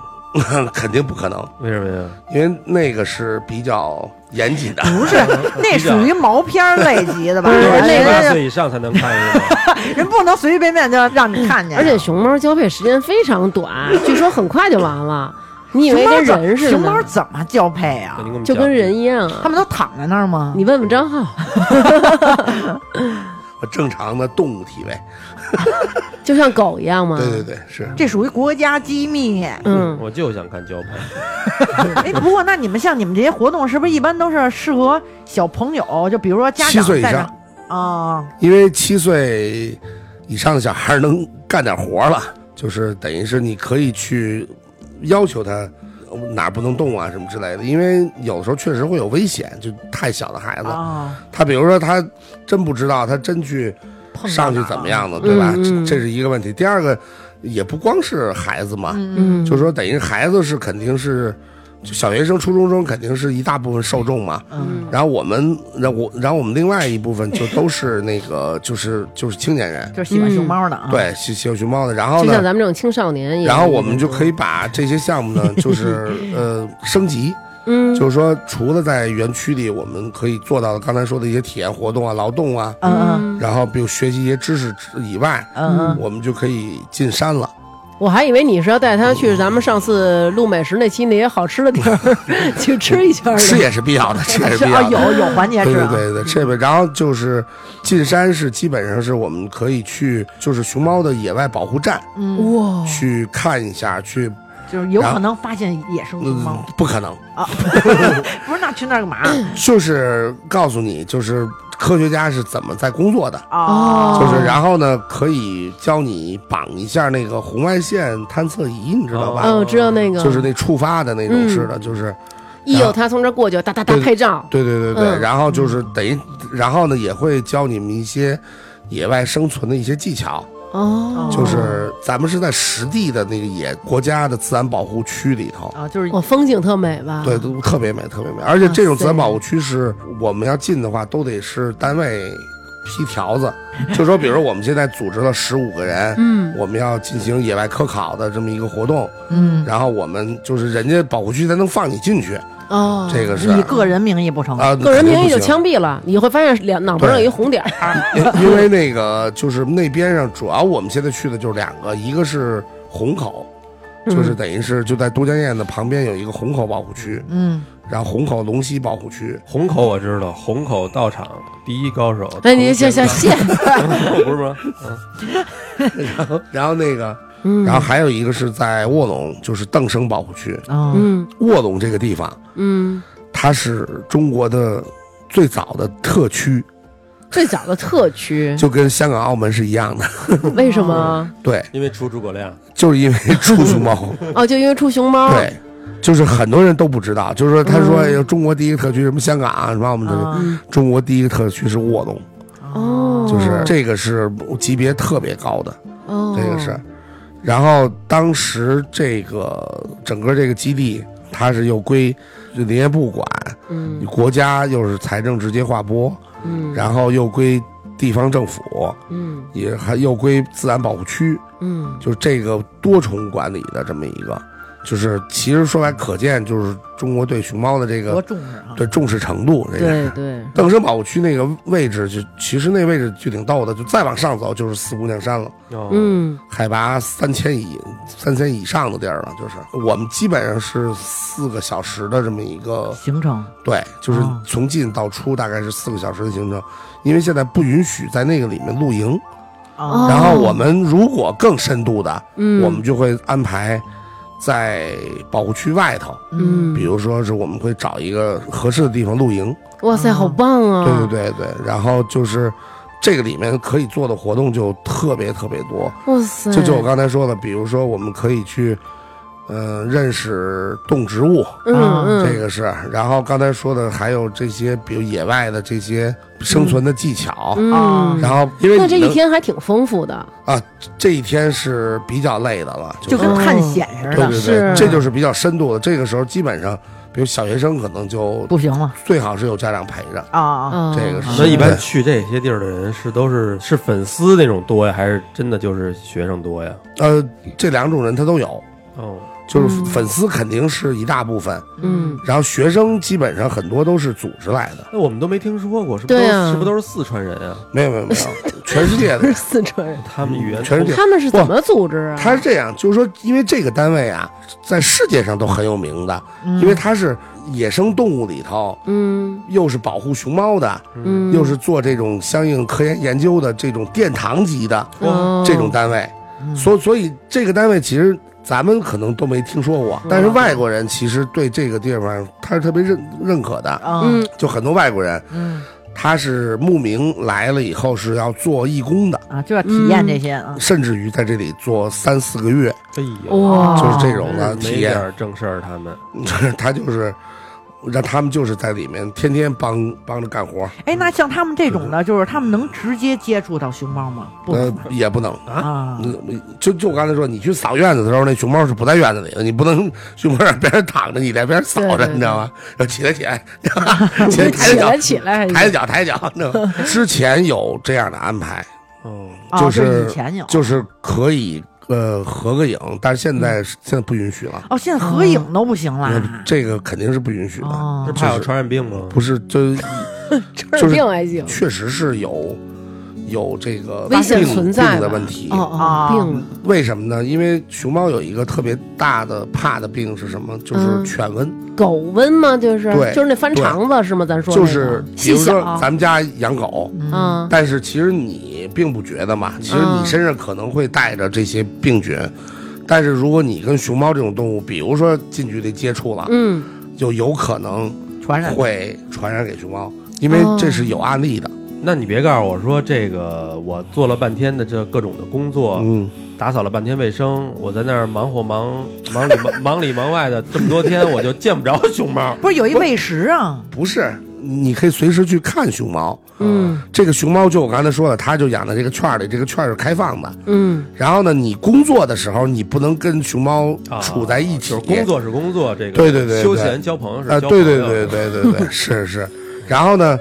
Speaker 4: 肯定不可能，
Speaker 2: 为什么呀？
Speaker 4: 因为那个是比较严谨的。
Speaker 3: 不是，那属于毛片儿类 级的吧？
Speaker 1: 不是
Speaker 3: 人
Speaker 1: 那
Speaker 2: 十
Speaker 1: 个
Speaker 2: 八
Speaker 3: 家
Speaker 2: 岁以上才能看是吗？
Speaker 3: 人不能随随便便就让你看见，啊
Speaker 1: 而且熊猫交配时间非常短，据说很快就完了。你以为跟人似的呢？
Speaker 3: 熊猫怎么交配啊
Speaker 2: 你？给
Speaker 4: 嗯
Speaker 2: 我 们
Speaker 1: 就
Speaker 2: 讲
Speaker 1: 跟人一样啊
Speaker 3: 他。们都躺在那儿吗？
Speaker 1: 你问问张浩，
Speaker 4: 正常的动物体位，
Speaker 1: 就像狗一样
Speaker 3: 嗯
Speaker 1: 吗？
Speaker 4: 对对，对，是
Speaker 3: 这属于国家机 密。
Speaker 1: 嗯，
Speaker 2: 我就想看交配，
Speaker 3: 哎，不过那你们像你们这些活动，是不是一般都是适合小朋友？就比如说家
Speaker 4: 七
Speaker 3: 长
Speaker 4: 岁以
Speaker 3: 带着
Speaker 4: 上，
Speaker 3: 啊，
Speaker 4: 因为七岁以上的小孩儿能干点活儿了，就是等于是你可以去要求他呃哪儿不能动啊什么之类的，因为有时候确实会有危险，就太小的
Speaker 1: 嗯
Speaker 4: 孩子，
Speaker 3: 啊，
Speaker 4: 他比如说他真不知道，他真去
Speaker 3: 碰到
Speaker 4: 上去
Speaker 3: 哪儿
Speaker 4: 怎么
Speaker 3: 了？
Speaker 4: 样了，对吧？
Speaker 1: 嗯嗯
Speaker 4: 这这是一个问题。第二个也不光是孩子嘛，
Speaker 1: 嗯，
Speaker 4: 就是说等于孩子是肯定是就小学生、初中生肯定是一大部分受众嘛。
Speaker 3: 嗯
Speaker 4: 然后我们，然后我，然后我们另外一部分就都是那个，就是就是青年人，
Speaker 3: 就是
Speaker 1: 嗯
Speaker 3: 喜欢熊猫的啊。，
Speaker 4: 对，喜喜欢熊猫的。然后
Speaker 1: 就像
Speaker 4: 呢，
Speaker 1: 咱们这种青少年一样。
Speaker 4: 然后我们就可以把这些项目呢，就是呃升级，
Speaker 1: 嗯，
Speaker 4: 就是说除了在园区里我们可以做到的刚才说的一些体验活动啊、劳动啊，
Speaker 3: 嗯
Speaker 4: 然后比如学习一些知识之以外，
Speaker 3: 嗯嗯
Speaker 4: 我们就可以进山了。
Speaker 1: 我还以为你是要带他去咱们上次录美食那期那些好吃的地 儿去吃一圈儿呢。
Speaker 4: 吃也是必要的，吃也
Speaker 3: 嗯，
Speaker 4: 是
Speaker 3: 是
Speaker 4: 必
Speaker 3: 啊，
Speaker 4: 要的。
Speaker 3: 有有环节
Speaker 4: 对
Speaker 3: 是
Speaker 4: 对
Speaker 3: 啊，
Speaker 4: 对对，这边然后就是进山是基本上是我们可以去，就是熊猫的野外保护站
Speaker 3: 嗯，
Speaker 1: 哇，
Speaker 4: 去看一下，去
Speaker 3: 就是有
Speaker 4: 然后
Speaker 3: 可能发现野生熊猫
Speaker 4: 嗯，不可能，
Speaker 3: 啊，
Speaker 4: 嗯
Speaker 3: 不是那去那儿干嘛
Speaker 4: 就是告诉你，就是科学家是怎么在工作的，
Speaker 3: 啊？
Speaker 4: 哦就是然后呢可以教你绑一下那个红外线探测仪，你知道吧？
Speaker 1: 嗯，
Speaker 3: 哦
Speaker 1: 我知道那个，
Speaker 4: 就是那触发的那种似
Speaker 3: 嗯
Speaker 4: 的，就是
Speaker 1: 一有他从这儿过去，哒哒哒
Speaker 4: 对
Speaker 1: 拍照。
Speaker 4: 对对对对，
Speaker 1: 嗯
Speaker 4: 然后就是等于，然后呢也会教你们一些野外生存的一些技巧，
Speaker 1: 哦，
Speaker 4: 就是咱们是在实地的那个野国家的自然保护区里头，
Speaker 3: 啊，就是
Speaker 1: 哇，哦风景特美吧？
Speaker 4: 对，都特别美，特别美。而且这种自然保护区是我们要进的话，都得是单位批 条子，就说比如我们现在组织了十五个人。
Speaker 1: 嗯，
Speaker 4: 我们要进行野外科考的这么一个活动，
Speaker 3: 嗯
Speaker 4: 然后我们就是人家保护区才能放你进去，
Speaker 1: 哦，
Speaker 4: 这个是
Speaker 3: 以个人名义不成立。
Speaker 4: 啊，
Speaker 1: 个哦人名义就
Speaker 4: 肯定不行
Speaker 1: 枪毙了，你会发现两脑门上有一红点儿。
Speaker 4: 因因为那个就是那边上，主要我们现在去的就是两个，一个是虹口，
Speaker 1: 嗯
Speaker 4: 就是等于是就在都江堰的旁边有一个虹口保护区，
Speaker 3: 嗯，
Speaker 4: 然后虹口龙溪保护区。
Speaker 2: 虹口我知道，虹口道场第一高手。
Speaker 1: 哎，你 想想谢，
Speaker 2: 不是吗？
Speaker 4: 然后那个，
Speaker 1: 嗯
Speaker 4: 然后还有一个是在卧龙，就是邓生保护区。
Speaker 3: 哦，
Speaker 1: 嗯
Speaker 4: 卧龙这个地方，
Speaker 1: 嗯，
Speaker 4: 它是中国的最早的特区，
Speaker 1: 最早的特区
Speaker 4: 就跟香港、澳门是一样的。
Speaker 1: 为什么？
Speaker 4: 对，
Speaker 2: 因为出诸葛亮，
Speaker 4: 就是因为出熊猫。
Speaker 1: 哦，就因为出熊猫。
Speaker 4: 嗯对，就是很多人都不知道，就是说他说有中国第一个特区什么香港啊，什么澳门特区，
Speaker 3: 啊
Speaker 1: 嗯，
Speaker 4: 中国第一个特区是卧龙，
Speaker 1: 哦，
Speaker 4: 嗯就是这个是级别特别高的，
Speaker 1: 哦，
Speaker 4: 这个是。然后当时这个整个这个基地，它是又归林业部管，
Speaker 1: 嗯
Speaker 4: 国家又是财政直接划拨，
Speaker 1: 嗯，
Speaker 4: 然后又归地方政府，
Speaker 1: 嗯
Speaker 4: 也还又归自然保护区，
Speaker 1: 嗯
Speaker 4: 就是这个多重管理的这么一个，就是其实说来可见，就是中国对熊猫的这
Speaker 3: 多
Speaker 4: 个
Speaker 3: 重视啊！
Speaker 4: 对重视程度，这个
Speaker 1: 对对，
Speaker 4: 邓生保护区那个位置就，其实那位置就挺逗的，就再往上走就是四姑娘山了，
Speaker 2: 哦，
Speaker 1: 嗯
Speaker 4: 海拔三千以三千以上的地儿了，就是我们基本上是四个小时的这么一个，
Speaker 3: 行程
Speaker 4: 对，就是
Speaker 1: 啊
Speaker 3: 哦
Speaker 4: 从进到出大概是四个小时的行程，因为现在不允许在那个里面露营，
Speaker 3: 啊
Speaker 1: 哦
Speaker 4: 然后我们如果更深度的，
Speaker 1: 嗯，
Speaker 4: 我们就会安排在保护区外头，
Speaker 1: 嗯，
Speaker 4: 比如说是我们会找一个合适的地方露营。
Speaker 1: 哇塞，好棒啊！
Speaker 4: 嗯对对对对，然后就是这个里面可以做的活动就特别特别多，
Speaker 1: 对，哇塞，
Speaker 4: 这就我刚才说的，比如说我们可以去，呃，认识动植物，
Speaker 1: 嗯
Speaker 3: 啊
Speaker 1: 嗯，
Speaker 4: 这个是，然后刚才说的还有这些，比如野外的这些生存的技巧，
Speaker 1: 嗯，
Speaker 4: 哦啊然后因为
Speaker 1: 那这一
Speaker 4: 你能啊
Speaker 1: 天还挺丰富的，
Speaker 4: 这一天是比较累的了，
Speaker 3: 就是跟探险似
Speaker 4: 对
Speaker 3: 的，
Speaker 4: 哦对
Speaker 1: 是
Speaker 4: 对，这就是比较深度的，这个时候基本上，比如小学生可能就
Speaker 3: 不行了
Speaker 4: 最好是有家长陪着，
Speaker 3: 啊啊！
Speaker 1: 啊，
Speaker 4: 这个是
Speaker 2: 那一般去这些地儿的人是都是是粉丝那种多呀，还是真的就是学生多呀？
Speaker 4: 呃，这两种人他都有。
Speaker 2: 哦，
Speaker 4: 就是粉丝肯定是一大部分，
Speaker 1: 嗯，
Speaker 4: 然后学生基本上很多都是组织来的，
Speaker 2: 那我们都没听说过，是不是都
Speaker 1: 对
Speaker 2: 是
Speaker 1: 啊
Speaker 2: 是不是都是四川人啊？
Speaker 4: 没有没有没有，全世界
Speaker 1: 不是
Speaker 4: 的。
Speaker 1: 四川人，
Speaker 2: 他们语言
Speaker 4: 嗯全是这
Speaker 1: 他们是怎么组织啊？
Speaker 4: 他是这样，就是说，因为这个单位啊，在世界上都很有名的，
Speaker 3: 嗯
Speaker 4: 因为它是野生动物里头，
Speaker 1: 嗯
Speaker 4: 又是保护熊猫的，
Speaker 1: 嗯，
Speaker 4: 又是做这种相应科研研究的这种殿堂级的
Speaker 1: 哦
Speaker 4: 这种单位，
Speaker 3: 嗯
Speaker 4: 所所以这个单位其实咱们可能都没听说过，但是外国人其实对这个地方他是特别认认可的，
Speaker 3: 啊
Speaker 1: 嗯
Speaker 4: 就很多外国人
Speaker 3: 嗯
Speaker 4: 他是慕名来了以后是要做义工的，
Speaker 3: 啊，就要体验这些啊。
Speaker 4: 甚至于在这里做三四个月，
Speaker 1: 嗯
Speaker 2: 哎呦，
Speaker 1: 哇，
Speaker 4: 嗯就是这种的
Speaker 2: 真是
Speaker 4: 体
Speaker 2: 没点
Speaker 4: 验。
Speaker 2: 儿正事儿，他们
Speaker 4: 他就是让他们就是在里面天天帮帮着干活，
Speaker 3: 哎，那像他们这种的，就是他们能直接接触到熊猫吗？不
Speaker 4: 呃，也不能。
Speaker 3: 啊，
Speaker 4: 嗯就就我刚才说，你去扫院子的时候，那熊猫是不在院子里的，你不能 熊猫让别人躺着，你在边扫
Speaker 1: 对
Speaker 4: 着，
Speaker 1: 对
Speaker 4: 你知道吗？要起来起来， 起来抬
Speaker 1: 起
Speaker 4: 着脚
Speaker 1: 来，起来，
Speaker 4: 抬着脚，抬着脚。你知道吗之前有这样的安排，
Speaker 2: 哦，
Speaker 3: 啊
Speaker 4: 就
Speaker 3: 这
Speaker 4: 是
Speaker 3: 以前有，
Speaker 4: 就是可以呃合个影，但是现在、现在不允许了，
Speaker 3: 哦，现在合
Speaker 1: 嗯
Speaker 3: 影都不行了。
Speaker 4: 这个肯定是不允许的。
Speaker 2: 是
Speaker 3: 嗯哦，
Speaker 2: 怕有传染病吗？
Speaker 4: 不是，就
Speaker 1: 这
Speaker 4: 就是
Speaker 1: 病还行，
Speaker 4: 确实是有有这个
Speaker 1: 危险
Speaker 4: 病
Speaker 1: 存在
Speaker 4: 病的
Speaker 1: 吧
Speaker 4: 问题。
Speaker 1: 哦
Speaker 3: 啊
Speaker 1: 哦，病了，
Speaker 4: 为什么呢？因为熊猫有一个特别大的怕的病是什么？就是
Speaker 1: 嗯
Speaker 4: 犬瘟，
Speaker 1: 狗瘟吗？就是
Speaker 4: 对
Speaker 1: 就是那翻肠子是吗？咱说那
Speaker 4: 就
Speaker 1: 个
Speaker 4: 是比
Speaker 1: 细
Speaker 4: 如说
Speaker 1: 小，
Speaker 4: 咱们家养狗，
Speaker 1: 啊，
Speaker 4: 但是其实你并不觉得嘛，其实
Speaker 1: 嗯
Speaker 4: 你身上可能会带着这些病菌。但是如果你跟熊猫这种动物，比如说近距离接触了，
Speaker 1: 嗯，
Speaker 4: 就有可能
Speaker 3: 传染
Speaker 4: 会传染给熊猫，因
Speaker 1: 哦
Speaker 4: 为这是有案例的。
Speaker 2: 那你别告诉我说这个，我做了半天的这各种的工作，
Speaker 4: 嗯，
Speaker 2: 打扫了半天卫生，我在那儿忙活忙忙里忙忙里忙外的这么多天，我就见不着熊猫。
Speaker 3: 不是有一喂食啊？
Speaker 4: 不是，你可以随时去看熊猫。
Speaker 1: 嗯
Speaker 4: 这个熊猫就我刚才说的，它就养在这个圈儿里，这个圈儿是开放的。
Speaker 1: 嗯
Speaker 4: 然后呢，你工作的时候，你不能跟熊猫
Speaker 2: 啊，
Speaker 4: 处在一起。
Speaker 2: 就是工作是工作，这个
Speaker 4: 对对对对
Speaker 2: 休闲交朋友是
Speaker 4: 啊，
Speaker 2: 交
Speaker 4: 对
Speaker 2: 朋
Speaker 4: 对
Speaker 2: 友
Speaker 4: 对对 对对，是是。然后呢，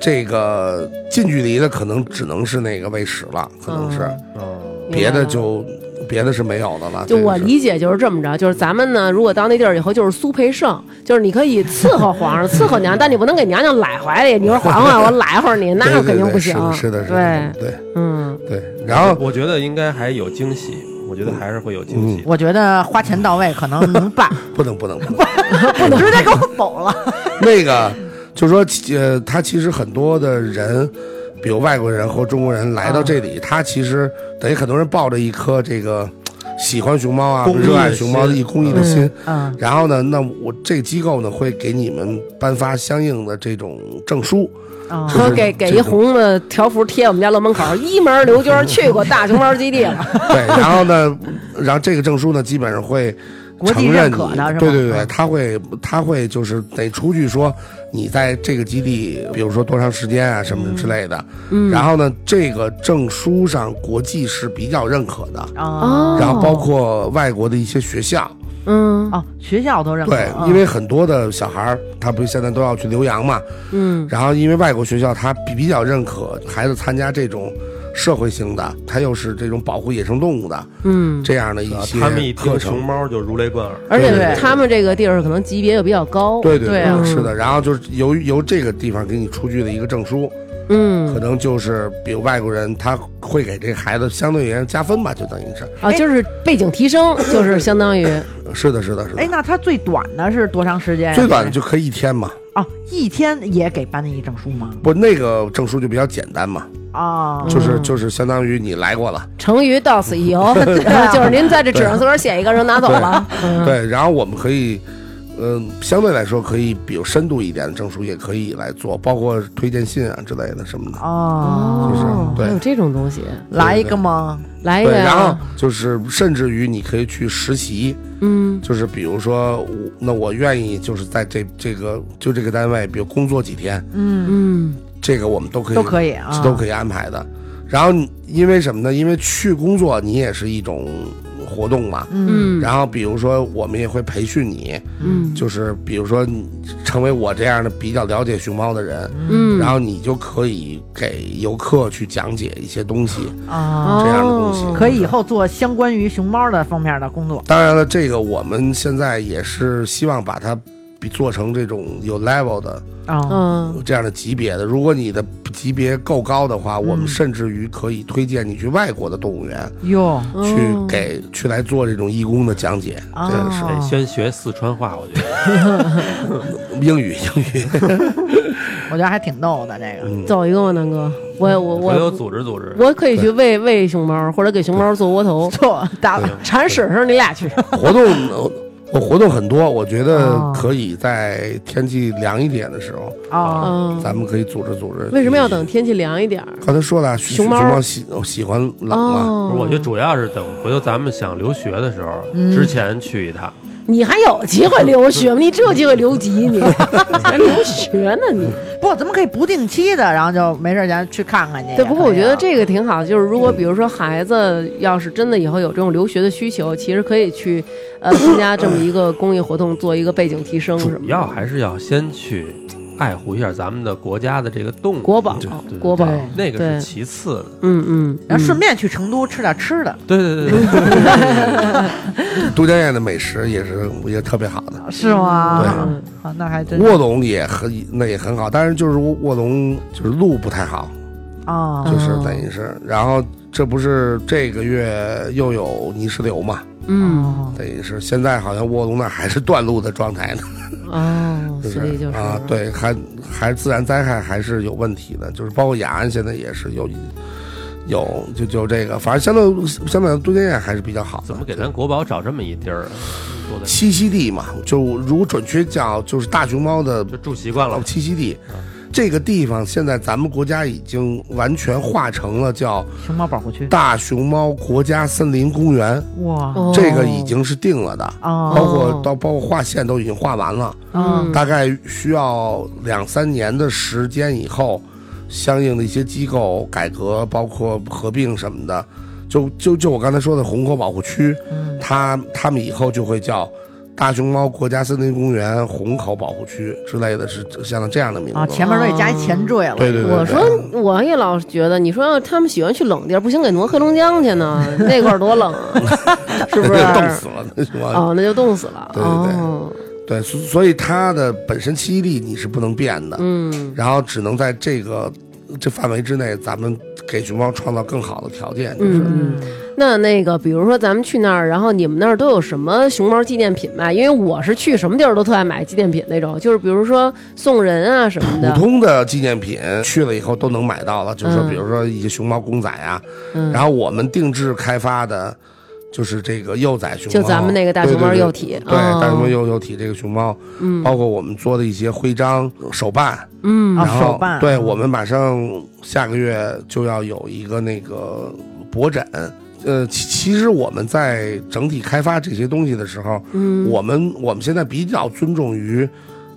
Speaker 4: 这个近距离的可能只能是那个喂食了，可能是
Speaker 2: 哦
Speaker 1: 明白
Speaker 4: 别的
Speaker 1: 了
Speaker 4: 就别的是没有的了。
Speaker 1: 就我
Speaker 4: 理
Speaker 1: 理解就是这么着，就是咱们呢，如果到那地儿以后，就是苏培盛，就是你可以伺候皇上、伺候娘，但你不能给娘娘揽怀里。你说皇上，我揽会儿你，那肯定不行。
Speaker 4: 是的，是
Speaker 1: 对
Speaker 4: 的，，是的
Speaker 1: 嗯，
Speaker 4: 对对。然后
Speaker 2: 我觉得应该还有惊喜，我觉得还是会有惊喜的。
Speaker 3: 我觉得花钱到位可能能 办，
Speaker 4: 不能不能不能，
Speaker 3: 不能直接给我否 了。
Speaker 4: 那个就说呃，他其实很多的人，比如外国人或中国人来到这里，他其实等于很多人抱着一颗这个喜欢熊猫啊、
Speaker 2: 公益的
Speaker 4: 热爱熊猫的一公益的心。
Speaker 3: 嗯，
Speaker 4: 然后呢，那我这个机构呢会给你们颁发相应的这种证书，
Speaker 3: 啊
Speaker 4: 就
Speaker 1: 说
Speaker 4: 是
Speaker 1: 给给
Speaker 4: 这
Speaker 1: 一
Speaker 4: 种
Speaker 1: 红的条幅贴我们家楼门口，一门刘娟去过大熊猫基地了。
Speaker 4: 对，然后呢，然后这个证书呢，基本上会
Speaker 3: 国际
Speaker 4: 承认
Speaker 3: 认
Speaker 4: 你
Speaker 3: 可的是吧，嗯
Speaker 4: 对对对，他会他会就是得出具说你在这个基地，比如说多长时间啊什么之类的。
Speaker 1: 嗯，
Speaker 4: 然后呢，这个证书上国际是比较认可的，
Speaker 1: 哦
Speaker 3: 啊
Speaker 4: 然后包括外国的一些学校，
Speaker 1: 嗯
Speaker 3: 哦，学校都认可，
Speaker 4: 对，
Speaker 3: 嗯
Speaker 4: 因为很多的小孩儿他不是现在都要去留洋嘛，
Speaker 1: 嗯
Speaker 4: 然后因为外国学校它比比较认可孩子参加这种社会性的，它又是这种保护野生动物的
Speaker 1: 嗯，
Speaker 4: 这样的一些
Speaker 2: 啊他们一
Speaker 4: 课
Speaker 2: 听
Speaker 4: 程
Speaker 2: 熊。猫就如雷贯耳，
Speaker 1: 而
Speaker 4: 对对
Speaker 1: 且
Speaker 4: 对
Speaker 1: 他们这个地儿可能级别又比较高。
Speaker 4: 对对
Speaker 3: 对啊
Speaker 4: 是的。然后就是由由这个地方给你出具的一个证书，可
Speaker 1: 嗯
Speaker 4: 能就是比如外国人他会给这个孩子相对而言加分吧，就等于是。
Speaker 1: 啊，就是背景提升， 就是相当于
Speaker 4: 是的，是的，是
Speaker 3: 哎，
Speaker 4: 的。
Speaker 3: 那它最短的是多长时间呀？
Speaker 4: 最短就可以一天嘛，
Speaker 3: 哦，一天也给颁一证书吗？
Speaker 4: 不，那个证书就比较简单嘛，
Speaker 3: 啊，
Speaker 4: 就是
Speaker 1: 嗯
Speaker 4: 就是相当于你来过了，
Speaker 1: 成语到此一游，然后就是您在这纸上自个儿写一个，然后拿走了。嗯，
Speaker 4: 对。然后我们可以，嗯、相对来说可以，比如深度一点的证书也可以来做，包括推荐信啊之类的什么的。
Speaker 3: 哦，
Speaker 4: 就是对
Speaker 1: 还有这种东西，
Speaker 3: 来一个吗？
Speaker 1: 来一
Speaker 4: 对，
Speaker 1: 个呀。
Speaker 4: 然后就是甚至于你可以去实习，
Speaker 1: 嗯
Speaker 4: 就是比如说我，那我愿意就是在这这个就这个单位，比如工作几天，
Speaker 3: 嗯，
Speaker 1: 嗯
Speaker 4: 这个我们都可以
Speaker 3: 都可以啊，
Speaker 4: 是都可以安排的。然后你因为什么呢？因为去工作你也是一种活动嘛。
Speaker 3: 嗯，
Speaker 1: 嗯，
Speaker 4: 然后比如说我们也会培训你，
Speaker 1: 嗯
Speaker 4: 就是比如说你成为我这样的比较了解熊猫的人，
Speaker 1: 嗯，
Speaker 4: 然后你就可以给游客去讲解一些东西。
Speaker 3: 啊，
Speaker 1: 哦
Speaker 4: 这样的东西
Speaker 3: 可以以后做相关于熊猫的方面的工作。
Speaker 4: 当然了，这个我们现在也是希望把它比做成这种有 level 的
Speaker 3: 啊，
Speaker 1: 嗯
Speaker 4: 这样的级别的。如果你的级别够高的话，
Speaker 1: 嗯
Speaker 4: 我们甚至于可以推荐你去外国的动物园
Speaker 3: 哟，
Speaker 4: 去
Speaker 1: 哦
Speaker 4: 给去来做这种义工的讲解，
Speaker 3: 啊
Speaker 4: 这个是
Speaker 2: 得先学四川话，我觉得。
Speaker 4: 英语英语。
Speaker 3: 我觉得还挺逗的这个。
Speaker 4: 嗯，
Speaker 1: 走一个吗，南哥？我我
Speaker 2: 回头
Speaker 1: 我
Speaker 2: 组织组织。
Speaker 1: 我可以去喂喂熊猫，或者给熊猫做窝头。
Speaker 3: 错，打
Speaker 2: 对
Speaker 1: 铲屎的时候你俩去，
Speaker 4: 活动呃我活动很多，我觉得
Speaker 3: 哦
Speaker 4: 可以在天气凉一点的时候，
Speaker 3: 啊，
Speaker 1: 嗯，
Speaker 4: 咱们可以组织组织。
Speaker 1: 为什么要？等天气凉一点儿？
Speaker 4: 刚才说了，熊
Speaker 1: 熊猫
Speaker 4: 猫喜喜欢冷嘛，
Speaker 2: 不是我
Speaker 1: 哦
Speaker 2: 觉，得主要是等回头咱们想留学的时候，
Speaker 3: 嗯
Speaker 2: 之前去一趟。
Speaker 1: 你还有机会留学吗？你只有机会留级， 你还留学呢你？
Speaker 3: 不，咱们可以不定期的，然后就没事儿咱去看看去。
Speaker 1: 对，不过
Speaker 3: 也
Speaker 1: 我觉
Speaker 3: 可以啊
Speaker 1: 得这个挺好，就是如果比如说孩子要是真的以后有这种留学的需求，其实可以去呃参加这么一个公益活动，做一个背景提升什
Speaker 2: 主
Speaker 1: 么的。
Speaker 2: 要还是要先去爱护一下咱们的国家的这个动物
Speaker 1: 国宝
Speaker 2: 对对对
Speaker 1: 国宝
Speaker 2: 对那个
Speaker 1: 对
Speaker 2: 是其次的。
Speaker 1: 嗯嗯，
Speaker 3: 然后顺便去成都吃点吃的，
Speaker 2: 对对对对，
Speaker 4: 都江堰的美食也是也特别好的。
Speaker 3: 是吗？
Speaker 4: 对
Speaker 3: 啊啊，那还真
Speaker 4: 卧龙也很那也很好，但是就是卧龙就是路不太好，
Speaker 3: 啊
Speaker 4: 就是
Speaker 1: 哦
Speaker 4: 等于是，然后这不是这个月又有泥石流嘛，
Speaker 1: 嗯
Speaker 3: 哦
Speaker 4: 等于是现在好像卧龙那还是断路的状态呢，
Speaker 1: 哦，
Speaker 4: 就
Speaker 1: 所以就是
Speaker 4: 啊，对，还还自然灾害还是有问题的，就是包括雅安现在也是有有就就这个，反正相对相对都江堰还是比较好的，
Speaker 2: 怎么给咱国宝找这么一地儿啊？做的
Speaker 4: 栖息地嘛，就如果准确叫就是大熊猫的
Speaker 2: 就住习惯
Speaker 4: 老
Speaker 2: 了。
Speaker 4: 栖息地。这个地方现在咱们国家已经完全划成了叫
Speaker 3: 熊猫保护区，
Speaker 4: 大熊猫国家森林公园，
Speaker 3: 哇
Speaker 1: 哦
Speaker 4: 这个已经是定了的，
Speaker 3: 啊
Speaker 4: 包括到包括划线都已经划完了，
Speaker 1: 嗯
Speaker 4: 大概需要两三年的时间以后，相应的一些机构改革，包括合并什么的，就就就我刚才说的虹口保护区，
Speaker 3: 嗯
Speaker 4: 它他们以后就会叫大熊猫国家森林公园虹口保护区之类的，是像这样的名
Speaker 1: 嗯
Speaker 4: 字。
Speaker 1: 哦
Speaker 3: 啊，前面都得加一前缀了。
Speaker 4: 对对对，
Speaker 1: 我
Speaker 4: 对
Speaker 1: 说，我也老觉得，你说他们喜欢去冷地儿，不行给挪黑龙江去呢，那块儿多冷 啊，是不是？
Speaker 4: 冻死了那熊猫。
Speaker 1: 哦，那就冻死了。
Speaker 4: 对对对
Speaker 1: 哦，
Speaker 4: 对，所所以它的本身栖息地你是不能变的，
Speaker 1: 嗯
Speaker 4: 然后只能在这个这范围之内，咱们给熊猫创造更好的条件，就是。
Speaker 1: 嗯，那那个，比如说咱们去那儿，然后你们那儿都有什么熊猫纪念品卖？因为我是去什么地儿都特爱买纪念品那种，就是比如说送人啊什么
Speaker 4: 普
Speaker 1: 的。
Speaker 4: 通的纪念品去了以后都能买到了，就是说，
Speaker 1: 嗯
Speaker 4: 比如说一些熊猫公仔啊，
Speaker 1: 嗯
Speaker 4: 然后我们定制开发的，就是这个幼崽熊猫，
Speaker 1: 就咱们那个大熊猫
Speaker 4: 对对对
Speaker 1: 幼体
Speaker 4: 对，
Speaker 1: 哦
Speaker 4: 大熊猫幼幼体这个熊猫，
Speaker 1: 嗯
Speaker 4: 包括我们做的一些徽章、手办，
Speaker 1: 嗯
Speaker 3: 啊
Speaker 4: 然后
Speaker 3: 手办
Speaker 4: 对
Speaker 3: 嗯
Speaker 4: 我们马上下个月就要有一个那个博展。呃，其其实我们在整体开发这些东西的时候，
Speaker 1: 嗯，
Speaker 4: 我们我们现在比较尊重于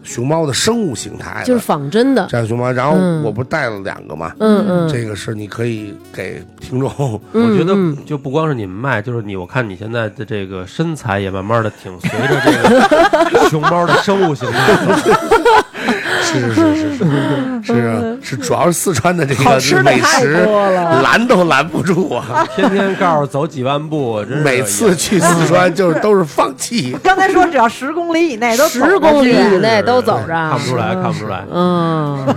Speaker 4: 熊猫的生物形态的，
Speaker 1: 就是仿真的。
Speaker 4: 这样熊猫。然后
Speaker 1: 嗯
Speaker 4: 我不是带了两个嘛，
Speaker 1: 嗯嗯，
Speaker 4: 这个是你可以给听众，
Speaker 2: 我觉得
Speaker 1: 嗯嗯
Speaker 2: 就不光是你们卖，就是你，我看你现在的这个身材也慢慢的挺随着这个 熊猫的生物形态。
Speaker 4: 是是是是是是是，主要是四川的这
Speaker 3: 好
Speaker 4: 个
Speaker 3: 吃的
Speaker 4: 美
Speaker 3: 太
Speaker 4: 食
Speaker 3: 多了
Speaker 4: 拦都拦不住啊。
Speaker 2: 天天告诉走几万步，真是
Speaker 4: 每次去四川就是都是放弃，
Speaker 3: 刚才说只要十公里以内都走
Speaker 1: 十
Speaker 3: 过去啊
Speaker 1: 公里以内都走着，
Speaker 2: 看不出来，看不出来。
Speaker 1: 嗯，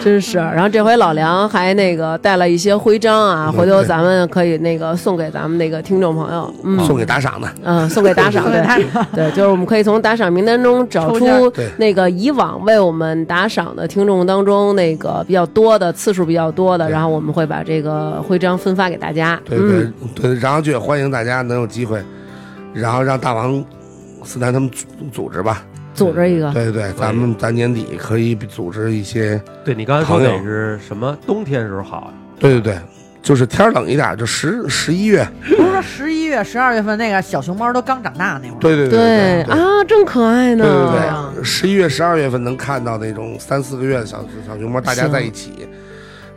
Speaker 1: 真是。啊然后这回老梁还那个带了一些徽章啊，
Speaker 4: 嗯
Speaker 1: 回头咱们可以那个送给咱们那个听众朋友，嗯
Speaker 4: 送给打赏的。
Speaker 1: 嗯，送给打赏，
Speaker 3: 送给
Speaker 1: 对
Speaker 3: 打
Speaker 1: 对，就是我们可以从打赏名单中找
Speaker 3: 抽签
Speaker 1: 出
Speaker 4: 对
Speaker 1: 那个以往为我们打赏的听众当中那个比较多的次数比较多的，
Speaker 4: 对
Speaker 1: 然后我们会把这个徽章分发给大家。嗯
Speaker 4: 对对、对，然后就也欢迎大家能有机会，然后让大王斯坦他们组组织吧。
Speaker 1: 嗯，组织一个，
Speaker 4: 对对对，咱们咱年底可以组织一些，
Speaker 2: 对你刚才说
Speaker 4: 朋友
Speaker 2: 那是什么？冬天时候好呀？
Speaker 4: 对对对，就是天儿冷一点，就十十一月，
Speaker 3: 不是说十一月、十二月份那个小熊猫都刚长大那会儿，
Speaker 4: 对对对对。
Speaker 1: 啊，正可爱呢。
Speaker 4: 对对
Speaker 1: 嗯
Speaker 4: 对，十一月、十二月份能看到那种三四个月的小小熊猫，大家在一起，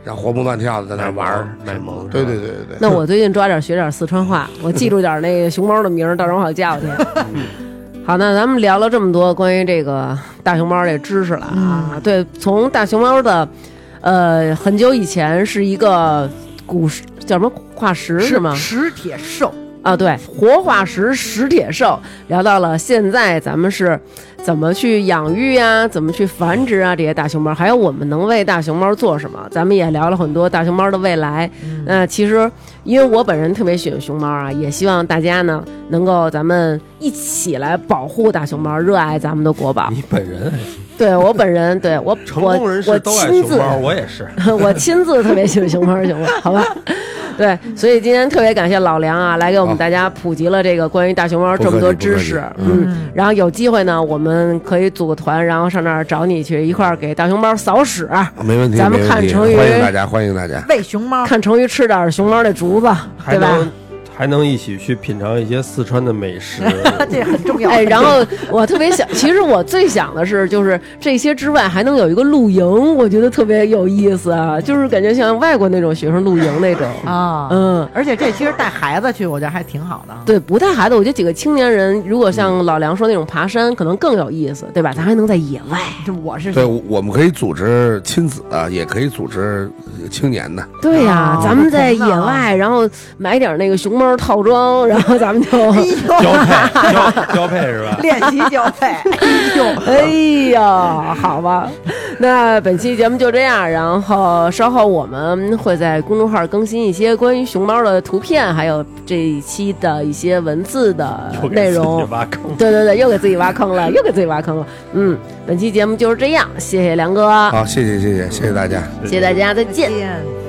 Speaker 4: 然后活蹦乱跳的在那玩儿，
Speaker 1: 嗯
Speaker 2: 卖萌卖萌
Speaker 4: 对对对对对。
Speaker 1: 那我最近抓点学点四川话，我记住点那个熊猫的名儿，到时候我好叫去。 好，那咱们聊了这么多关于这个大熊猫这知识了啊，对，从大熊猫的，呃，很久以前是一个古时叫什么化石是吗？
Speaker 3: 石铁兽，
Speaker 1: 啊，对，活化石石铁兽，聊到了现在咱们是怎么去养育啊，怎么去繁殖啊，这些大熊猫，还有我们能为大熊猫做什么，咱们也聊了很多大熊猫的未来。
Speaker 2: 嗯
Speaker 1: 那、其实因为我本人特别喜欢熊猫啊，也希望大家呢能够咱们一起来保护大熊猫，热爱咱们的国宝。
Speaker 2: 你本人
Speaker 1: 对我本人，对我
Speaker 2: 成
Speaker 1: 我
Speaker 2: 功人士
Speaker 1: 我
Speaker 2: 都爱
Speaker 1: 亲
Speaker 2: 熊
Speaker 1: 自
Speaker 2: 猫，我也 是。
Speaker 1: 我亲自特别喜欢熊猫熊 猫，好吧？对，所以今天特别感谢老梁啊，来给我们大家普及了这个关于大熊猫这么多知识。
Speaker 4: 不客气不客气
Speaker 1: 嗯，然后有机会呢，我们可以组个团，然后上那儿找你去，一块儿给大熊猫扫屎，
Speaker 4: 没问题，
Speaker 1: 咱们
Speaker 4: 没问
Speaker 1: 看
Speaker 4: 题
Speaker 1: 成语
Speaker 4: 欢迎大家，欢迎大家。
Speaker 3: 喂熊猫，
Speaker 1: 看成鱼吃点儿熊猫的竹子，
Speaker 2: 还
Speaker 1: 对吧
Speaker 2: 能？还能一起去品尝一些四川的美食。
Speaker 3: 这很重要。
Speaker 1: 哎，然后我特别想， 其实我最想的是，就是这些之外还能有一个露营，我觉得特别有意思啊，就是感觉像外国那种学生露营那种。
Speaker 3: 啊，
Speaker 1: 嗯，
Speaker 3: 而且这其实带孩子去，我觉得还挺好的。啊
Speaker 1: 对，不带孩子，我觉得几个青年人，如果像
Speaker 2: 嗯
Speaker 1: 老梁说那种爬山，可能更有意思，对吧？咱还能在野外，
Speaker 3: 这我是
Speaker 4: 对，我我们可以组织亲子的，也可以组织青年的。
Speaker 1: 对呀、
Speaker 3: 哦
Speaker 1: 咱们在
Speaker 3: 不同
Speaker 1: 野
Speaker 3: 的啊
Speaker 1: 外，然后买点那个熊猫套装，然后咱 们就，
Speaker 2: 交配交交配 是吧？
Speaker 3: 练习交配， 哎呦，
Speaker 1: 哎呀，好吧，那本期节目就这样，然后稍后我们会在公众号更新一些关于熊猫的图片，还有这一期的一些文字的
Speaker 2: 又给
Speaker 1: 内
Speaker 2: 自己
Speaker 1: 容。
Speaker 2: 挖坑。
Speaker 1: 对对对，又给自己挖坑了，又给自己挖坑了。嗯，本期节目就是这样，谢谢梁哥，
Speaker 4: 好，谢谢谢谢谢谢大家。
Speaker 1: 谢谢大家，再见。
Speaker 3: 见。